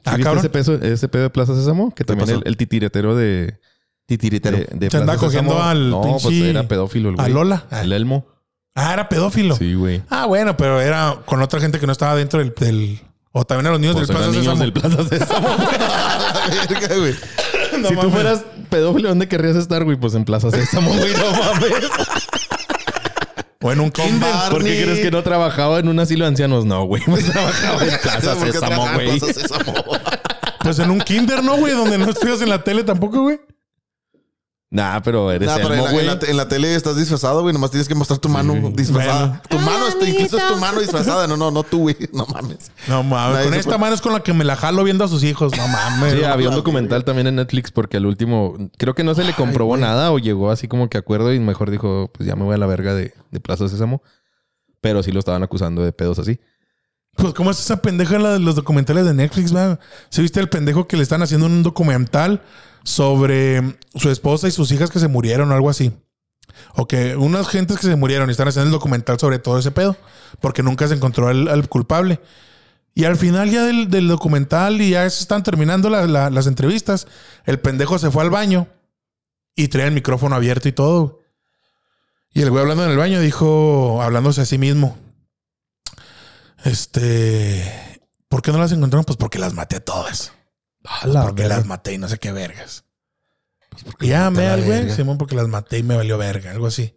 Speaker 1: Ah,
Speaker 3: ¿Sí viste
Speaker 1: cabrón.
Speaker 3: ese, peso- ese pedo de Plaza Sésamo? Que también
Speaker 2: pasó?
Speaker 3: el, el titiretero de...
Speaker 2: Titiritero.
Speaker 3: de, de
Speaker 1: Se anda cogiendo al
Speaker 3: No, pues
Speaker 1: pinche-
Speaker 3: era pedófilo el
Speaker 1: a
Speaker 3: güey.
Speaker 1: Lola.
Speaker 3: El Elmo.
Speaker 1: Ah, era pedófilo.
Speaker 3: Sí, güey.
Speaker 1: Ah, bueno, pero era con otra gente que no estaba dentro del. del- o también a los niños
Speaker 3: Pues
Speaker 1: del
Speaker 3: eran
Speaker 1: Plaza Sésamo.
Speaker 3: niños del Plaza Sésamo.
Speaker 2: A la verga, güey.
Speaker 1: No
Speaker 3: si tú
Speaker 1: mames.
Speaker 3: fueras pedófilo, ¿dónde querrías estar, güey? Pues en Plaza Sésamo, güey. No mames.
Speaker 1: O en un kinder.
Speaker 2: bar.
Speaker 3: ¿Por qué
Speaker 2: Barney.
Speaker 3: crees que no trabajaba en un asilo de ancianos? No, güey. Pues trabajaba en Plaza
Speaker 2: ¿Por qué
Speaker 3: Sésamo,
Speaker 2: trabajan
Speaker 3: güey.
Speaker 2: Plaza Sésamo?
Speaker 1: Pues en un kinder, ¿no, güey? Donde no estuvieras en la tele tampoco, güey.
Speaker 3: Nah, pero eres
Speaker 2: Nah, pero en
Speaker 3: Elmo,
Speaker 2: la, en
Speaker 3: güey.
Speaker 2: la te- en la tele estás disfrazado, güey. Nomás tienes que mostrar tu mano
Speaker 3: güey.
Speaker 2: disfrazada.
Speaker 1: Bueno.
Speaker 2: Tu mano, este, incluso es tu mano disfrazada. No, no, no tú, güey. No mames.
Speaker 1: No mames.
Speaker 2: Nadie
Speaker 1: Con
Speaker 2: se
Speaker 1: esta
Speaker 2: puede-
Speaker 1: mano es con la que me la jalo viendo a sus hijos. No mames.
Speaker 3: Sí,
Speaker 1: No
Speaker 3: había un
Speaker 1: mames.
Speaker 2: eh.
Speaker 3: documental también en Netflix porque al último creo que no se le comprobó nada o llegó así como que acuerdo y mejor dijo, pues ya me voy a la verga de, de Plaza Sésamo. Pero sí lo estaban acusando de pedos así.
Speaker 1: Pues, ¿cómo es esa pendeja la de los documentales de Netflix, man? ¿Sí viste el pendejo que le están haciendo un documental sobre su esposa y sus hijas que se murieron o algo así? O que unas gentes que se murieron y están haciendo el documental sobre todo ese pedo, porque nunca se encontró al, al culpable. Y al final ya del, del documental y ya se están terminando la- la- las entrevistas, el pendejo se fue al baño y traía el micrófono abierto y todo. Y el güey hablando en el baño dijo, hablándose a sí mismo, este. ¿Por qué no las encontraron? Pues porque las maté a todas. "Pues porque las maté y no sé qué vergas. Y ya me al güey, Simón, porque las maté y me valió verga, algo así.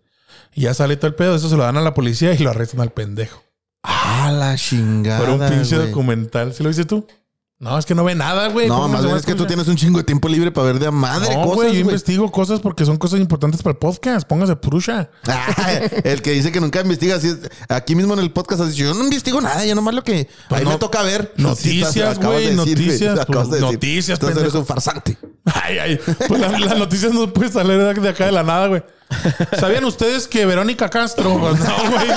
Speaker 1: Y ya sale todo el pedo, eso se lo dan a la policía y lo arrestan al pendejo.
Speaker 2: Ah, la chingada.
Speaker 1: Por un pinche
Speaker 2: güey.
Speaker 1: documental. ¿Sí lo dices tú? No, es que no ve nada, güey.
Speaker 2: No,
Speaker 1: ¿Cómo
Speaker 2: más
Speaker 1: se
Speaker 2: bien
Speaker 1: va a
Speaker 2: es que tú
Speaker 1: escuchar?
Speaker 2: tienes un chingo de tiempo libre para ver de a madre
Speaker 1: No,
Speaker 2: cosas,
Speaker 1: güey, yo
Speaker 2: güey.
Speaker 1: investigo cosas porque son cosas importantes para el podcast. Póngase prucha.
Speaker 2: Ah, el que dice que nunca investiga, así es, aquí mismo en el podcast has dicho, yo no investigo nada, yo nomás lo que
Speaker 1: Pues
Speaker 2: ahí
Speaker 1: no-
Speaker 2: me toca ver.
Speaker 1: noticias,
Speaker 2: Sí, estás-
Speaker 1: güey,
Speaker 2: acabas de decir, güey,
Speaker 1: noticias,
Speaker 2: lo acabas de
Speaker 1: pues,
Speaker 2: decir.
Speaker 1: noticias,
Speaker 2: Entonces eres
Speaker 1: pendejo.
Speaker 2: un farsante.
Speaker 1: Ay, ay. Pues la- las noticias no pueden salir de- de acá de la nada, güey. ¿Sabían ustedes que Verónica Castro? Pues no, güey.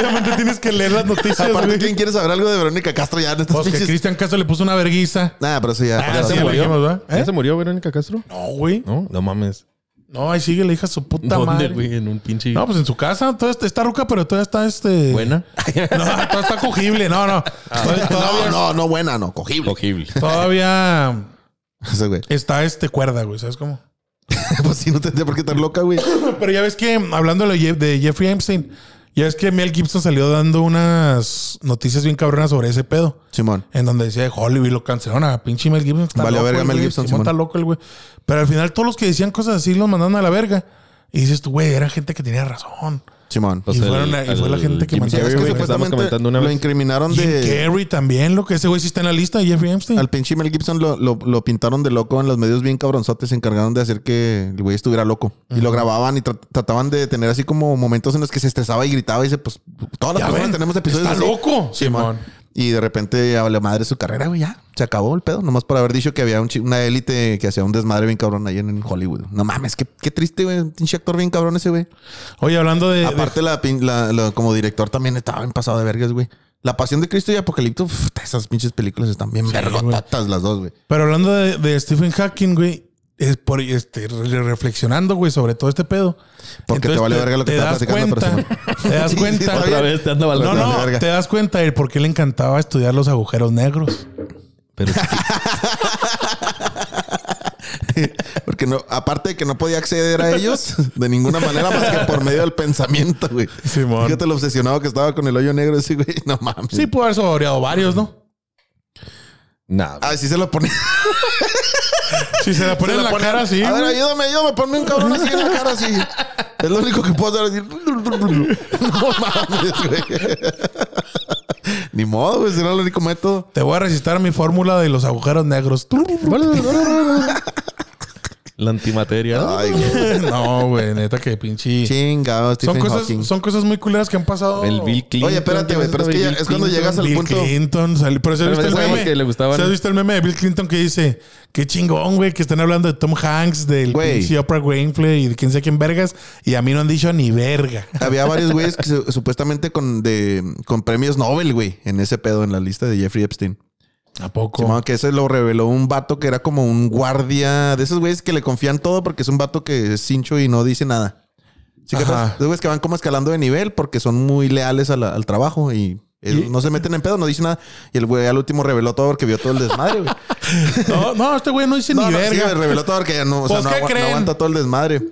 Speaker 1: Obviamente tienes que leer las noticias,
Speaker 2: Aparte,
Speaker 1: güey.
Speaker 2: ¿quién quiere saber algo de Verónica Castro ya en estas
Speaker 1: Pues que
Speaker 2: pinches?
Speaker 1: Cristian Castro le puso una verguiza.
Speaker 2: Nah, pero eso ya.
Speaker 1: Ah,
Speaker 2: pasó.
Speaker 1: sí,
Speaker 3: ¿Ya se
Speaker 1: lo dijimos,
Speaker 3: murió?
Speaker 1: ¿verdad? ¿Eh?
Speaker 3: ¿Ya se murió Verónica Castro?
Speaker 1: No, güey.
Speaker 3: No, no mames.
Speaker 1: No, ahí sigue la hija de su puta
Speaker 3: ¿Dónde,
Speaker 1: madre.
Speaker 3: güey? En un pinche...
Speaker 1: No, pues en su casa. Todavía está- está ruca, pero todavía está este.
Speaker 3: Buena.
Speaker 1: No, todavía está cogible. No, no. Todavía,
Speaker 2: no,
Speaker 1: todavía,
Speaker 2: no, no buena, no, cogible.
Speaker 3: Cogible.
Speaker 1: todavía
Speaker 2: Ese güey.
Speaker 1: está este cuerda, güey. ¿Sabes cómo?
Speaker 2: pues sí, no tendría por qué estar loca, güey.
Speaker 1: Pero ya ves que, hablando de Jeff- de Jeffrey Epstein, ya ves que Mel Gibson salió dando unas noticias bien cabronas sobre ese pedo.
Speaker 2: Simón.
Speaker 1: En donde decía de Hollywood y lo cancelaron a pinche Mel Gibson. Está
Speaker 2: Valió
Speaker 1: loco
Speaker 2: verga
Speaker 1: el
Speaker 2: Mel
Speaker 1: güey,
Speaker 2: Gibson,
Speaker 1: Simón, está
Speaker 2: Simón.
Speaker 1: loco el güey. Pero al final todos los que decían cosas así los mandaron a la verga. Y dices tú, güey, era gente que tenía razón.
Speaker 2: Simón.
Speaker 3: Pues
Speaker 1: Y fueron a- y fue la gente que mandó.
Speaker 2: ¿Sabes
Speaker 1: Carrey,
Speaker 2: que
Speaker 1: güey,
Speaker 3: que estábamos
Speaker 2: supuestamente
Speaker 3: comentando una
Speaker 2: lo
Speaker 3: vez.
Speaker 2: incriminaron
Speaker 1: Jim
Speaker 2: de.
Speaker 1: Carrey también, lo que ese güey sí está en la lista de Jeffrey Epstein.
Speaker 2: Al pinche Mel Gibson lo, lo, lo pintaron de loco en los medios bien cabronzotes. Se encargaron de hacer que el güey estuviera loco. Y lo grababan y tra- trataban de tener así como momentos en los que se estresaba y gritaba y dice, pues todas las
Speaker 1: Ya
Speaker 2: personas
Speaker 1: ven,
Speaker 2: tenemos episodios
Speaker 1: está
Speaker 2: así.
Speaker 1: loco.
Speaker 2: Sí, man.
Speaker 1: Simón.
Speaker 2: Y de repente ya valió madre su carrera, güey. Ya se acabó el pedo. Nomás por haber dicho que había un chi- una élite que hacía un desmadre bien cabrón ahí en, en Hollywood. No mames, qué, qué triste, güey. Un Pinche actor bien cabrón ese, güey.
Speaker 1: Oye, hablando de, de-
Speaker 2: Aparte, la, pin- la- la- como director también estaba bien pasado de vergas, güey. La Pasión de Cristo y Apocalipto, uf, esas pinches películas están bien vergotatas las dos, güey.
Speaker 1: Pero hablando de, de Stephen Hawking, güey, es por este, re- reflexionando, güey, sobre todo este pedo.
Speaker 2: Porque te vale verga lo que te va a
Speaker 1: das
Speaker 2: platicar la
Speaker 1: cuenta, Te das
Speaker 2: Sí, sí,
Speaker 1: cuenta.
Speaker 2: está
Speaker 3: Otra vez te anda
Speaker 1: no,
Speaker 3: valorando.
Speaker 2: vale
Speaker 1: no,
Speaker 2: verga.
Speaker 1: te das cuenta de por qué le encantaba estudiar los agujeros negros.
Speaker 3: Pero
Speaker 2: Porque no, aparte de que no podía acceder a ellos de ninguna manera más que por medio del pensamiento, güey.
Speaker 1: Simón.
Speaker 2: Fíjate lo obsesionado que estaba con el hoyo negro ese, güey. No mames.
Speaker 1: Sí, pudo haber saboreado varios, ¿no?
Speaker 3: nada.
Speaker 2: Ah, sí se lo ponía.
Speaker 1: Si se la
Speaker 2: se
Speaker 1: ponen
Speaker 2: lo
Speaker 1: en la
Speaker 2: ponía.
Speaker 1: cara, sí.
Speaker 2: A ver,
Speaker 1: güey.
Speaker 2: ayúdame, ayúdame. Ponme un cabrón así en la cara, así. Es lo único que puedo hacer. Así. No mames, güey. Ni modo, güey. Será el único método.
Speaker 1: Te voy a resistar a mi fórmula de los agujeros negros.
Speaker 3: La antimateria.
Speaker 2: Ay, güey.
Speaker 1: no, güey, neta que pinche.
Speaker 2: Chingado,
Speaker 1: son,
Speaker 2: Stephen
Speaker 1: cosas,
Speaker 2: Hawking.
Speaker 1: son cosas muy culeras que han pasado.
Speaker 3: El Bill Clinton.
Speaker 2: Oye, espérate, güey, pero es que ya- es cuando llegas al
Speaker 1: Bill
Speaker 2: punto.
Speaker 1: Clinton salió- Pero se ha
Speaker 3: Pero
Speaker 1: visto el
Speaker 3: sabemos
Speaker 1: meme.
Speaker 3: que le gustaban-
Speaker 1: ¿Se ha visto el meme de Bill Clinton que dice: Qué chingón, güey, que están hablando de Tom Hanks, del
Speaker 2: Güey.
Speaker 1: pinche Oprah Winfrey y de quién sé quién vergas. Y a mí no han dicho ni verga.
Speaker 2: Había varios güeyes que su- supuestamente con, de, con premios Nobel, güey, en ese pedo, en la lista de Jeffrey Epstein.
Speaker 1: ¿A poco?
Speaker 2: Simón, que ese lo reveló un vato que era como un guardia de esos güeyes que le confían todo porque es un vato que es cincho y no dice nada. Sí, que
Speaker 1: Ajá.
Speaker 2: esos güeyes que van como escalando de nivel porque son muy leales a la- al trabajo y, él no se meten en pedo, no dice nada. Y el güey al último reveló todo porque vio todo el desmadre, güey.
Speaker 1: no, no, este güey no dice
Speaker 2: No,
Speaker 1: ni
Speaker 2: no, sí,
Speaker 1: verga.
Speaker 2: reveló todo porque ya no, o sea,
Speaker 1: Pues,
Speaker 2: no
Speaker 1: ¿qué
Speaker 2: agua- no
Speaker 1: creen?
Speaker 2: aguanta todo el desmadre.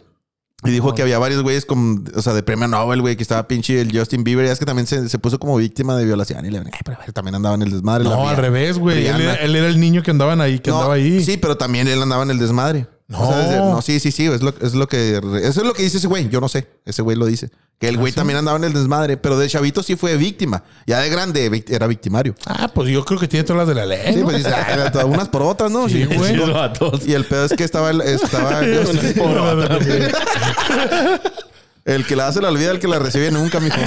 Speaker 2: Y dijo que había varios güeyes con, o sea, de premio Nobel, güey, que estaba pinche el Justin Bieber. Y es que también se, se puso como víctima de violación. Y le "Ay, pero a ver, también andaba en el desmadre. la
Speaker 1: no, al
Speaker 2: mía".
Speaker 1: revés, güey. Él, era-
Speaker 2: Rihanna.
Speaker 1: él era el niño que andaban ahí, que
Speaker 2: No,
Speaker 1: andaba ahí.
Speaker 2: Sí, pero también él andaba en el desmadre. No. no, sí, sí, sí. Es lo, es lo que. Eso es lo que dice ese güey. Yo no sé. Ese güey lo dice. Que
Speaker 1: ¿Ah,
Speaker 2: el güey también andaba en el desmadre, pero de chavito sí fue víctima. Ya de grande vic- era victimario.
Speaker 1: Ah, pues yo creo que tiene todas las de la ley. ¿Eh,
Speaker 2: Sí,
Speaker 1: ¿no?
Speaker 2: pues dice, "Ay, la- unas por otras, ¿no?
Speaker 1: Sí, güey.
Speaker 3: Los vatos.
Speaker 2: Y el pedo es que estaba. el- estaba el que la hace la olvida, el que la recibe nunca, mijo.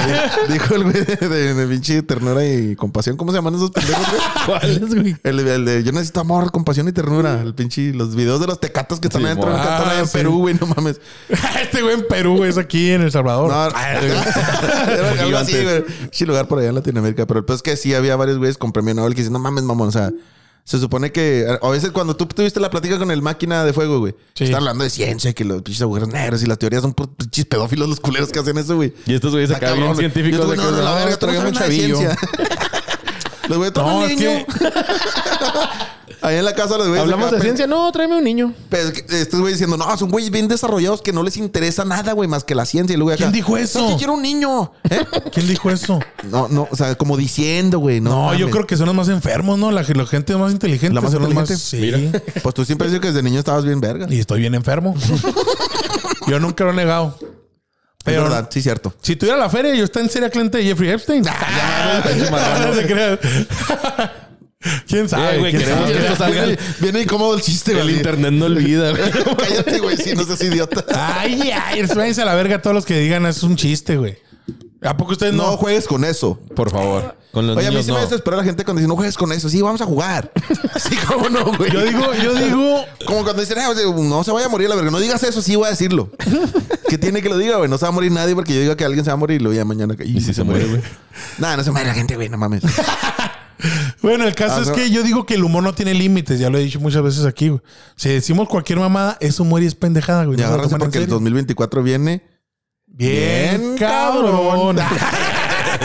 Speaker 2: Dijo el güey de, de- de pinche ternura y compasión. ¿Cómo se llaman esos pendejos, güey?
Speaker 3: ¿Cuáles, güey?
Speaker 2: El, el de yo necesito amor, compasión y ternura. El pinche, los videos de los tecatos que están
Speaker 3: Sí,
Speaker 2: adentro de
Speaker 3: mo-
Speaker 2: un cantón
Speaker 1: Ah,
Speaker 2: allá en
Speaker 1: sí.
Speaker 2: Perú, güey, no mames.
Speaker 1: este güey en Perú güey, es aquí en El Salvador.
Speaker 2: No,
Speaker 3: Un
Speaker 2: era algo
Speaker 3: poquillo
Speaker 2: así,
Speaker 3: antes.
Speaker 2: güey. Sí, lugar por allá en Latinoamérica. Pero el peor es que sí había varios güeyes con premio Nobel que dicen, no mames, mamón. O sea, se supone que a veces cuando tú tuviste la plática con el máquina de fuego, güey,
Speaker 1: Sí.
Speaker 2: está hablando de ciencia, que los pinches agujeros negros y las teorías son puros pinches pedófilos los culeros que hacen eso, güey.
Speaker 3: Y estos güeyes
Speaker 2: Está
Speaker 3: acá
Speaker 2: Ah, cabrón, güey.
Speaker 3: bien científicos.
Speaker 2: Yo
Speaker 3: de
Speaker 2: estoy, no,
Speaker 3: que,
Speaker 2: no, la
Speaker 3: "No,
Speaker 2: verga, tú no
Speaker 3: tráigame un
Speaker 2: sabes nada de
Speaker 3: chavillo".
Speaker 2: ciencia. Los güeyes traen
Speaker 1: No,
Speaker 2: un
Speaker 1: es que-
Speaker 2: niño. Ahí en la casa los güeyes
Speaker 3: Hablamos
Speaker 2: acá
Speaker 3: de
Speaker 2: pen-
Speaker 3: ciencia. No, tráeme un niño.
Speaker 2: Pero es que estos güeyes diciendo, no, son güeyes bien desarrollados que no les interesa nada, güey, más que la ciencia. Y luego acá,
Speaker 1: ¿Quién dijo
Speaker 2: "No,
Speaker 1: eso?
Speaker 2: que quiero un niño. ¿Eh?
Speaker 1: ¿Quién dijo eso?
Speaker 2: No, no, o sea, como diciendo, güey. No,
Speaker 1: No, yo
Speaker 2: mames.
Speaker 1: creo que son los más enfermos, ¿no? La, la gente más inteligente.
Speaker 2: ¿La más
Speaker 1: son los
Speaker 2: inteligente?
Speaker 1: sí.
Speaker 2: Pues tú siempre has dicho que desde niño estabas bien verga.
Speaker 1: Y estoy bien enfermo. yo nunca lo he negado.
Speaker 2: es
Speaker 1: Pero
Speaker 2: verdad, sí, cierto.
Speaker 1: si tuviera la feria, yo estaría en seria cliente de Jeffrey Epstein. no te creas. ¿Quién sabe?
Speaker 3: Eh, güey,
Speaker 1: ¿Quién
Speaker 3: queremos
Speaker 1: sabe?
Speaker 3: que esto salga.
Speaker 2: Viene, viene incómodo el chiste,
Speaker 3: El
Speaker 2: güey.
Speaker 3: internet no olvida, güey.
Speaker 2: Cállate, güey, si no seas idiota.
Speaker 1: Ay, ay, váyanse a la verga todos los que digan, es un chiste, güey. ¿A poco ustedes
Speaker 2: No
Speaker 1: no?
Speaker 2: juegues con eso.
Speaker 3: Por favor. Con los
Speaker 2: Oye, a mí
Speaker 3: niños
Speaker 2: sí me
Speaker 3: no.
Speaker 2: desespera la gente cuando dice, no juegues con eso. Sí, vamos a jugar. Sí, cómo no, güey.
Speaker 1: Yo digo, yo digo,
Speaker 2: Como cuando dicen, "Ah, o sea, no se vaya a morir la verga. No digas eso, sí voy a decirlo. que tiene que lo diga, güey. No se va a morir nadie porque yo digo que alguien se va a morir y lo ya mañana. que-
Speaker 3: Y si se muere, güey.
Speaker 2: Nah, no se muere la gente, güey. No mames.
Speaker 1: Bueno, el caso
Speaker 2: Ah,
Speaker 1: es
Speaker 2: no.
Speaker 1: que yo digo que el humor no tiene límites, ya lo he dicho muchas veces aquí, güey. Si decimos cualquier mamada, es humor y es pendejada, güey.
Speaker 2: Y
Speaker 1: No se lo
Speaker 2: agárrense
Speaker 1: toman en
Speaker 2: porque el
Speaker 1: serio.
Speaker 2: 2024 viene.
Speaker 1: Bien,
Speaker 2: Bien,
Speaker 1: cabrón.
Speaker 2: cabrón.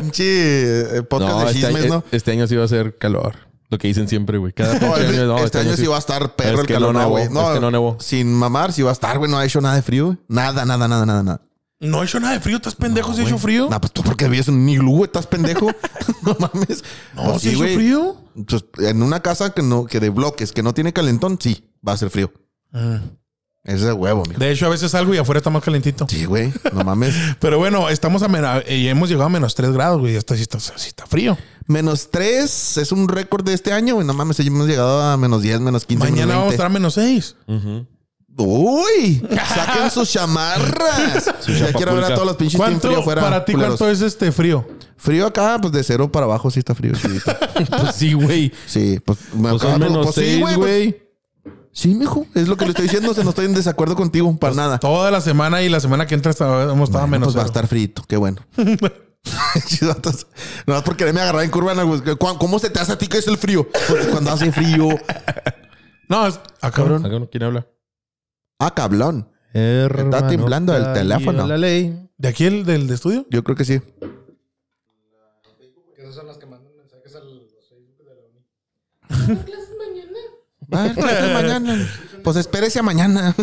Speaker 2: Pinche eh, podcast
Speaker 3: No,
Speaker 2: de
Speaker 3: este,
Speaker 2: chismes,
Speaker 3: año,
Speaker 2: ¿no?
Speaker 3: este año sí va a ser calor. Lo que dicen siempre, güey. Cada
Speaker 2: No,
Speaker 3: pinche
Speaker 2: el-
Speaker 3: año, no,
Speaker 2: este año sí va a estar perro
Speaker 3: Es
Speaker 2: el
Speaker 3: que no
Speaker 2: calor, no,
Speaker 3: nevó,
Speaker 2: güey.
Speaker 3: es que no nevó.
Speaker 2: Sin mamar, sí va a estar, güey. No ha hecho nada de frío. güey. Nada, nada, nada, nada, nada.
Speaker 1: No he hecho nada de frío, estás pendejo si he hecho frío.
Speaker 2: Nah, pues tú porque vives en un iglú, güey, estás pendejo. no mames.
Speaker 1: No,
Speaker 2: Pues
Speaker 1: si he hecho
Speaker 2: güey.
Speaker 1: frío.
Speaker 2: Pues, en una casa que no, que de bloques, que no tiene calentón, sí, va a ser frío.
Speaker 1: Ah.
Speaker 2: Ese es el huevo, mijo.
Speaker 1: De hecho, a veces salgo y afuera está más calentito.
Speaker 2: Sí, güey. No mames.
Speaker 1: Pero bueno, estamos a mena- y hemos llegado a menos 3 grados, güey. Hasta sí está, sí está frío.
Speaker 2: Menos 3 es un récord de este año, güey. No mames, hemos llegado a menos 10, menos 15.
Speaker 1: Mañana
Speaker 2: menos
Speaker 1: vamos a estar a menos 6.
Speaker 2: ¡Uy! ¡Saquen sus chamarras! ya quiero ver a
Speaker 3: chapapulcas.
Speaker 2: todos los pinches team
Speaker 1: ¿Cuánto
Speaker 2: frío fuera.
Speaker 1: para ti
Speaker 2: culeros.
Speaker 1: cuánto es este frío?
Speaker 2: Frío acá, pues de cero para abajo sí está frío. chidito.
Speaker 3: Pues sí, güey.
Speaker 2: sí, pues me
Speaker 3: Pues
Speaker 2: acabo-
Speaker 3: son menos
Speaker 2: pues sí,
Speaker 3: seis,
Speaker 2: pues-
Speaker 3: güey.
Speaker 2: Sí, mijo. Es lo que le estoy diciendo. Se no estoy en desacuerdo contigo para nada.
Speaker 1: Toda la semana y la semana que entra está- hemos estado a
Speaker 2: Ah. Bueno,
Speaker 1: menos
Speaker 2: pues va a
Speaker 1: cero.
Speaker 2: estar frito, qué bueno. Chidotas. Nada más por Pues, quererme agarrar en curva, no, güey. ¿Cu- ¿cómo se te hace a ti que es el frío? Pues cuando hace frío.
Speaker 1: No, es. Ah, cabrón.
Speaker 3: ¿Alguno? ¿Quién habla?
Speaker 2: Ah, cablón. Está temblando el teléfono.
Speaker 3: La ley.
Speaker 1: ¿De aquí el del de estudio?
Speaker 2: Yo creo que sí.
Speaker 4: Que esas son las que mandan mensajes al Facebook de la uni.
Speaker 2: Va a haber clases mañana. Pues espérese a mañana.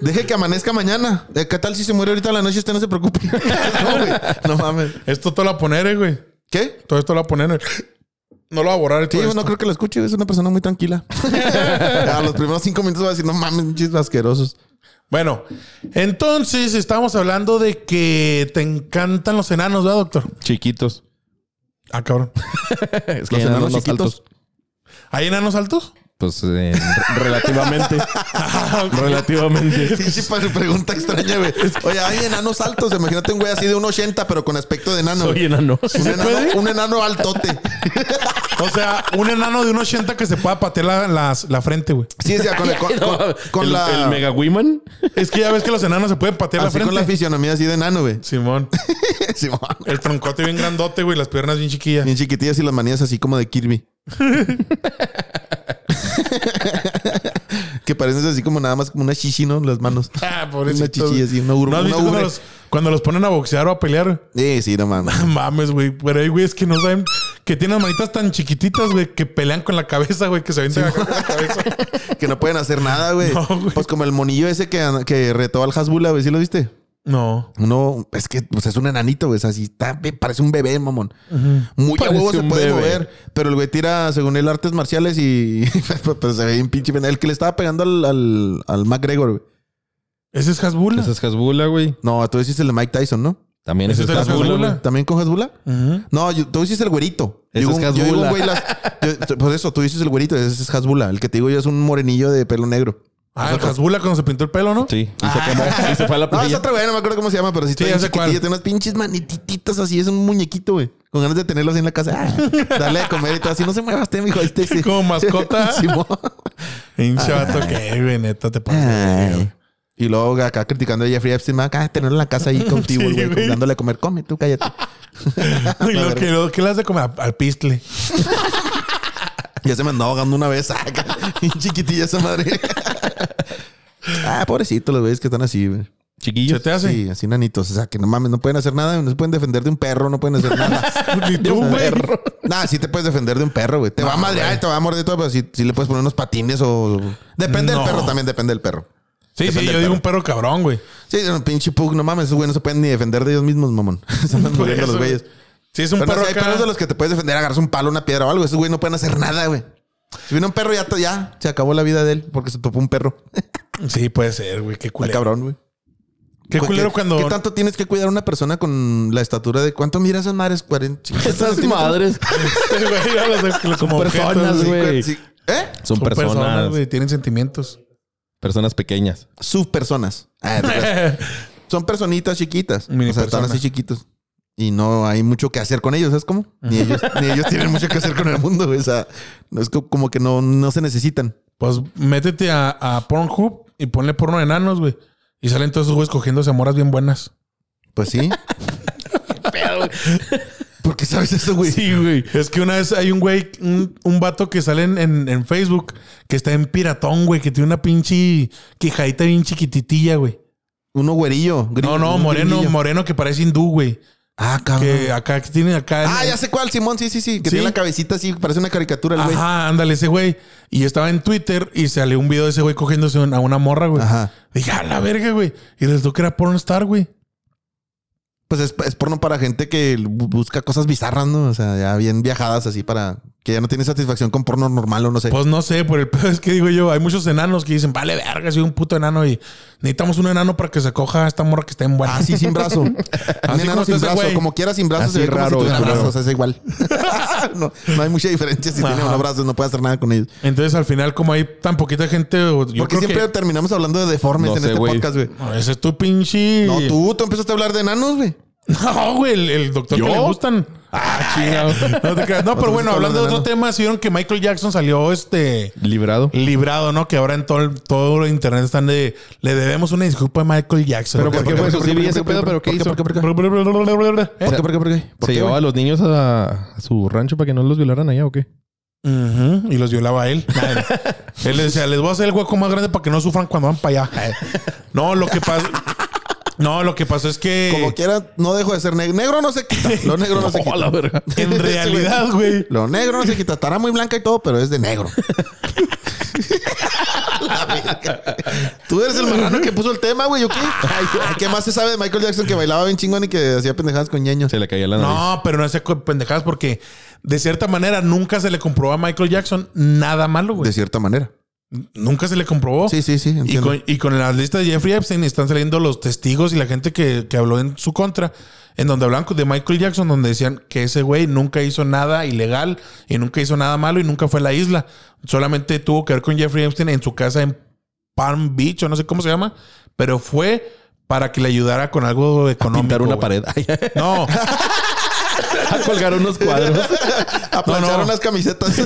Speaker 2: Deje que amanezca mañana. Eh, ¿Qué tal si se muere ahorita en la noche? Usted no se preocupe. No, güey. No mames.
Speaker 1: Esto te lo va a poner, eh, güey.
Speaker 2: ¿Qué?
Speaker 1: Todo esto lo va a poner. eh. No lo va a borrar.
Speaker 2: Sí,
Speaker 1: todo
Speaker 4: Pues
Speaker 2: yo
Speaker 1: esto.
Speaker 2: no creo que lo escuche. Es una persona muy tranquila. a los primeros cinco minutos va a decir, no mames, chistes asquerosos.
Speaker 1: Bueno, entonces estábamos hablando de que te encantan los enanos, ¿verdad, doctor?
Speaker 3: Chiquitos.
Speaker 1: Ah, cabrón.
Speaker 3: Es
Speaker 2: Los
Speaker 3: que ya eran
Speaker 2: enanos
Speaker 3: más
Speaker 2: chiquitos.
Speaker 3: altos.
Speaker 1: ¿Hay enanos altos?
Speaker 3: Pues eh, re- relativamente. relativamente.
Speaker 2: Sí, sí, para pregunta extraña, güey. Oye, hay enanos altos. Imagínate un güey así de 1,80, pero con aspecto de enano.
Speaker 3: Soy
Speaker 2: güey.
Speaker 3: enano.
Speaker 2: un, enano un enano altote.
Speaker 1: O sea, un enano de un 80 que se pueda patear la, las- la frente, güey.
Speaker 2: Sí, sí, con, el- con, con- con
Speaker 3: el,
Speaker 2: la.
Speaker 3: el Mega Women.
Speaker 1: Es que ya ves que los enanos se pueden patear la
Speaker 2: así
Speaker 1: frente.
Speaker 2: con la fisionomía así de enano, güey.
Speaker 1: Simón.
Speaker 2: Simón.
Speaker 1: El troncote bien grandote, güey. Las piernas bien chiquillas.
Speaker 2: Bien chiquitillas y las manías así como de Kirby. que parecen así como nada más como una chichi, ¿no? Las manos.
Speaker 1: Ah,
Speaker 2: una
Speaker 1: pobrecito.
Speaker 2: chichi así, una
Speaker 1: ¿No
Speaker 2: urba.
Speaker 1: has
Speaker 2: una
Speaker 1: visto cuando
Speaker 2: ubre.
Speaker 1: los, cuando los ponen a boxear o a pelear?
Speaker 2: Sí, sí, no mames.
Speaker 1: Mames, güey. Pero hay güeyes que no saben que tienen las manitas tan chiquititas, güey, que pelean con la cabeza, güey, que se avientan acá con la cabeza.
Speaker 2: que no pueden hacer nada, güey.
Speaker 1: No, güey.
Speaker 2: pues como el monillo ese que, que retó al Hasbula, güey. ¿Sí lo viste?
Speaker 1: No.
Speaker 2: Uno, es que pues es un enanito, güey. Es así, está, bien, parece un bebé, mamón. Muy a
Speaker 3: Parece
Speaker 2: huevo se
Speaker 3: un
Speaker 2: puede
Speaker 3: bebé.
Speaker 2: mover. Pero el güey tira, según él, artes marciales y pues se ve bien pinche. pendejo. El que le estaba pegando al, al, al McGregor, güey.
Speaker 1: Ese es Hasbula.
Speaker 3: Ese es Hasbula, güey.
Speaker 2: No, tú decís el de Mike Tyson, ¿no?
Speaker 3: También ese es
Speaker 1: ¿Ese es el
Speaker 3: Hasbula.
Speaker 1: Hasbula?
Speaker 3: güey.
Speaker 2: ¿También con Hasbula?
Speaker 1: Ujú.
Speaker 2: No, yo- tú dices el güerito.
Speaker 3: Ese
Speaker 2: Yo
Speaker 3: es
Speaker 2: digo un- yo digo un
Speaker 3: Hasbula.
Speaker 2: güey las- yo- Pues eso, tú dices el güerito, ese es Hasbula. El que te digo yo es un morenillo de pelo negro.
Speaker 1: Ah, el Hasbula cuando se pintó el pelo, ¿no?
Speaker 3: Sí. Y se quemó. Y se fue a la
Speaker 2: Ah. No, es
Speaker 3: playa.
Speaker 2: otro güey, no me acuerdo cómo se llama, pero sí, está
Speaker 1: Sí,
Speaker 2: bien
Speaker 1: ya sé cuál.
Speaker 2: chiquitillo. Tiene unas pinches manititas así, es un muñequito, güey. Con ganas de tenerlo así en la casa. Ah, dale de comer y todo así. No se mueva usted, mijo. Este, sí.
Speaker 1: Como mascota.
Speaker 2: Simón.
Speaker 1: Hinche vato que, güey, neta, te pasa.
Speaker 2: Ah. Ay. Y luego acá criticando a Jeffrey Epstein, acá tenerlo en la casa ahí contigo,
Speaker 1: Sí,
Speaker 2: güey,
Speaker 1: güey.
Speaker 2: dándole a comer, come tú, cállate.
Speaker 1: Y lo que, lo que le has de comer al pistle.
Speaker 2: Ya se me andaba ahogando una vez. ah, bien chiquitilla esa madre. ah, pobrecito los güeyes que están así, güey.
Speaker 1: ¿Se
Speaker 3: Chiquillos.
Speaker 1: te hace?
Speaker 2: Sí, así nanitos. O sea, que no mames, no pueden hacer nada, no se pueden defender de un perro, no pueden hacer nada.
Speaker 1: Pues Ni tú, güey.
Speaker 2: Nah, sí te puedes defender de un perro, güey. Te va a madrear, y te va a morder y todo, pero sí, sí le puedes poner unos patines o. Depende
Speaker 1: No.
Speaker 2: del perro, también depende del perro.
Speaker 1: Sí, sí, yo digo un perro cabrón, güey.
Speaker 2: Sí, un pinche pug, no mames, esos güeyes no se pueden ni defender de ellos mismos, mamón. Se andan
Speaker 1: Por
Speaker 2: muriendo
Speaker 1: eso,
Speaker 2: los güeyes.
Speaker 1: Pues, Sí, es un
Speaker 2: Pero
Speaker 1: perro
Speaker 2: sí, hay
Speaker 1: acá.
Speaker 2: perros de los que te puedes defender, agarras un palo, una piedra o algo. Esos güeyes no pueden hacer nada, güey. Si viene un perro, ya, te- ya se acabó la vida de él porque se topó un perro.
Speaker 1: Sí, puede ser, güey. Qué
Speaker 2: Al
Speaker 1: culero.
Speaker 2: cabrón, güey.
Speaker 1: Qué culero
Speaker 2: ¿Qué-
Speaker 1: cuando.
Speaker 2: ¿Qué tanto tienes que cuidar a una persona con la estatura de cuánto mira esas madres? 40, 50
Speaker 3: Esas
Speaker 2: centímetros?
Speaker 3: madres
Speaker 2: este
Speaker 1: Sí, güey, ya los- los- como
Speaker 3: personas,
Speaker 1: objetos,
Speaker 3: güey.
Speaker 2: Sí, ¿Eh?
Speaker 3: son
Speaker 1: Son personas,
Speaker 3: personas.
Speaker 1: güey. Tienen sentimientos.
Speaker 3: Personas pequeñas.
Speaker 2: Subpersonas. Ah, de verdad.
Speaker 1: Pues,
Speaker 2: son personitas chiquitas.
Speaker 1: Mini
Speaker 2: o sea,
Speaker 1: persona.
Speaker 2: están así chiquitos. Y no hay mucho que hacer con ellos, ¿sabes cómo? Ni ellos, ni ellos tienen mucho que hacer con el mundo. güey. O sea, no es co- como que no, no se necesitan.
Speaker 1: Pues métete a, a Pornhub y ponle porno de enanos, güey. Y salen todos esos güeyes cogiéndose a moras bien buenas.
Speaker 2: Pues sí. ¿Por qué sabes eso, güey?
Speaker 1: Sí, güey. Es que una vez hay un güey, un, un vato que sale en, en- en Facebook que está en piratón, güey, que tiene una pinche quijadita bien chiquititilla, güey.
Speaker 2: Uno güerillo.
Speaker 1: No,
Speaker 2: gringo,
Speaker 1: no,
Speaker 2: un
Speaker 1: moreno,
Speaker 2: gringuillo.
Speaker 1: moreno que parece hindú, güey.
Speaker 2: Ah, cabrón.
Speaker 1: Que acá que tiene acá.
Speaker 2: Ah, ya sé cuál, Simón. Sí, sí, sí. Que
Speaker 1: Sí.
Speaker 2: tiene la cabecita así. Parece una caricatura el güey.
Speaker 1: Ajá, ándale, ese güey. Y yo estaba en Twitter y salió un video de ese güey cogiéndose un- a una morra, güey.
Speaker 2: Ajá.
Speaker 1: Dije, a la verga, güey. Y resultó que era pornstar, güey.
Speaker 2: Pues es, es porno para gente que bu- busca cosas bizarras, ¿no? O sea, ya bien viajadas así para que ya no tiene satisfacción con porno normal o no sé.
Speaker 1: Pues no sé, por el pedo es que digo yo, hay muchos enanos que dicen, vale verga, soy un puto enano y necesitamos un enano para que se coja a esta morra que está en buena.
Speaker 2: Así sin brazo. Ah, Un
Speaker 1: como
Speaker 2: enano
Speaker 1: está
Speaker 2: sin
Speaker 1: ese
Speaker 2: brazo.
Speaker 1: güey.
Speaker 2: Como quiera sin brazo,
Speaker 3: Así
Speaker 2: se ve como
Speaker 3: raro,
Speaker 2: si tuviera
Speaker 3: culero.
Speaker 2: brazos. O sea, es igual. no, no hay mucha diferencia si tiene
Speaker 1: Ajá.
Speaker 2: unos brazos. No puede hacer nada con ellos.
Speaker 1: Entonces al final, como hay tan poquita gente, o- yo
Speaker 2: Porque
Speaker 1: creo
Speaker 2: siempre terminamos hablando de deformes
Speaker 3: No
Speaker 2: en
Speaker 3: sé,
Speaker 2: este
Speaker 3: güey.
Speaker 2: podcast, güey.
Speaker 1: que... No, ese es tu pinche...
Speaker 2: No, tú, tú empezaste a hablar de enanos, güey.
Speaker 1: No, güey, el, el doctor
Speaker 3: ¿Yo?
Speaker 1: que le gustan.
Speaker 3: Ah, chingado.
Speaker 1: No, te creas. No, pero bueno,
Speaker 2: Nosotros
Speaker 1: hablando de otro
Speaker 2: hablando
Speaker 1: tema, sí vieron que Michael Jackson salió este...
Speaker 3: Librado.
Speaker 1: Librado, ¿no? Que ahora en todo, el- todo el internet están de... Le debemos una disculpa a Michael Jackson.
Speaker 3: Pero, ¿por qué fue eso? Sí, vi ese pedo, pero ¿qué
Speaker 2: ¿Por
Speaker 3: hizo?
Speaker 2: ¿Por qué? ¿Por qué?
Speaker 1: ¿Eh?
Speaker 2: ¿Por qué? ¿Por qué? ¿Por qué? ¿Por
Speaker 3: ¿Se
Speaker 2: qué,
Speaker 3: llevaba a
Speaker 2: güey?
Speaker 3: los niños a, a su rancho para que no los violaran allá o qué?
Speaker 1: Ujú, Y los violaba él. Nada, no. él le decía, les voy a hacer el hueco más grande para que no sufran cuando van para allá. No, lo que pasa. No, lo que pasó es que.
Speaker 2: Como quiera, no dejo de ser negro. Negro no se quita. Lo negro no se
Speaker 3: Oh,
Speaker 2: quita.
Speaker 3: la verga.
Speaker 1: En realidad, güey.
Speaker 2: Lo negro no se quita. Estará muy blanca y todo, pero es de negro. Tú eres el marrano que puso el tema, güey. ¿Yo qué? Ay, ¿Qué más se sabe de Michael Jackson que bailaba bien chingón y que hacía pendejadas con ñeños?
Speaker 3: Se le caía la nariz.
Speaker 1: No, pero no hacía co- pendejadas porque de cierta manera nunca se le comprobó a Michael Jackson nada malo, güey.
Speaker 2: De cierta manera.
Speaker 1: Nunca se le comprobó.
Speaker 2: Sí, sí, sí.
Speaker 1: Y
Speaker 2: Entiendo.
Speaker 1: con, y con las listas de Jeffrey Epstein están saliendo los testigos y la gente que, que habló en su contra, en donde hablan de Michael Jackson, donde decían que ese güey nunca hizo nada ilegal y nunca hizo nada malo y nunca fue a la isla. Solamente tuvo que ver con Jeffrey Epstein en su casa en Palm Beach o no sé cómo se llama, pero fue para que le ayudara con algo económico.
Speaker 3: Pintar una
Speaker 1: güey.
Speaker 3: pared. Ay,
Speaker 1: No,
Speaker 3: a colgar unos cuadros.
Speaker 2: A planchar
Speaker 1: No, no.
Speaker 2: unas camisetas. eh,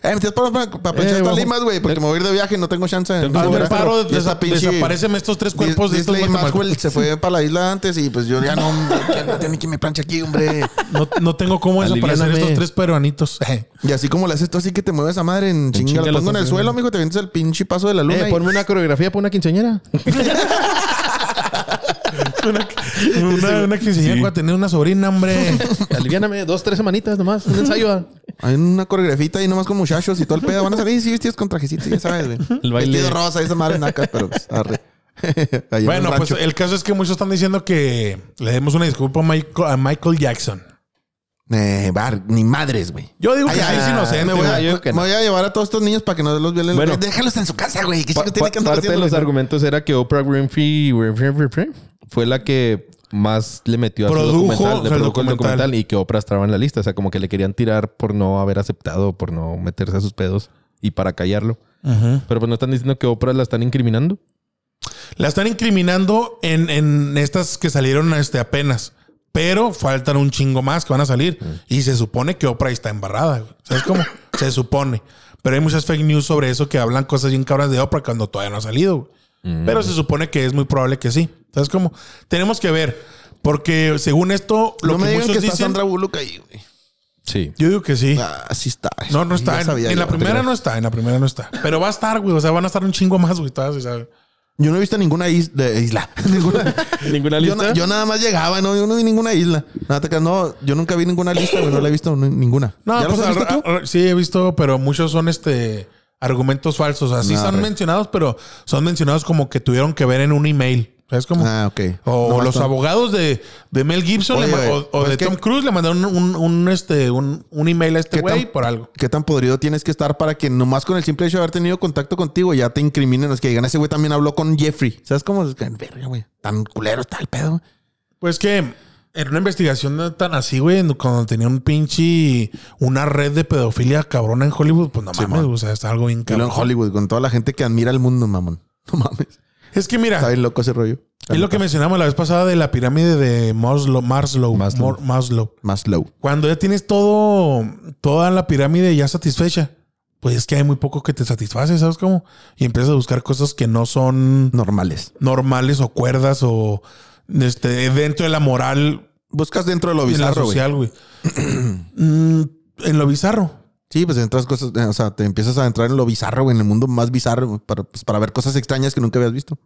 Speaker 2: ¿tienes para, para, para planchar
Speaker 3: Eh,
Speaker 2: estas
Speaker 3: vamos.
Speaker 2: limas, güey? Porque me voy a ir de viaje y no tengo chance.
Speaker 3: Tengo que
Speaker 1: hazme el
Speaker 3: Ahora,
Speaker 1: paro, desa- desaparecen estos tres cuerpos de estos
Speaker 2: Disney
Speaker 1: guatemaltecos.
Speaker 2: Maxwell se fue para la isla antes y pues yo ya no... ya no tiene que me planche aquí, hombre.
Speaker 1: no, no tengo cómo desaparecer
Speaker 3: Aliviáname.
Speaker 1: estos tres peruanitos.
Speaker 2: Y así como le haces tú así que te mueves a madre en chinga,
Speaker 3: chinga
Speaker 2: lo pongo en
Speaker 3: las
Speaker 2: el
Speaker 3: haces,
Speaker 2: suelo, mijo, te vienes el pinche paso de la luna.
Speaker 3: Eh,
Speaker 2: y-
Speaker 3: ponme una coreografía para una quinceañera.
Speaker 1: Una, una quinceañera
Speaker 3: Sí.
Speaker 1: para tener una sobrina, hombre.
Speaker 3: Aliviáname dos, tres semanitas nomás. Un ensayo.
Speaker 2: Hay una coreografita ahí nomás con muchachos y todo el pedo. Van a salir, sí, vestidos con trajecito, ya sabes, güey.
Speaker 3: El baile.
Speaker 2: Vestido rosa, esa madre naca, pero pues, arre. Ahí en
Speaker 1: Bueno,
Speaker 2: un
Speaker 1: pues
Speaker 2: rancho.
Speaker 1: el caso es que muchos están diciendo que le demos una disculpa a Michael, a Michael Jackson.
Speaker 2: Eh, bar, ni madres, güey.
Speaker 1: Yo digo que
Speaker 2: Ay,
Speaker 1: sí es
Speaker 2: ah,
Speaker 1: inocente.
Speaker 2: Me voy, a,
Speaker 1: güey.
Speaker 3: yo digo que no.
Speaker 2: me voy a llevar a todos estos niños para que no los violen.
Speaker 3: Bueno.
Speaker 2: Déjalos en su casa, güey. ¿Qué
Speaker 3: Pa-
Speaker 2: chico tiene
Speaker 3: pa-
Speaker 2: que andar
Speaker 3: parte de
Speaker 2: haciendo?
Speaker 3: los
Speaker 2: güey?
Speaker 3: argumentos era que Oprah Winfrey, Winfrey, Winfrey fue la que más le metió a
Speaker 1: Produjo,
Speaker 3: su documental,
Speaker 1: o
Speaker 3: le
Speaker 1: sea, el
Speaker 3: produjo el
Speaker 1: documental.
Speaker 3: documental y que Oprah estaba en la lista, o sea, como que le querían tirar por no haber aceptado, por no meterse a sus pedos y para callarlo.
Speaker 1: Ajá.
Speaker 3: Pero pues no están diciendo que Oprah la están incriminando.
Speaker 1: La están incriminando en, en estas que salieron este, apenas. Pero faltan un chingo más que van a salir. Y se supone que Oprah está embarrada. güey. ¿Sabes cómo? se supone. Pero hay muchas fake news sobre eso que hablan cosas bien cabras de Oprah cuando todavía no ha salido. güey. Pero se supone que es muy probable que sí. ¿Sabes cómo? Tenemos que ver. Porque según esto, lo
Speaker 2: no
Speaker 1: que
Speaker 2: me digan
Speaker 1: muchos
Speaker 2: que está
Speaker 1: dicen...
Speaker 2: Sandra Bullock ahí, güey.
Speaker 3: Sí.
Speaker 1: Yo digo que sí.
Speaker 2: Ah, sí está.
Speaker 1: No, no está.
Speaker 2: Ya
Speaker 1: En,
Speaker 2: sabía
Speaker 1: en
Speaker 2: yo.
Speaker 1: la primera no está, en la primera no está. Pero va a estar, güey. O sea, van a estar un chingo más, güey. todas, ¿sabes?
Speaker 2: Yo no he visto ninguna is- de isla. Ninguna.
Speaker 3: ¿Ninguna
Speaker 2: Yo,
Speaker 3: lista?
Speaker 2: na- yo nada más llegaba, no, yo no vi ninguna isla. Nada, te creas, no, yo nunca vi ninguna lista, güey, no la he visto ni- ninguna.
Speaker 1: No,
Speaker 2: ¿Ya
Speaker 1: pues
Speaker 2: las has visto
Speaker 1: al-
Speaker 2: tú?
Speaker 1: al- sí he visto, pero muchos son este argumentos falsos. Así
Speaker 2: Nah,
Speaker 1: son
Speaker 2: re.
Speaker 1: mencionados, pero son mencionados como que tuvieron que ver en un email. ¿Sabes cómo?
Speaker 2: Ah, ok.
Speaker 1: O
Speaker 2: Nomás
Speaker 1: los
Speaker 2: son-
Speaker 1: abogados de, de Mel Gibson
Speaker 2: Oye,
Speaker 1: le ma-
Speaker 2: güey,
Speaker 1: o, o
Speaker 2: pues
Speaker 1: de
Speaker 2: es que-
Speaker 1: Tom Cruise le mandaron un, un, este, un, un email a este
Speaker 2: ¿Qué
Speaker 1: güey
Speaker 2: tan-
Speaker 1: por algo.
Speaker 2: ¿Qué tan podrido tienes que estar para que nomás con el simple hecho de haber tenido contacto contigo ya te incriminen? Es que digan, ese güey también habló con Jeffrey. ¿Sabes cómo? Es que, verga, güey. Tan culero está el pedo.
Speaker 1: Pues que en una investigación tan así, güey, cuando tenía un pinche. Una red de pedofilia cabrona en Hollywood, pues no mames, o sea, es algo bien
Speaker 2: Que lo en
Speaker 1: cabrón.
Speaker 2: Hollywood, con toda la gente que admira el mundo, mamón. No mames.
Speaker 1: Es que mira,
Speaker 2: Está bien loco ese rollo.
Speaker 1: es lo que mencionamos la vez pasada de la pirámide de Maslow. Maslow.
Speaker 3: Maslow.
Speaker 1: Mor- Maslow.
Speaker 2: Más low.
Speaker 1: Cuando ya tienes todo, toda la pirámide ya satisfecha, pues es que hay muy poco que te satisface, ¿sabes cómo? Y empiezas a buscar cosas que no son
Speaker 2: Normales.
Speaker 1: normales o cuerdas o este, dentro de la moral
Speaker 2: Buscas dentro de lo
Speaker 1: y la
Speaker 2: bizarro, güey.
Speaker 1: social, güey. Mm, en lo bizarro.
Speaker 2: Sí, pues entras cosas, eh, o sea, te empiezas a entrar en lo bizarro, güey, en el mundo más bizarro, güey, para, pues, para ver cosas extrañas que nunca habías visto.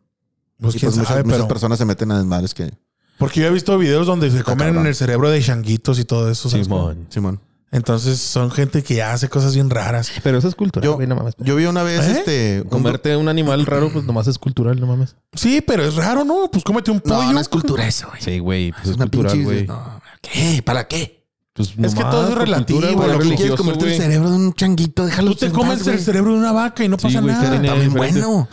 Speaker 1: Pues
Speaker 2: Y
Speaker 1: quién
Speaker 2: pues, muchas-
Speaker 1: sabe,
Speaker 2: muchas
Speaker 1: pero-
Speaker 2: personas se meten a desmadres que.
Speaker 1: Porque yo he visto videos donde se comen
Speaker 2: cabrón.
Speaker 1: en el cerebro de changuitos y todo eso. ¿sabes cómo?
Speaker 3: Simón.
Speaker 2: Simón.
Speaker 1: Entonces son gente que hace cosas bien raras.
Speaker 3: Pero eso es cultural,
Speaker 2: Yo,
Speaker 3: güey, no mames.
Speaker 2: yo vi una vez
Speaker 1: ¿Eh?
Speaker 2: este. un-
Speaker 3: Comerte un animal raro, pues nomás es cultural, no mames.
Speaker 1: Sí, pero es raro, ¿no? Pues cómete un pollo.
Speaker 2: No, no es cultura eso, güey.
Speaker 3: Sí, güey. Pues es,
Speaker 2: una
Speaker 3: cultural,
Speaker 2: pinche-
Speaker 3: güey.
Speaker 2: no, ¿Qué? ¿Para qué?
Speaker 3: Pues,
Speaker 1: Es que todo es
Speaker 3: por
Speaker 1: relativo,
Speaker 3: cultura,
Speaker 1: güey.
Speaker 3: güey.
Speaker 1: Lo que
Speaker 2: ¿Quieres
Speaker 3: religioso,
Speaker 2: comerte
Speaker 3: güey.
Speaker 2: el cerebro de un changuito? Déjalo.
Speaker 1: Tú te
Speaker 2: en
Speaker 1: comes
Speaker 2: paz,
Speaker 1: el
Speaker 2: güey.
Speaker 1: cerebro de una vaca y no pasa
Speaker 3: güey,
Speaker 1: nada.
Speaker 3: tiene-
Speaker 2: Está bien
Speaker 3: diferente.
Speaker 2: bueno.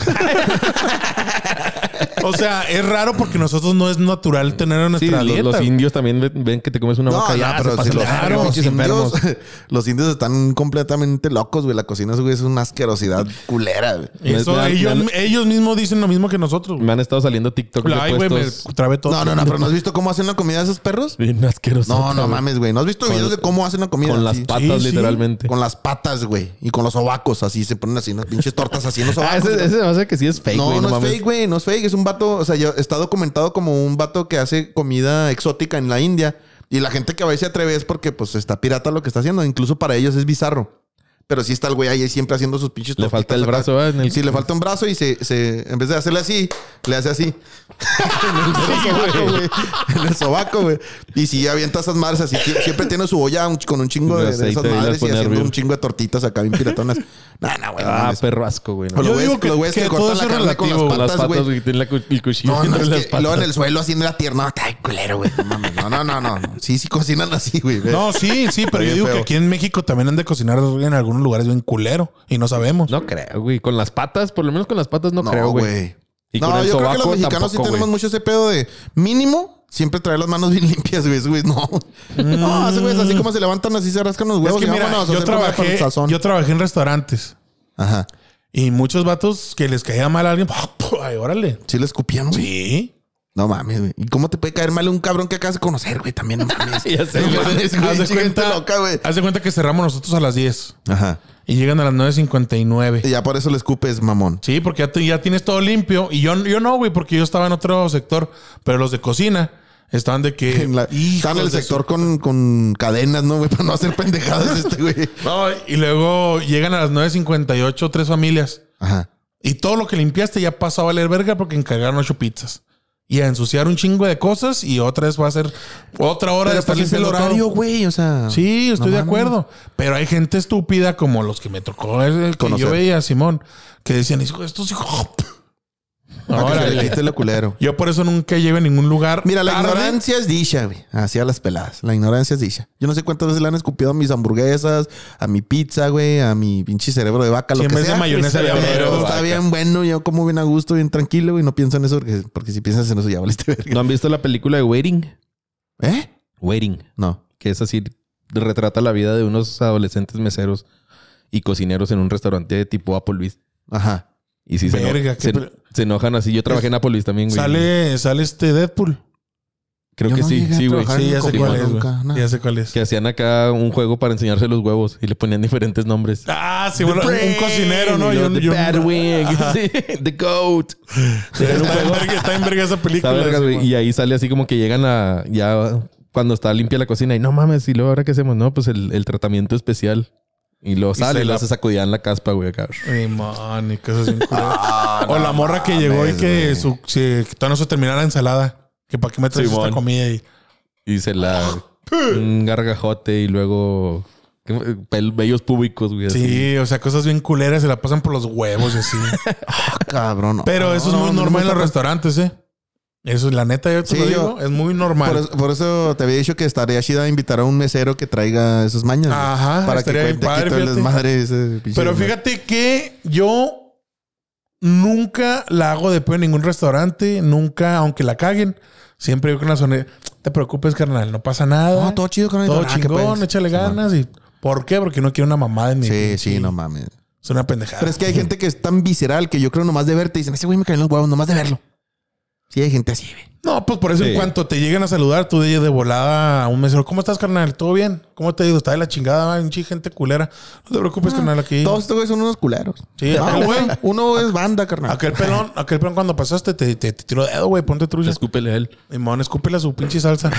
Speaker 1: O sea, es raro porque nosotros no es natural tener en
Speaker 3: Sí,
Speaker 1: nuestra
Speaker 3: los,
Speaker 1: dieta.
Speaker 3: los indios también ven, ven que te comes una
Speaker 2: No,
Speaker 3: vaca
Speaker 2: no,
Speaker 3: y ya,
Speaker 2: pero
Speaker 3: se
Speaker 2: si
Speaker 3: pasan
Speaker 2: los,
Speaker 3: de verga,
Speaker 2: los
Speaker 3: pinches
Speaker 2: indios,
Speaker 3: enfermos.
Speaker 2: los indios están completamente locos, güey. La cocina, güey, es una asquerosidad culera, güey.
Speaker 1: Eso,
Speaker 3: Me- me-
Speaker 1: ellos,
Speaker 3: me-
Speaker 1: ellos mismos dicen lo mismo que nosotros. güey.
Speaker 3: Me han estado saliendo TikTok de
Speaker 1: Ay, güey, me
Speaker 3: puestos
Speaker 1: trabé todo.
Speaker 2: No, no, no, pero ¿no has visto cómo hacen la comida de esos perros?
Speaker 3: bien asquerosos.
Speaker 2: No, no
Speaker 3: güey.
Speaker 2: mames, güey. ¿No has visto videos de cómo hacen la comida?
Speaker 3: Con las
Speaker 2: Sí.
Speaker 3: patas,
Speaker 1: sí.
Speaker 3: literalmente.
Speaker 2: Con las patas, güey. Y con los sobacos, así se ponen así, unas pinches tortas así en los
Speaker 3: Ah,
Speaker 2: sobacos.
Speaker 3: ese, ese me hace que sí es fake,
Speaker 2: no,
Speaker 3: güey.
Speaker 2: no, es
Speaker 3: mames.
Speaker 2: fake, güey. No es fake. Es un vato, o sea, ya está documentado como un vato que hace comida exótica en la India. Y la gente que va y se atreve es porque, pues, está pirata lo que está haciendo. Incluso para ellos es bizarro. Pero sí está el güey ahí siempre haciendo sus pinches
Speaker 3: Le falta
Speaker 2: tortitas
Speaker 3: el
Speaker 2: acá.
Speaker 3: brazo, ¿verdad? En el-
Speaker 2: Sí, le falta un brazo y se, se- en vez de hacerle así, le hace así. en el sobaco, güey. En el sobaco, güey. Y si avienta esas madres así, tie- siempre tiene su olla un- con un chingo
Speaker 3: El
Speaker 2: de, de
Speaker 3: aceite
Speaker 2: esas
Speaker 3: ahí las
Speaker 2: madres y
Speaker 3: pone a
Speaker 2: haciendo
Speaker 3: hervir.
Speaker 2: un chingo de tortitas acá bien piratonas. No, no, güey. no
Speaker 3: Ah,
Speaker 2: mames.
Speaker 3: perro asco, güey. ¿no?
Speaker 2: O
Speaker 1: Yo
Speaker 2: los güeyes
Speaker 1: digo que-
Speaker 2: los güeyes
Speaker 1: que
Speaker 2: que
Speaker 1: todo
Speaker 2: cortan
Speaker 1: eso
Speaker 2: la
Speaker 1: es
Speaker 2: carne con
Speaker 1: relativo,
Speaker 2: las
Speaker 3: Las
Speaker 2: patas, güey.
Speaker 3: patas, güey. Tiene la cu- el cuchillo
Speaker 2: No, no,
Speaker 3: entre
Speaker 2: es
Speaker 3: las
Speaker 2: que, y luego en el
Speaker 3: patas.
Speaker 2: suelo así en la tierna. No, ay, culero, güey. No, mames. no, no, no, no. no. Sí, sí cocinan así, güey.
Speaker 1: No, sí, sí, pero yo
Speaker 2: Bien
Speaker 1: digo que
Speaker 2: feo.
Speaker 1: aquí en México también han de cocinar en algunos lugares bien culero y no sabemos.
Speaker 3: No creo, güey. Con las patas, por lo menos con las patas no,
Speaker 2: No,
Speaker 3: creo, güey.
Speaker 2: güey.
Speaker 3: Y
Speaker 2: No,
Speaker 3: con el
Speaker 2: yo creo que
Speaker 3: sobaco
Speaker 2: los mexicanos sí
Speaker 3: tampoco,
Speaker 2: tenemos
Speaker 3: güey.
Speaker 2: mucho ese pedo de mínimo siempre traer las manos bien limpias, güey. Esos güeyes, No. No, esos güeyes
Speaker 3: Mm.
Speaker 2: así como se levantan, así se rascan los
Speaker 1: es
Speaker 2: huevos.
Speaker 1: que
Speaker 2: y
Speaker 1: mira,
Speaker 2: vámonos a
Speaker 1: yo
Speaker 2: hacer comida para
Speaker 1: trabajé,
Speaker 2: el sazón.
Speaker 1: yo trabajé en restaurantes
Speaker 2: Ajá.
Speaker 1: y muchos vatos que les caía mal a alguien, ay, órale.
Speaker 2: Sí le escupían, güey.
Speaker 1: Sí.
Speaker 2: No mames, güey. ¿Y cómo te puede caer mal un cabrón que acabas de conocer, güey? También no mames.
Speaker 3: Ya sé,
Speaker 2: No
Speaker 3: güey.
Speaker 2: mames, güey.
Speaker 1: Haz de
Speaker 2: Gente
Speaker 1: cuenta,
Speaker 2: loca, güey.
Speaker 1: haz de cuenta que cerramos nosotros a las 10
Speaker 2: Ajá.
Speaker 1: y llegan a las 9.59.
Speaker 2: Y ya por eso le escupes, mamón.
Speaker 1: Sí, porque ya, te- ya tienes todo limpio. Y yo, yo no, güey, porque yo estaba en otro sector, pero los de cocina estaban de que.
Speaker 2: En la- Están
Speaker 1: hijos
Speaker 2: en el
Speaker 1: de su-
Speaker 2: sector con, con cadenas, ¿no, güey? Para no hacer pendejadas este, güey.
Speaker 1: No, y luego llegan a las 9.58 tres familias.
Speaker 2: Ajá.
Speaker 1: Y todo lo que limpiaste ya pasó a valer verga porque encargaron ocho pizzas. Y a ensuciar un chingo de cosas y otra vez va a ser otra hora
Speaker 2: Pero
Speaker 1: de
Speaker 2: estás
Speaker 1: estar
Speaker 2: en el
Speaker 1: limpiando
Speaker 2: horario,
Speaker 1: todo.
Speaker 2: güey. O sea.
Speaker 1: Sí, estoy
Speaker 2: Ah, No
Speaker 1: de
Speaker 2: mames.
Speaker 1: acuerdo. Pero hay gente estúpida como los que me tocó, el que
Speaker 2: Conocer.
Speaker 1: yo veía, Simón, que decían, hijo, estos hijos...
Speaker 2: Para que se le
Speaker 1: Órale.
Speaker 2: quite lo culero.
Speaker 1: Yo por eso nunca llego a ningún lugar.
Speaker 2: Mira, la
Speaker 1: tarde.
Speaker 2: ignorancia es dicha, güey. Así a las peladas. La ignorancia es dicha. Yo no sé cuántas veces le han escupido a mis hamburguesas, a mi pizza, güey, a mi pinche cerebro de vaca, lo
Speaker 1: Si en
Speaker 2: que
Speaker 1: vez de
Speaker 2: sea.
Speaker 1: mayonesa
Speaker 2: Pero
Speaker 1: le habría
Speaker 2: está
Speaker 1: dado
Speaker 3: vaca.
Speaker 2: bien bueno, yo como bien a gusto, bien tranquilo, güey. No pienso en eso porque, porque si piensas en eso ya valiste verga.
Speaker 3: ¿No han visto la película de Waiting?
Speaker 2: ¿Eh?
Speaker 3: Waiting.
Speaker 2: No.
Speaker 3: Que es así, retrata la vida de unos adolescentes meseros y cocineros en un restaurante de tipo Applebee's.
Speaker 2: Ajá.
Speaker 3: Y sí, se, eno-
Speaker 1: Verga, qué
Speaker 3: se,
Speaker 1: pre-
Speaker 3: se enojan así. Yo trabajé en Applebee's también, güey.
Speaker 1: Sale, sale este Deadpool.
Speaker 3: Creo
Speaker 2: Yo
Speaker 3: que
Speaker 2: no
Speaker 3: sí,
Speaker 2: llegué a
Speaker 3: sí, güey.
Speaker 2: trabajar
Speaker 1: Sí,
Speaker 2: en
Speaker 1: ya sé
Speaker 2: Copa
Speaker 1: cuál es.
Speaker 2: nunca,
Speaker 1: güey.
Speaker 2: nada.
Speaker 1: Ya sé cuál es.
Speaker 3: Que hacían acá un juego para enseñarse los huevos y le ponían diferentes nombres.
Speaker 1: Ah, sí, bueno, un, un cocinero, ¿no?
Speaker 3: Y
Speaker 1: Y
Speaker 3: los
Speaker 1: un-
Speaker 3: The
Speaker 1: y un-
Speaker 3: Bad Wing.
Speaker 1: Ajá.
Speaker 3: Sí, The Goat.
Speaker 1: Sí, está, en verga, está en verga esa
Speaker 3: Está
Speaker 1: película.
Speaker 3: vergas, güey.
Speaker 1: Simón.
Speaker 3: Y ahí sale así como que llegan a. Ya cuando está limpia la cocina. Y no mames, y luego ahora qué hacemos, no, pues el, el tratamiento especial. Y lo sale,
Speaker 1: se
Speaker 3: y lo
Speaker 1: la-
Speaker 3: hace sacudían la caspa, güey, acá.
Speaker 1: Simón, y cosas bien culeras.
Speaker 2: Ah,
Speaker 1: o
Speaker 2: no
Speaker 1: la morra que llegó y
Speaker 2: mames,
Speaker 1: que
Speaker 2: güey.
Speaker 1: su, si- que todavía no se terminara la ensalada. Que para qué me traes
Speaker 3: Simón.
Speaker 1: esta comida y
Speaker 3: Y se
Speaker 1: Ah,
Speaker 3: la. un gargajote y luego. ¿qué fue? Pel- Vellos públicos, güey.
Speaker 1: Sí,
Speaker 3: así.
Speaker 1: o sea, cosas bien culeras se la pasan por los huevos y así.
Speaker 2: Cabrón. no.
Speaker 1: Pero eso
Speaker 2: No,
Speaker 1: es muy
Speaker 2: no, no me
Speaker 1: normal en los
Speaker 2: gusta
Speaker 1: restaurantes, ¿eh? Eso es la neta, yo te
Speaker 2: Sí,
Speaker 1: lo
Speaker 2: yo-
Speaker 1: digo, es muy normal.
Speaker 2: Por eso, por eso te había dicho que estaría chida invitar a un mesero que traiga esas mañas. güey.
Speaker 1: Ajá,
Speaker 2: Para que
Speaker 1: Ah, estaría bien
Speaker 2: cuente aquí
Speaker 1: padre,
Speaker 2: todo el
Speaker 1: fíjate.
Speaker 2: desmadre. ese pinche
Speaker 1: Pero
Speaker 2: desmadre.
Speaker 1: fíjate que yo nunca la hago de pedo en ningún restaurante, nunca, aunque la caguen, siempre yo con la sonrisa, te preocupes, carnal, no pasa nada.
Speaker 2: No, todo chido, carnal.
Speaker 1: Todo
Speaker 2: Ah, qué
Speaker 1: chingón,
Speaker 2: padre.
Speaker 1: échale
Speaker 2: Sí,
Speaker 1: ganas y ¿por qué? Porque no quiero una mamada en mi
Speaker 2: Sí, sí, no mames.
Speaker 1: Es una pendejada.
Speaker 2: Pero es que hay gente que es tan visceral que yo creo nomás de verte dicen, ese güey me caen los huevos, nomás de verlo. Sí, hay gente así, güey.
Speaker 1: No, pues por eso en
Speaker 3: Sí.
Speaker 1: cuanto te lleguen a saludar, tú de, de volada a un mesero, ¿cómo estás, carnal? ¿Todo bien? ¿Cómo te digo? Está de la chingada, man, chi, gente culera. No te preocupes, carnal, aquí.
Speaker 2: Todos estos güeyes son unos culeros.
Speaker 1: Sí,
Speaker 2: No,
Speaker 1: aquel güey.
Speaker 2: Uno es banda, carnal.
Speaker 1: Aquel pelón, aquel pelón cuando pasaste te, te, te tiró dedo, güey, ponte trucha.
Speaker 3: Escúpele a él.
Speaker 1: Y mon, escúpele a su pinche salsa.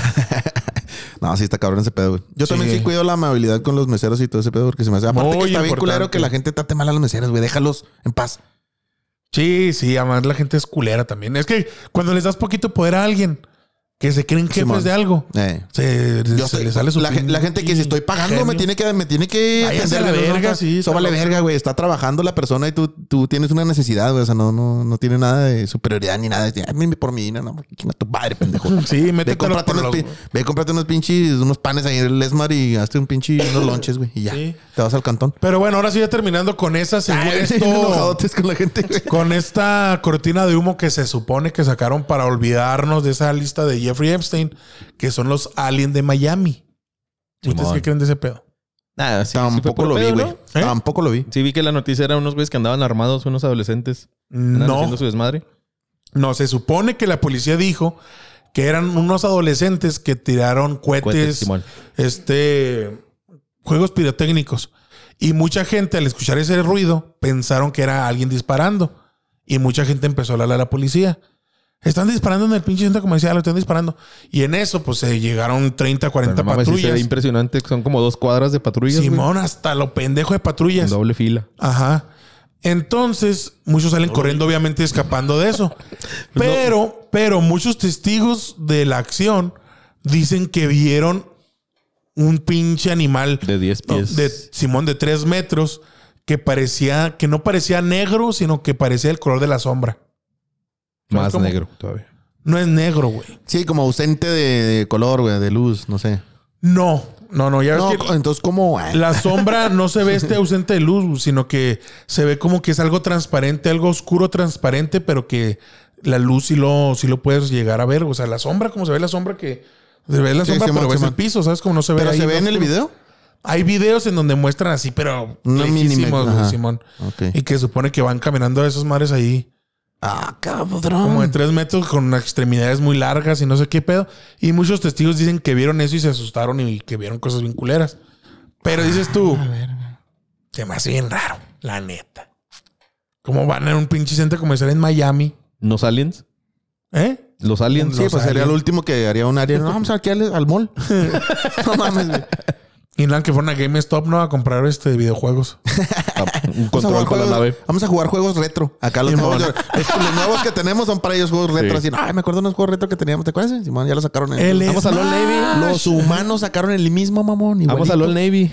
Speaker 2: No, sí, está cabrón ese pedo, güey. Yo también sí cuido la amabilidad con los meseros y todo ese pedo, porque se me hace. Aparte
Speaker 1: Muy
Speaker 2: que está bien
Speaker 1: importante.
Speaker 2: culero que la gente trate mal a los meseros, güey. Déjalos en paz.
Speaker 1: Sí, sí, además la gente es culera también. Es que cuando les das poquito poder a alguien que se creen jefes
Speaker 2: Simón.
Speaker 1: de algo,
Speaker 2: Eh.
Speaker 1: se,
Speaker 2: Yo
Speaker 1: se
Speaker 2: sé,
Speaker 1: le sale su
Speaker 2: la, gen- la gente que dice, estoy pagando, me tiene que, me tiene que
Speaker 1: Váyase a la
Speaker 2: atender, no, no,
Speaker 1: verga,
Speaker 2: no,
Speaker 1: sí,
Speaker 2: Eso
Speaker 1: está
Speaker 2: vale
Speaker 1: loco.
Speaker 2: verga, güey. Está trabajando la persona y tú, tú tienes una necesidad, güey. O sea, no, no, no tiene nada de superioridad ni nada. Ay, mime por mi no, no, chinga tu padre, pendejo.
Speaker 1: Sí,
Speaker 2: Ve,
Speaker 1: métetelo
Speaker 2: cómprate
Speaker 1: por
Speaker 2: unos,
Speaker 1: los...
Speaker 2: pi- ve, cómprate unos pinches, unos panes ahí en el Esmar y hazte un pinche unos lonches, güey. Y ya.
Speaker 1: Sí.
Speaker 2: Te vas al cantón.
Speaker 1: Pero bueno, ahora sí ya terminando con esa, según
Speaker 2: Ay,
Speaker 1: esto...
Speaker 2: bien enojadotes con la gente, güey.
Speaker 1: Con esta cortina de humo que se supone que sacaron para olvidarnos de esa lista de Jeffrey Epstein, que son los aliens de Miami. ¿Ustedes
Speaker 3: Simón.
Speaker 1: qué creen de ese pedo?
Speaker 3: Nada, Ah, sí, sí fue
Speaker 2: Tampoco
Speaker 3: puro
Speaker 2: lo vi,
Speaker 3: pedo,
Speaker 2: güey.
Speaker 3: ¿no?
Speaker 1: ¿Eh?
Speaker 2: Tampoco lo vi.
Speaker 3: Sí, vi que la noticia era unos güeyes que andaban armados, unos adolescentes. andaban
Speaker 1: No,
Speaker 3: haciendo su desmadre.
Speaker 2: Este
Speaker 1: no, se supone que la policía dijo que eran unos adolescentes que tiraron
Speaker 3: Cuentes,
Speaker 1: cohetes,
Speaker 3: Simón.
Speaker 1: este, juegos pirotécnicos. Y mucha gente al escuchar ese ruido pensaron que era alguien disparando. Y mucha gente empezó a hablar a la policía. Están disparando en el pinche centro comercial, lo están disparando. Y en eso, pues se llegaron 30, 40
Speaker 3: Pero no mames, sí se ve
Speaker 1: patrullas.
Speaker 3: impresionante. Son como dos cuadras de patrullas. güey.
Speaker 1: Simón, hasta lo pendejo de
Speaker 3: En
Speaker 1: patrullas.
Speaker 3: doble fila.
Speaker 1: Ajá. Entonces, muchos salen corriendo, obviamente, escapando de eso. Pero, pero muchos testigos de la acción dicen que vieron un pinche animal
Speaker 3: De 10
Speaker 1: no,
Speaker 3: pies.
Speaker 1: de Simón de 3 metros que parecía, que no parecía negro, sino que parecía el color de la sombra.
Speaker 3: Más
Speaker 1: ¿Cómo?
Speaker 3: negro todavía.
Speaker 1: No es negro, güey.
Speaker 2: Sí, como ausente de, de color, güey, de luz, no sé.
Speaker 1: No, no, no. Ya ves
Speaker 2: No,
Speaker 1: que-
Speaker 2: entonces, ¿cómo? Ah,
Speaker 1: La sombra no se ve este ausente de luz, sino que se ve como que es algo transparente, algo oscuro transparente, pero que la luz sí lo, sí lo puedes llegar a ver. O sea, la sombra, como se ve la sombra que. Se ve la
Speaker 2: Sí,
Speaker 1: sombra,
Speaker 2: Simón,
Speaker 1: pero ves
Speaker 2: Simón.
Speaker 1: el piso, ¿sabes? Como no se ve
Speaker 2: ¿Pero
Speaker 1: ahí
Speaker 2: se ve en el
Speaker 1: oscuro.
Speaker 2: video?
Speaker 1: Hay videos en donde muestran así, pero
Speaker 2: Una mínima,
Speaker 1: lejísimos, güey,
Speaker 2: ajá.
Speaker 1: Simón.
Speaker 2: Ok.
Speaker 1: Y que supone que van caminando a esos mares ahí,
Speaker 2: Ah,
Speaker 1: como de
Speaker 2: cabrón.
Speaker 1: tres metros, con extremidades muy largas y no sé qué pedo. Y muchos testigos dicen que vieron eso y se asustaron y que vieron cosas bien culeras. Pero dices tú, se me hace bien raro, la neta. ¿Cómo van a un pinche centro comercial en Miami?
Speaker 3: ¿Los aliens?
Speaker 1: ¿Eh?
Speaker 3: ¿Los aliens?
Speaker 2: Sí, pues sería
Speaker 1: aliens.
Speaker 2: el último que haría un área. No, vamos aquí al, al mall. no mames, güey.
Speaker 1: Y nada, que fueron a GameStop, ¿no? A comprar este videojuegos.
Speaker 3: Ah,
Speaker 2: Vamos
Speaker 3: Un
Speaker 2: a
Speaker 3: control
Speaker 2: jugar
Speaker 3: con la
Speaker 2: juegos-
Speaker 3: nave.
Speaker 2: Vamos a jugar juegos retro. Acá los nuevos. Estos, los nuevos que tenemos son para ellos juegos retro.
Speaker 3: Sí.
Speaker 2: Así, ay, me acuerdo de unos juegos retro que teníamos. ¿Te acuerdas? Simón, ya los sacaron. En,
Speaker 1: El
Speaker 2: vamos a LOL
Speaker 1: Smash.
Speaker 2: Navy. Los humanos sacaron el mismo, mamón.
Speaker 3: Vamos al Old Navy.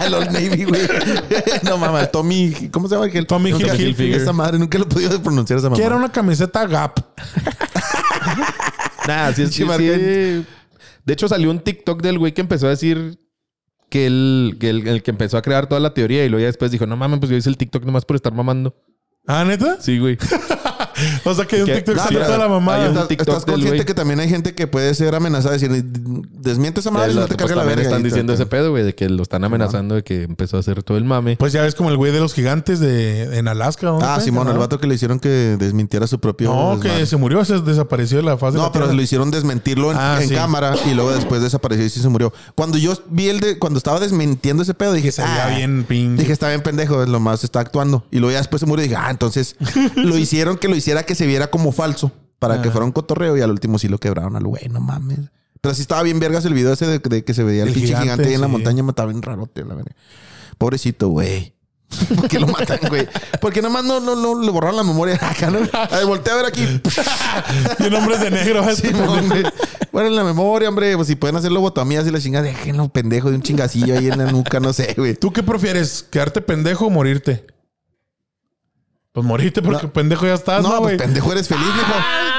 Speaker 2: al LOL Navy, güey. no mames, Tommy. ¿Cómo se llama aquel?
Speaker 1: Tommy
Speaker 2: Nunca-
Speaker 1: Hilfiger.
Speaker 2: Esa madre, nunca lo he podido pronunciar esa mamá.
Speaker 1: Quiero una camiseta Gap.
Speaker 3: Nah, sí, es
Speaker 2: Pinche
Speaker 3: sí,
Speaker 2: marca.
Speaker 3: sí. De hecho, salió un TikTok del güey que empezó a decir que él, que él- el que empezó a crear toda la teoría y luego ya después dijo, no mames, pues yo hice el TikTok nomás por estar mamando.
Speaker 1: ¿Ah, neta?
Speaker 3: Sí, güey.
Speaker 1: O sea, que hay un
Speaker 3: Que-
Speaker 1: TikTok
Speaker 3: No,
Speaker 1: salió
Speaker 3: pero-
Speaker 1: toda la
Speaker 3: hay un
Speaker 1: mamada.
Speaker 2: ¿Estás,
Speaker 3: TikTok
Speaker 2: estás
Speaker 3: del
Speaker 2: consciente
Speaker 3: güey.
Speaker 2: que también hay gente que puede ser amenazada y decir, desmiente esa madre y
Speaker 3: Ya,
Speaker 2: no te
Speaker 3: pues,
Speaker 2: carga la
Speaker 3: también
Speaker 2: verga.
Speaker 3: están
Speaker 2: Y te-
Speaker 3: diciendo
Speaker 2: te-
Speaker 3: ese pedo, güey, de que lo están amenazando, de que empezó a hacer todo el mame.
Speaker 1: Pues ya ves como el güey de los gigantes de, en Alaska. ¿dónde
Speaker 2: Ah,
Speaker 1: fue?
Speaker 2: Simón,
Speaker 1: ¿No?
Speaker 2: el vato que le hicieron que desmintiera su propio.
Speaker 1: No, que
Speaker 2: desmadre.
Speaker 1: se murió, se desapareció de la faz de
Speaker 2: No,
Speaker 1: la
Speaker 2: pero
Speaker 1: Tierra.
Speaker 2: lo hicieron desmentirlo en,
Speaker 1: Ah,
Speaker 2: en
Speaker 1: sí.
Speaker 2: cámara y luego después desapareció y sí se murió. Cuando yo vi el de, cuando estaba desmintiendo ese pedo, dije,
Speaker 1: Se veía
Speaker 2: "Ah".
Speaker 1: bien pinche.
Speaker 2: Dije, está bien pendejo, es lo más está actuando. Y luego ya después se murió y dije, ah, entonces lo hicieron que lo hiciera que se viera como falso para que fuera un cotorreo y al último sí lo quebraron al güey, no mames. Pero sí estaba bien vergas el video ese de, de que se veía el,
Speaker 1: El
Speaker 2: pinche gigante,
Speaker 1: gigante,
Speaker 2: ahí en la
Speaker 1: sí.
Speaker 2: montaña, mataba bien rarote, la verga. Pobrecito, güey. ¿Por qué lo matan, güey? Porque nomás no, no, no le borraron la memoria. Acá, ¿no? A ver, voltea a ver aquí.
Speaker 1: Tiene hombres de negro. este
Speaker 2: Simón, güey. Bueno, en la memoria, hombre, pues si pueden hacer lobotomías y la chingada, déjenlo pendejo de un chingacillo ahí en la nuca, no sé, güey.
Speaker 1: ¿Tú qué prefieres? ¿Quedarte pendejo o morirte? Pues morirte porque pendejo ya estás,
Speaker 2: No,
Speaker 1: ¿no,
Speaker 2: pues
Speaker 1: güey? Ah,
Speaker 2: pendejo eres feliz, viejo.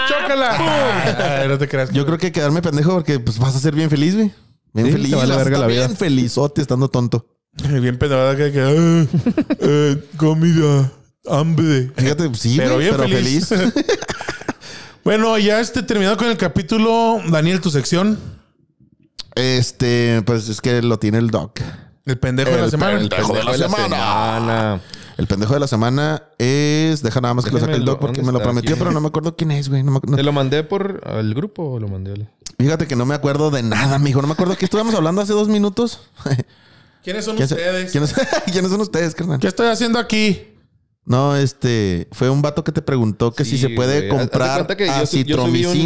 Speaker 1: ¡Chócala! Ay, no te creas.
Speaker 2: Yo creo que quedarme pendejo porque pues vas a ser bien feliz, güey. Bien
Speaker 3: Sí,
Speaker 2: feliz,
Speaker 3: te vale
Speaker 2: vas a
Speaker 3: verga
Speaker 2: estar
Speaker 3: la vida.
Speaker 2: bien felizote estando tonto.
Speaker 1: que... Bien pendejada que... que eh, eh, comida, hambre.
Speaker 2: Fíjate, pues, sí,
Speaker 1: Pero
Speaker 2: güey,
Speaker 1: bien
Speaker 2: pero
Speaker 1: feliz.
Speaker 2: feliz.
Speaker 1: Bueno, ya este terminado con el capítulo. Daniel, tu sección.
Speaker 2: Este, pues es que lo tiene el doc.
Speaker 1: El pendejo de la semana.
Speaker 2: pendejo de la semana.
Speaker 3: semana.
Speaker 2: El pendejo de la semana es. Deja nada más que lo
Speaker 3: Déjame
Speaker 2: saque el
Speaker 3: el
Speaker 2: doc
Speaker 3: doc,
Speaker 2: porque me
Speaker 3: ¿dónde
Speaker 2: lo
Speaker 3: está?
Speaker 2: prometió,
Speaker 3: Aquí.
Speaker 2: pero no me acuerdo quién es, güey. No me- no-
Speaker 3: ¿Te lo mandé por el grupo o lo mandé al-
Speaker 2: Fíjate que no me acuerdo de nada, mijo. No me acuerdo que estuvimos hablando hace dos minutos.
Speaker 1: ¿Quiénes son
Speaker 2: ¿Quién se-
Speaker 1: ustedes?
Speaker 2: ¿Quiénes, ¿Quiénes son ustedes, carnal?
Speaker 1: ¿Qué estoy haciendo aquí?
Speaker 2: No, este fue un vato que te preguntó que
Speaker 3: Sí,
Speaker 2: si se puede
Speaker 3: güey. Haz- haz de
Speaker 2: comprar
Speaker 3: cuenta que yo su- yo subí un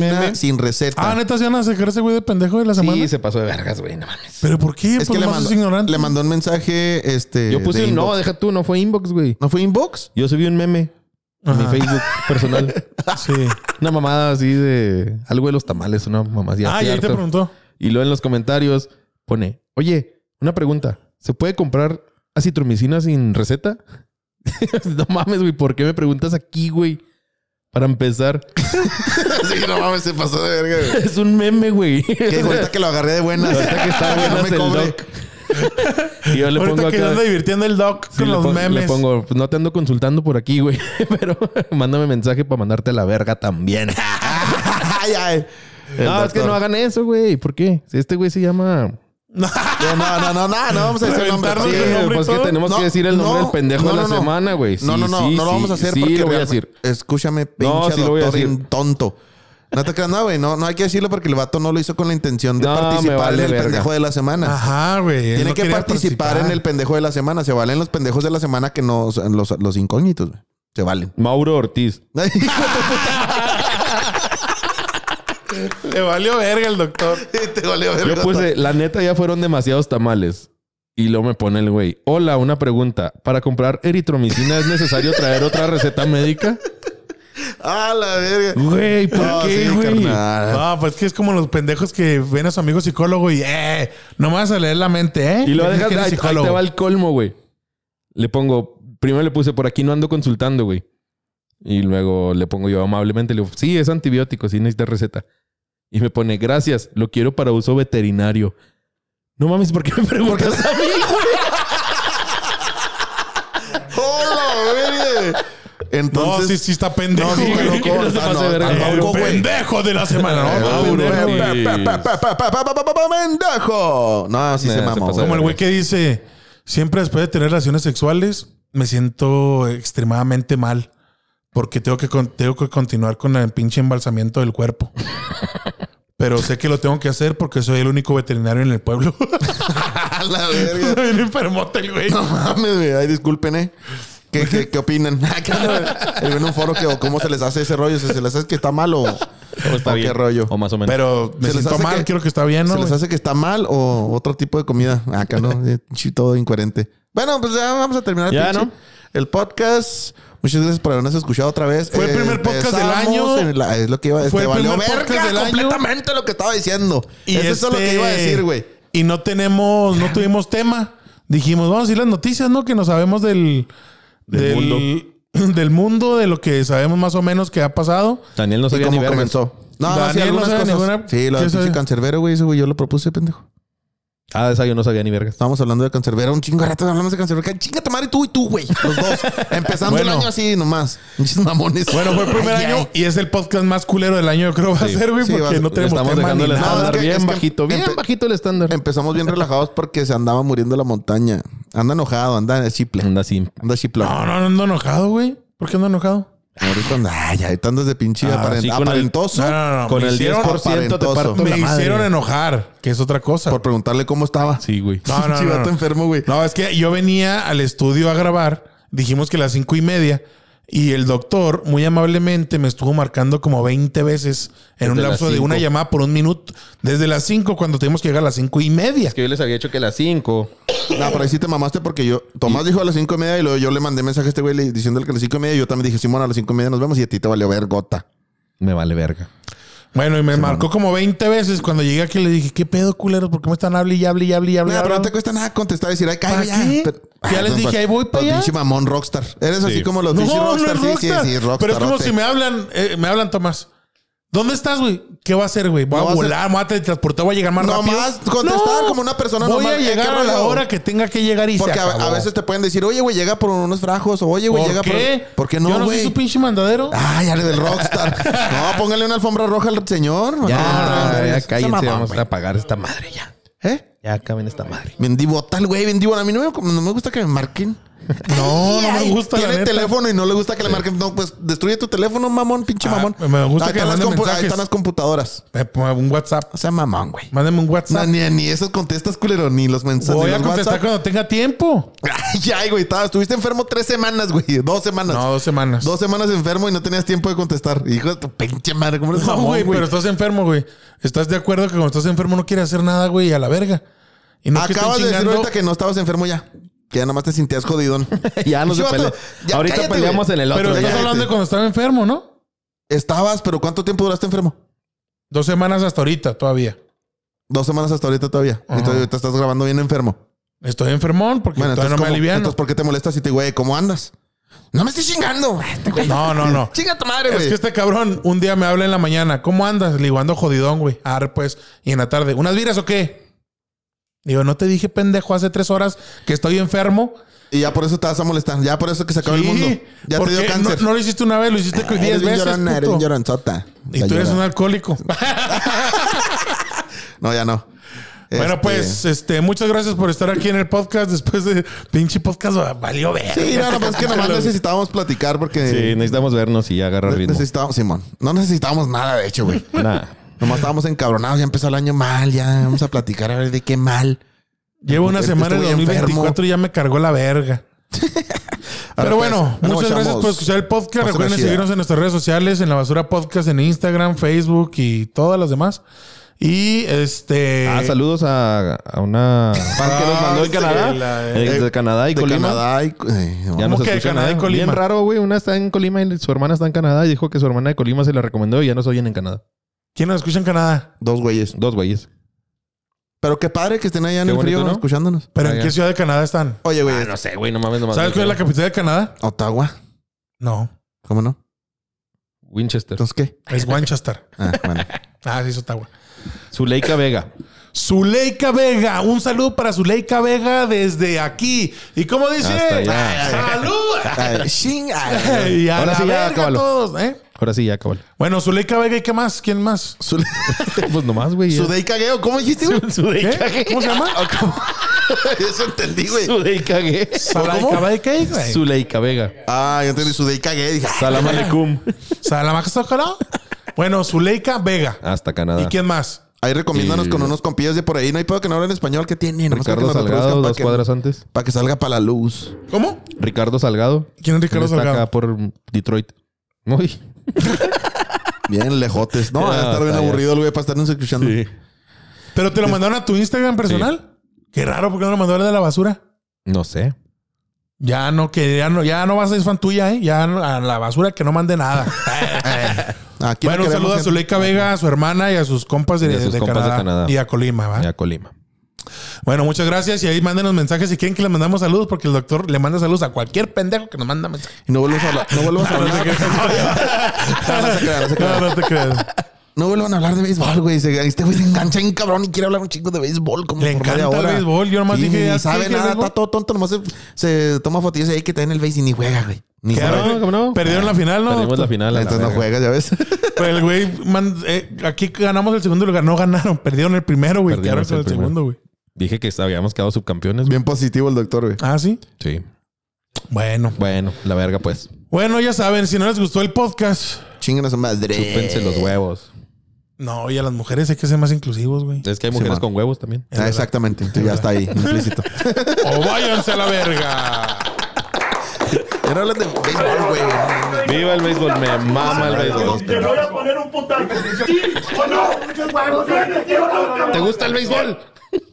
Speaker 2: acitromicina
Speaker 3: meme.
Speaker 2: sin receta.
Speaker 1: Ah, neta, se van a sacar ese güey de pendejo de la semana.
Speaker 3: Sí, se pasó de vergas, güey, no mames.
Speaker 1: ¿Pero por qué?
Speaker 2: es
Speaker 1: Pues
Speaker 2: que le
Speaker 1: nomás
Speaker 2: mandó,
Speaker 1: es ignorante.
Speaker 2: le mandó un mensaje este
Speaker 3: Yo puse
Speaker 2: de
Speaker 3: un no,
Speaker 2: inbox.
Speaker 3: deja tú, no fue inbox, güey.
Speaker 2: ¿No fue inbox?
Speaker 3: Yo subí un meme en mi Facebook personal.
Speaker 1: Sí.
Speaker 3: Una mamada así de algo de los tamales, una mamada así.
Speaker 1: Ah, y
Speaker 3: estoy
Speaker 1: ahí te
Speaker 3: harto.
Speaker 1: preguntó.
Speaker 3: Y luego en los comentarios pone, oye, una pregunta, ¿se puede comprar acitromicina sin receta? no mames, güey, ¿por qué me preguntas aquí, güey? Para empezar,
Speaker 2: sí, no mames, se pasó de verga. güey.
Speaker 3: es un meme, güey.
Speaker 2: Que ahorita que lo agarré de buenas.
Speaker 3: Ahorita que está
Speaker 2: no
Speaker 3: buenas
Speaker 2: me
Speaker 3: el
Speaker 2: cobre.
Speaker 3: doc. Y yo le pongo
Speaker 1: Ahorita que
Speaker 3: acá-
Speaker 1: anda divirtiendo el doc
Speaker 3: sí,
Speaker 1: con
Speaker 3: le
Speaker 1: los
Speaker 3: pon-
Speaker 1: memes.
Speaker 3: Le pongo, no te ando consultando por aquí, güey. Pero mándame mensaje para mandarte a la verga también.
Speaker 2: Ay, ay. El
Speaker 3: no, es que
Speaker 2: doctor.
Speaker 3: no hagan eso, güey. ¿Por qué? Si este güey se llama...
Speaker 2: No, no, no, no, no, no vamos a decir el nombre.
Speaker 1: Reventarnos
Speaker 2: Sí,
Speaker 3: Sí,
Speaker 1: el nombre y
Speaker 3: pues que
Speaker 1: todo.
Speaker 3: tenemos
Speaker 2: No,
Speaker 3: que decir el nombre
Speaker 2: no,
Speaker 3: del pendejo
Speaker 2: no,
Speaker 3: de la
Speaker 2: no, no.
Speaker 3: semana, güey. Sí,
Speaker 2: no, no, no,
Speaker 3: sí,
Speaker 2: no lo vamos a
Speaker 3: sí,
Speaker 2: hacer
Speaker 3: sí,
Speaker 2: porque
Speaker 3: lo voy a
Speaker 2: realmente-
Speaker 3: decir.
Speaker 2: Escúchame, pinche
Speaker 3: No, sí lo voy a
Speaker 2: doctor
Speaker 3: decir.
Speaker 2: bien tonto. No te creas, no, güey. No, no hay que decirlo porque el vato no lo hizo con la intención de
Speaker 3: No, me
Speaker 2: participar
Speaker 3: vale
Speaker 2: en el
Speaker 3: verga.
Speaker 2: pendejo de la semana.
Speaker 1: Ajá, güey. Ah, él
Speaker 2: Tiene
Speaker 1: no
Speaker 2: que
Speaker 1: quería
Speaker 2: participar, en el pendejo de la semana. Se valen los pendejos de la semana que no los, los, los incógnitos, güey. Se valen.
Speaker 3: Mauro Ortiz.
Speaker 2: Hijo de puta.
Speaker 1: Le valió verga el doctor.
Speaker 2: Te valió
Speaker 3: Yo
Speaker 2: verga.
Speaker 3: puse, la neta ya fueron demasiados tamales. Y luego me pone el güey. Hola, una pregunta. ¿Para comprar eritromicina es necesario traer otra receta médica?
Speaker 2: Ah, la verga.
Speaker 3: Güey, ¿por
Speaker 2: No,
Speaker 3: qué,
Speaker 2: sí,
Speaker 3: güey?
Speaker 2: carnal.
Speaker 3: Ah.
Speaker 1: No, pues que es como los pendejos que ven a su amigo psicólogo y, eh, nomás a leer la mente, eh.
Speaker 3: Y lo
Speaker 1: Piensas
Speaker 3: dejas,
Speaker 1: que eres
Speaker 3: ahí, ahí te va el colmo, güey. Le pongo, primero le puse, por aquí no ando consultando, güey. Y luego le pongo yo amablemente, le digo, sí, es antibiótico, sí necesita receta. Y me pone, gracias, lo quiero para uso veterinario. No mames, ¿por qué me preguntas a mí?
Speaker 2: ¡Hola, verga!
Speaker 1: No,
Speaker 2: Entonces,
Speaker 1: sí, sí está pendejo.
Speaker 2: No, sí,
Speaker 1: güey.
Speaker 2: loco.
Speaker 3: Que no se
Speaker 2: Ah,
Speaker 3: pase
Speaker 2: no,
Speaker 3: de verga.
Speaker 2: ah,
Speaker 1: El
Speaker 2: Mauro, güey.
Speaker 1: pendejo de la semana, ¿no?
Speaker 3: Mauro,
Speaker 1: Mauro,
Speaker 3: güey.
Speaker 1: güey.
Speaker 2: ¡Pendejo! No, sí se
Speaker 3: Nah, se
Speaker 2: mamó.
Speaker 3: pasó
Speaker 2: güey.
Speaker 1: Como el güey que dice, siempre después de tener relaciones sexuales me siento extremadamente mal porque tengo que, con- tengo que continuar con el pinche embalsamiento del cuerpo. Pero sé que lo tengo que hacer porque soy el único veterinario en el pueblo.
Speaker 2: ¡A la verga!
Speaker 1: Bien enfermote el güey.
Speaker 2: No mames, güey. Ay, disculpen, ¿eh? ¿Qué, qué, qué opinan? ¿Qué onda? El güey en un foro que, o ¿cómo se les hace ese rollo? ¿Se, se les hace que está mal o,
Speaker 3: O está
Speaker 2: o
Speaker 3: bien.
Speaker 2: qué rollo?
Speaker 3: O más o menos.
Speaker 1: Pero me
Speaker 2: Se les
Speaker 1: siento
Speaker 2: hace
Speaker 1: mal,
Speaker 2: que-
Speaker 1: quiero que está bien, ¿no?
Speaker 2: ¿Se les
Speaker 1: güey?
Speaker 2: hace que está mal o otro tipo de comida? Acá no, eh, sí, todo incoherente. Bueno, pues ya vamos a terminar el
Speaker 3: Ya,
Speaker 2: pinche-
Speaker 3: ¿no?
Speaker 2: el podcast. Muchas gracias por habernos escuchado otra vez. Eh,
Speaker 1: Fue el primer podcast del
Speaker 2: empezamos
Speaker 1: año.
Speaker 2: en la- es lo que iba a decir.
Speaker 1: Fue el
Speaker 2: valió
Speaker 1: primer
Speaker 2: verga
Speaker 1: podcast del año.
Speaker 2: completamente lo que estaba diciendo.
Speaker 1: Y
Speaker 2: Eso es todo lo que
Speaker 1: este-
Speaker 2: iba a decir, güey.
Speaker 1: Y no tenemos, no tuvimos tema. Dijimos, vamos a decir las noticias, ¿no? Que no sabemos del,
Speaker 3: Del
Speaker 1: del, mundo. del mundo, de lo que sabemos más o menos que ha pasado.
Speaker 3: Daniel no
Speaker 2: ¿Y
Speaker 3: sabía ni
Speaker 2: cómo
Speaker 3: verga.
Speaker 2: comenzó? No, no, sí,
Speaker 1: Daniel no
Speaker 2: algunas
Speaker 1: sabe
Speaker 2: cosas.
Speaker 1: ninguna-
Speaker 2: Sí, lo
Speaker 1: ¿Qué
Speaker 2: del pinche
Speaker 1: sabe?
Speaker 2: cancerbero, güey. Ese güey yo lo propuse, pendejo.
Speaker 3: Ah, de esa yo no sabía ni verga.
Speaker 2: Estábamos hablando de Cancerbero, un chingo de rato hablamos de Cancerbero. Que Chinga tu madre tú y tú, güey. Los dos. Empezando
Speaker 1: Bueno.
Speaker 2: el año así nomás. Pinches mamones.
Speaker 1: Bueno, fue el primer
Speaker 2: Ay,
Speaker 1: año
Speaker 2: ay.
Speaker 1: y es el podcast más culero del año, yo creo, va a
Speaker 3: Sí.
Speaker 1: ser, güey,
Speaker 2: Sí, va a
Speaker 1: porque
Speaker 2: ser.
Speaker 1: no
Speaker 2: Le
Speaker 1: tenemos
Speaker 3: Estamos
Speaker 1: tema
Speaker 3: dejando
Speaker 1: ni
Speaker 3: el
Speaker 1: nada.
Speaker 3: estándar
Speaker 2: es que-
Speaker 3: bien
Speaker 2: es que
Speaker 3: bajito, bien
Speaker 2: empe-
Speaker 3: bajito el estándar.
Speaker 2: Empezamos bien relajados porque se andaba muriendo la montaña. Anda enojado, anda chiple.
Speaker 3: Anda así.
Speaker 2: Anda chiplón.
Speaker 1: No, no, no ando enojado, güey. ¿Por qué ando enojado?
Speaker 2: Ahorita anda, ay, ahorita andas de pinche
Speaker 3: Ah,
Speaker 2: aparent-
Speaker 3: sí, con el-
Speaker 2: aparentoso.
Speaker 1: No, no, no.
Speaker 3: Con
Speaker 1: me
Speaker 3: el
Speaker 1: hicieron,
Speaker 3: 10% te
Speaker 2: aparentoso.
Speaker 3: parto
Speaker 1: me
Speaker 3: la madre.
Speaker 1: hicieron enojar, que es otra cosa.
Speaker 2: Por preguntarle cómo estaba.
Speaker 3: Sí, güey.
Speaker 1: No, no,
Speaker 2: Pinche
Speaker 1: no,
Speaker 2: vato
Speaker 1: no.
Speaker 2: enfermo, güey.
Speaker 1: No, es que yo venía al estudio a grabar, dijimos que a las cinco y media, y el doctor muy amablemente me estuvo marcando como 20 veces en
Speaker 3: Desde
Speaker 1: un
Speaker 3: las
Speaker 1: lapso de una
Speaker 3: cinco.
Speaker 1: llamada por un minuto, desde las 5 cuando tuvimos que llegar a las cinco y media.
Speaker 3: Es que yo les había hecho que a las 5.
Speaker 2: No, pero ahí sí te mamaste porque yo. Tomás dijo a las cinco y media y luego yo le mandé mensaje a este güey le- diciéndole que a las cinco y media. Yo también dije, Simón, a las cinco y media nos vemos y a ti te valió ver gota.
Speaker 3: Me vale verga.
Speaker 1: Bueno, y me marcó como 20 veces cuando llegué aquí le dije, ¿qué pedo, culeros? ¿Por qué me están hablando y hablando y hablando y
Speaker 2: No, pero no te
Speaker 1: hablando?
Speaker 2: cuesta nada contestar y decir, ay,
Speaker 1: ¿Para
Speaker 2: cállate ya.
Speaker 1: qué?
Speaker 2: Pero-
Speaker 1: Ya les
Speaker 2: no,
Speaker 1: dije,
Speaker 2: pues,
Speaker 1: ahí voy
Speaker 2: pues,
Speaker 1: para allá.
Speaker 2: Pinche mamón rockstar. Eres así
Speaker 3: Sí.
Speaker 2: como los
Speaker 1: No,
Speaker 2: pinches
Speaker 1: no
Speaker 2: rockstar.
Speaker 1: es
Speaker 2: Sí,
Speaker 1: rockstar.
Speaker 2: sí, sí, rockstar.
Speaker 1: Pero es como
Speaker 2: rote.
Speaker 1: si me hablan, eh, me hablan, Tomás. ¿Dónde estás, güey? ¿Qué va a hacer, güey? Voy
Speaker 2: No
Speaker 1: a
Speaker 2: vas a-
Speaker 1: volar, me voy a teletransportar, voy a llegar más
Speaker 2: Nomás
Speaker 1: rápido.
Speaker 2: contestar como una persona
Speaker 1: Voy
Speaker 2: normal.
Speaker 1: a
Speaker 2: ¿Qué
Speaker 1: llegar a la
Speaker 2: rollo?
Speaker 1: hora que tenga que llegar y
Speaker 2: Porque
Speaker 1: se
Speaker 2: a,
Speaker 1: acabó.
Speaker 2: a veces te pueden decir, oye, güey, llega por unos frajos. O oye, güey,
Speaker 1: ¿Por
Speaker 2: llega
Speaker 1: qué?
Speaker 2: por. ¿Por qué no,
Speaker 1: Yo no soy
Speaker 2: güey? Ah,
Speaker 1: su pinche mandadero.
Speaker 2: Ay, ya le del rockstar. no, póngale una alfombra roja al señor.
Speaker 3: Ya,
Speaker 2: No, no, no,
Speaker 3: ya
Speaker 2: se
Speaker 3: cállense,
Speaker 2: mamó,
Speaker 3: vamos
Speaker 2: güey.
Speaker 3: a apagar esta madre ya.
Speaker 2: ¿Eh?
Speaker 3: Ya acaben esta madre.
Speaker 2: Bendivo tal, güey, bendivo. A mí no me, no me gusta que me marquen.
Speaker 1: No, no me
Speaker 2: Ay,
Speaker 1: gusta, la
Speaker 2: Tiene
Speaker 1: neta.
Speaker 2: teléfono y no le gusta que le marquen. No, pues destruye tu teléfono, mamón, pinche
Speaker 1: Ah,
Speaker 2: mamón.
Speaker 1: me gusta
Speaker 2: Ahí
Speaker 1: que manden
Speaker 2: están las compu-
Speaker 1: mensajes.
Speaker 2: Ahí están las computadoras.
Speaker 1: Eh, ponga Un WhatsApp.
Speaker 2: O sea, mamón, güey.
Speaker 1: Mándame un
Speaker 2: No,
Speaker 1: WhatsApp.
Speaker 2: ni, ni esos contestas, culero, ni los mensajes.
Speaker 1: Voy
Speaker 2: ni
Speaker 1: a
Speaker 2: los
Speaker 1: contestar
Speaker 2: WhatsApp.
Speaker 1: cuando tenga tiempo.
Speaker 2: Ay, ay, güey, estaba- estuviste enfermo tres semanas, güey. Dos semanas.
Speaker 1: No, dos semanas.
Speaker 2: Dos semanas enfermo y no tenías tiempo de contestar. Hijo de tu pinche madre, ¿cómo eres
Speaker 1: No,
Speaker 2: mamón,
Speaker 1: güey, pero estás enfermo, güey. ¿Estás de acuerdo que cuando estás enfermo no quieres hacer nada, güey, a la verga? Y no que estén
Speaker 2: Acabas de decir
Speaker 1: chingando-
Speaker 2: ahorita que no estabas enfermo ya. Que ya nomás te sentías jodidón.
Speaker 3: ya no se
Speaker 2: Pinche vato,
Speaker 3: pelea.
Speaker 2: ya
Speaker 3: Ahorita
Speaker 2: cállate,
Speaker 3: peleamos
Speaker 2: güey.
Speaker 3: en el otro.
Speaker 1: Pero
Speaker 2: ya
Speaker 1: estás
Speaker 2: cállate.
Speaker 1: hablando de cuando estaba enfermo, ¿no?
Speaker 2: Estabas, pero ¿cuánto tiempo duraste enfermo?
Speaker 1: Dos semanas hasta ahorita todavía.
Speaker 2: Dos semanas hasta ahorita todavía. Y
Speaker 1: Ajá.
Speaker 2: todavía te estás grabando bien enfermo.
Speaker 1: Estoy enfermón porque
Speaker 2: Bueno,
Speaker 1: todavía
Speaker 2: entonces,
Speaker 1: no me
Speaker 2: ¿cómo-
Speaker 1: aliviano.
Speaker 2: entonces, ¿por qué te molestas y te digo, güey, ¿cómo andas? No me estoy chingando.
Speaker 1: No, no, no.
Speaker 2: Chinga tu madre,
Speaker 1: Es
Speaker 2: güey.
Speaker 1: que este cabrón un día me habla en la mañana, ¿cómo andas? Le digo, ando jodidón, güey. Arre, pues. Y en la tarde, ¿unas viras o qué? Digo, no te dije, pendejo, hace tres horas que estoy enfermo.
Speaker 2: Y ya por eso te vas a molestar. Ya por eso que se acabó el
Speaker 1: Sí,
Speaker 2: mundo. Ya te
Speaker 1: porque
Speaker 2: dio cáncer.
Speaker 1: No, no lo hiciste una vez, lo hiciste
Speaker 2: Ay,
Speaker 1: diez
Speaker 2: eres bien
Speaker 1: veces.
Speaker 2: llorona,
Speaker 1: puto.
Speaker 2: eres bien lloronzota.
Speaker 1: y
Speaker 2: Ya
Speaker 1: tú eres
Speaker 2: llora.
Speaker 1: un alcohólico.
Speaker 2: No, ya no.
Speaker 1: bueno,
Speaker 2: Este,
Speaker 1: pues, este, muchas gracias por estar aquí en el podcast. Después de pinche podcast, valió ver.
Speaker 2: Sí, no, no, pues es que nomás necesitábamos platicar porque
Speaker 3: Sí, necesitamos vernos y agarrar ritmo.
Speaker 2: necesitábamos, Simón. No necesitábamos nada, de hecho, güey.
Speaker 3: Nada.
Speaker 2: Nomás estábamos encabronados, ya empezó el año mal, ya vamos a platicar a ver de qué mal.
Speaker 1: Llevo una
Speaker 2: Porque
Speaker 1: semana en
Speaker 2: estoy enfermo.
Speaker 1: 2024 y ya me cargó la verga. Pero
Speaker 2: pues,
Speaker 1: bueno,
Speaker 2: nos
Speaker 1: muchas gracias
Speaker 2: echamos
Speaker 1: por escuchar el podcast.
Speaker 2: Pásenla
Speaker 1: Recuerden
Speaker 2: chida.
Speaker 1: seguirnos en nuestras redes sociales, en la basura podcast, en Instagram, Facebook y todas las demás. Y este.
Speaker 3: Ah, saludos a, a una fan que nos mandó de
Speaker 2: Ah,
Speaker 3: Canadá.
Speaker 2: sí, la-
Speaker 3: eh, de Canadá y
Speaker 2: de
Speaker 3: Colima.
Speaker 2: Canadá y. eh,
Speaker 3: Ya
Speaker 1: ¿Cómo
Speaker 3: nos
Speaker 1: que de
Speaker 3: escuchan
Speaker 1: Canadá
Speaker 3: allá.
Speaker 1: y Colima?
Speaker 3: Bien raro, güey. Una está en Colima y su hermana está en Canadá y dijo que su hermana de Colima se la recomendó y ya nos oyen en Canadá.
Speaker 1: ¿Quién nos escucha en Canadá?
Speaker 2: Dos güeyes.
Speaker 3: Dos güeyes.
Speaker 2: Pero qué padre que estén allá en
Speaker 3: Qué
Speaker 2: el
Speaker 3: bonito,
Speaker 2: frío
Speaker 3: ¿no?
Speaker 2: escuchándonos.
Speaker 1: ¿Pero
Speaker 3: Ah,
Speaker 1: en
Speaker 3: ya.
Speaker 1: qué ciudad de Canadá están?
Speaker 2: Oye, güey.
Speaker 3: Ah, no sé, güey. No mames, no mames.
Speaker 1: ¿Sabes cuál es la
Speaker 3: capital?
Speaker 1: capital de Canadá?
Speaker 2: Ottawa.
Speaker 1: No,
Speaker 2: ¿Cómo no?
Speaker 3: Winchester.
Speaker 2: Entonces, ¿qué?
Speaker 1: es Winchester.
Speaker 2: Ah, bueno.
Speaker 1: Ah, sí, es Ottawa.
Speaker 3: Zuleika Vega.
Speaker 1: Zuleika Vega, un saludo para Zuleika Vega desde aquí. ¿Y cómo
Speaker 3: Hasta
Speaker 1: dice?
Speaker 3: allá.
Speaker 1: ¡Salud!
Speaker 2: Ay, ching, ay.
Speaker 1: y a
Speaker 3: Ahora
Speaker 1: la
Speaker 3: sí, ya,
Speaker 1: verga
Speaker 3: acábalo.
Speaker 1: todos, ¿eh?
Speaker 3: Ahora sí, ya, cabrón.
Speaker 1: Bueno, Zuleika Vega, ¿y qué más? ¿Quién más?
Speaker 2: Su,
Speaker 3: pues nomás, güey. ya.
Speaker 2: su day cagueo, ¿cómo dijiste? güey?
Speaker 3: Zuleika
Speaker 1: ¿Qué? ¿Cómo se llama?
Speaker 2: Eso entendí, güey.
Speaker 3: Zuleika Vega.
Speaker 1: Zuleika Vega, ¿qué? güey?
Speaker 3: Zuleika Vega.
Speaker 2: Ah, yo entendí su day cagueo. Dije, ah,
Speaker 3: Salam aleikum.
Speaker 1: Salamanca Zócalo. Bueno, Zuleika Vega.
Speaker 3: Hasta Canadá.
Speaker 1: ¿Y quién más?
Speaker 2: ahí recomiéndanos
Speaker 3: Y-
Speaker 2: con unos compillas de por ahí. No hay pedo que no hablen español. ¿Qué tienen? Nomás para que
Speaker 3: Ricardo
Speaker 2: nos reproduzcan
Speaker 3: Salgado,
Speaker 2: para
Speaker 3: dos
Speaker 2: que-
Speaker 3: cuadras antes.
Speaker 2: Para que salga para la luz.
Speaker 1: ¿Cómo?
Speaker 3: Ricardo Salgado.
Speaker 1: ¿Quién es Ricardo
Speaker 3: Él está
Speaker 1: Salgado?
Speaker 3: acá por Detroit. Muy.
Speaker 2: Bien lejotes. No, va a
Speaker 3: Ah,
Speaker 2: estar bien
Speaker 3: está ya.
Speaker 2: aburrido el güey para estarnos escuchando.
Speaker 1: ¿Pero te lo mandaron a tu Instagram personal? Qué raro, porque no lo mandó a la de la basura?
Speaker 3: No sé.
Speaker 1: Ya no, que ya no, ya no vas a ser fan tuya, ¿eh? Ya no- a la basura que no mande nada.
Speaker 2: Aquí
Speaker 1: bueno, un saludo a Zuleika Vega, a su hermana y a sus compas de,
Speaker 3: Y a sus
Speaker 1: de
Speaker 3: compas de
Speaker 1: Canadá,
Speaker 3: Canadá.
Speaker 1: Y a Colima, ¿va?
Speaker 3: Ya Colima.
Speaker 1: Bueno, muchas gracias. Y ahí mándenos mensajes si quieren que les mandamos saludos, porque el doctor le manda saludos a cualquier pendejo que nos manda mensajes.
Speaker 2: Y no vuelvas a hablar. No vuelvas a
Speaker 3: Ah,
Speaker 2: hablar. No, no se crean, no
Speaker 1: No, no
Speaker 2: se crean.
Speaker 1: te creas.
Speaker 2: No vuelvan a hablar de béisbol, güey. Se- Este güey se engancha en cabrón y quiere hablar un chingo de béisbol. Como
Speaker 1: Le
Speaker 2: por media
Speaker 1: encanta el
Speaker 2: hora.
Speaker 1: béisbol. Yo nomás
Speaker 2: Sí,
Speaker 1: dije,
Speaker 2: ni-
Speaker 1: "Ah,
Speaker 2: Ni sabe
Speaker 1: ¿qué es
Speaker 2: nada,
Speaker 1: béisbol?"
Speaker 2: está todo tonto. Nomás se, se toma fotillas ahí que está en el béis y ni juega, güey. Ni
Speaker 1: Claro,
Speaker 2: sabe.
Speaker 3: no, ¿cómo no?
Speaker 1: Perdieron la final, ¿no?
Speaker 3: Perdimos la final. a la
Speaker 2: Entonces no
Speaker 3: verga.
Speaker 2: juegas, ya ves.
Speaker 1: Pero el güey, man- eh, aquí ganamos el segundo lugar. No ganaron, perdieron el primero, güey. Quedaron
Speaker 3: Perdimos
Speaker 1: con el,
Speaker 3: el primero.
Speaker 1: segundo, güey.
Speaker 3: Dije que habíamos quedado subcampeones. güey.
Speaker 2: Bien positivo el doctor, güey.
Speaker 1: Ah, sí.
Speaker 3: Sí.
Speaker 1: Bueno.
Speaker 3: Bueno, la verga, pues.
Speaker 1: Bueno, ya saben, si no les gustó el podcast,
Speaker 2: Chingan a su madre.
Speaker 3: Chúpense los huevos.
Speaker 1: no, y a las mujeres hay que ser más inclusivos, güey.
Speaker 3: Es que hay
Speaker 2: Sí,
Speaker 3: mujeres
Speaker 2: man.
Speaker 3: con huevos también.
Speaker 2: Ah, exactamente. Tú ya está ahí, implícito.
Speaker 1: O váyanse a la verga.
Speaker 2: Ya no hablan de béisbol, güey.
Speaker 3: Viva el béisbol, me mama el béisbol.
Speaker 5: Te voy a poner un putazo. ¿Sí o no? ¿Te gusta el béisbol?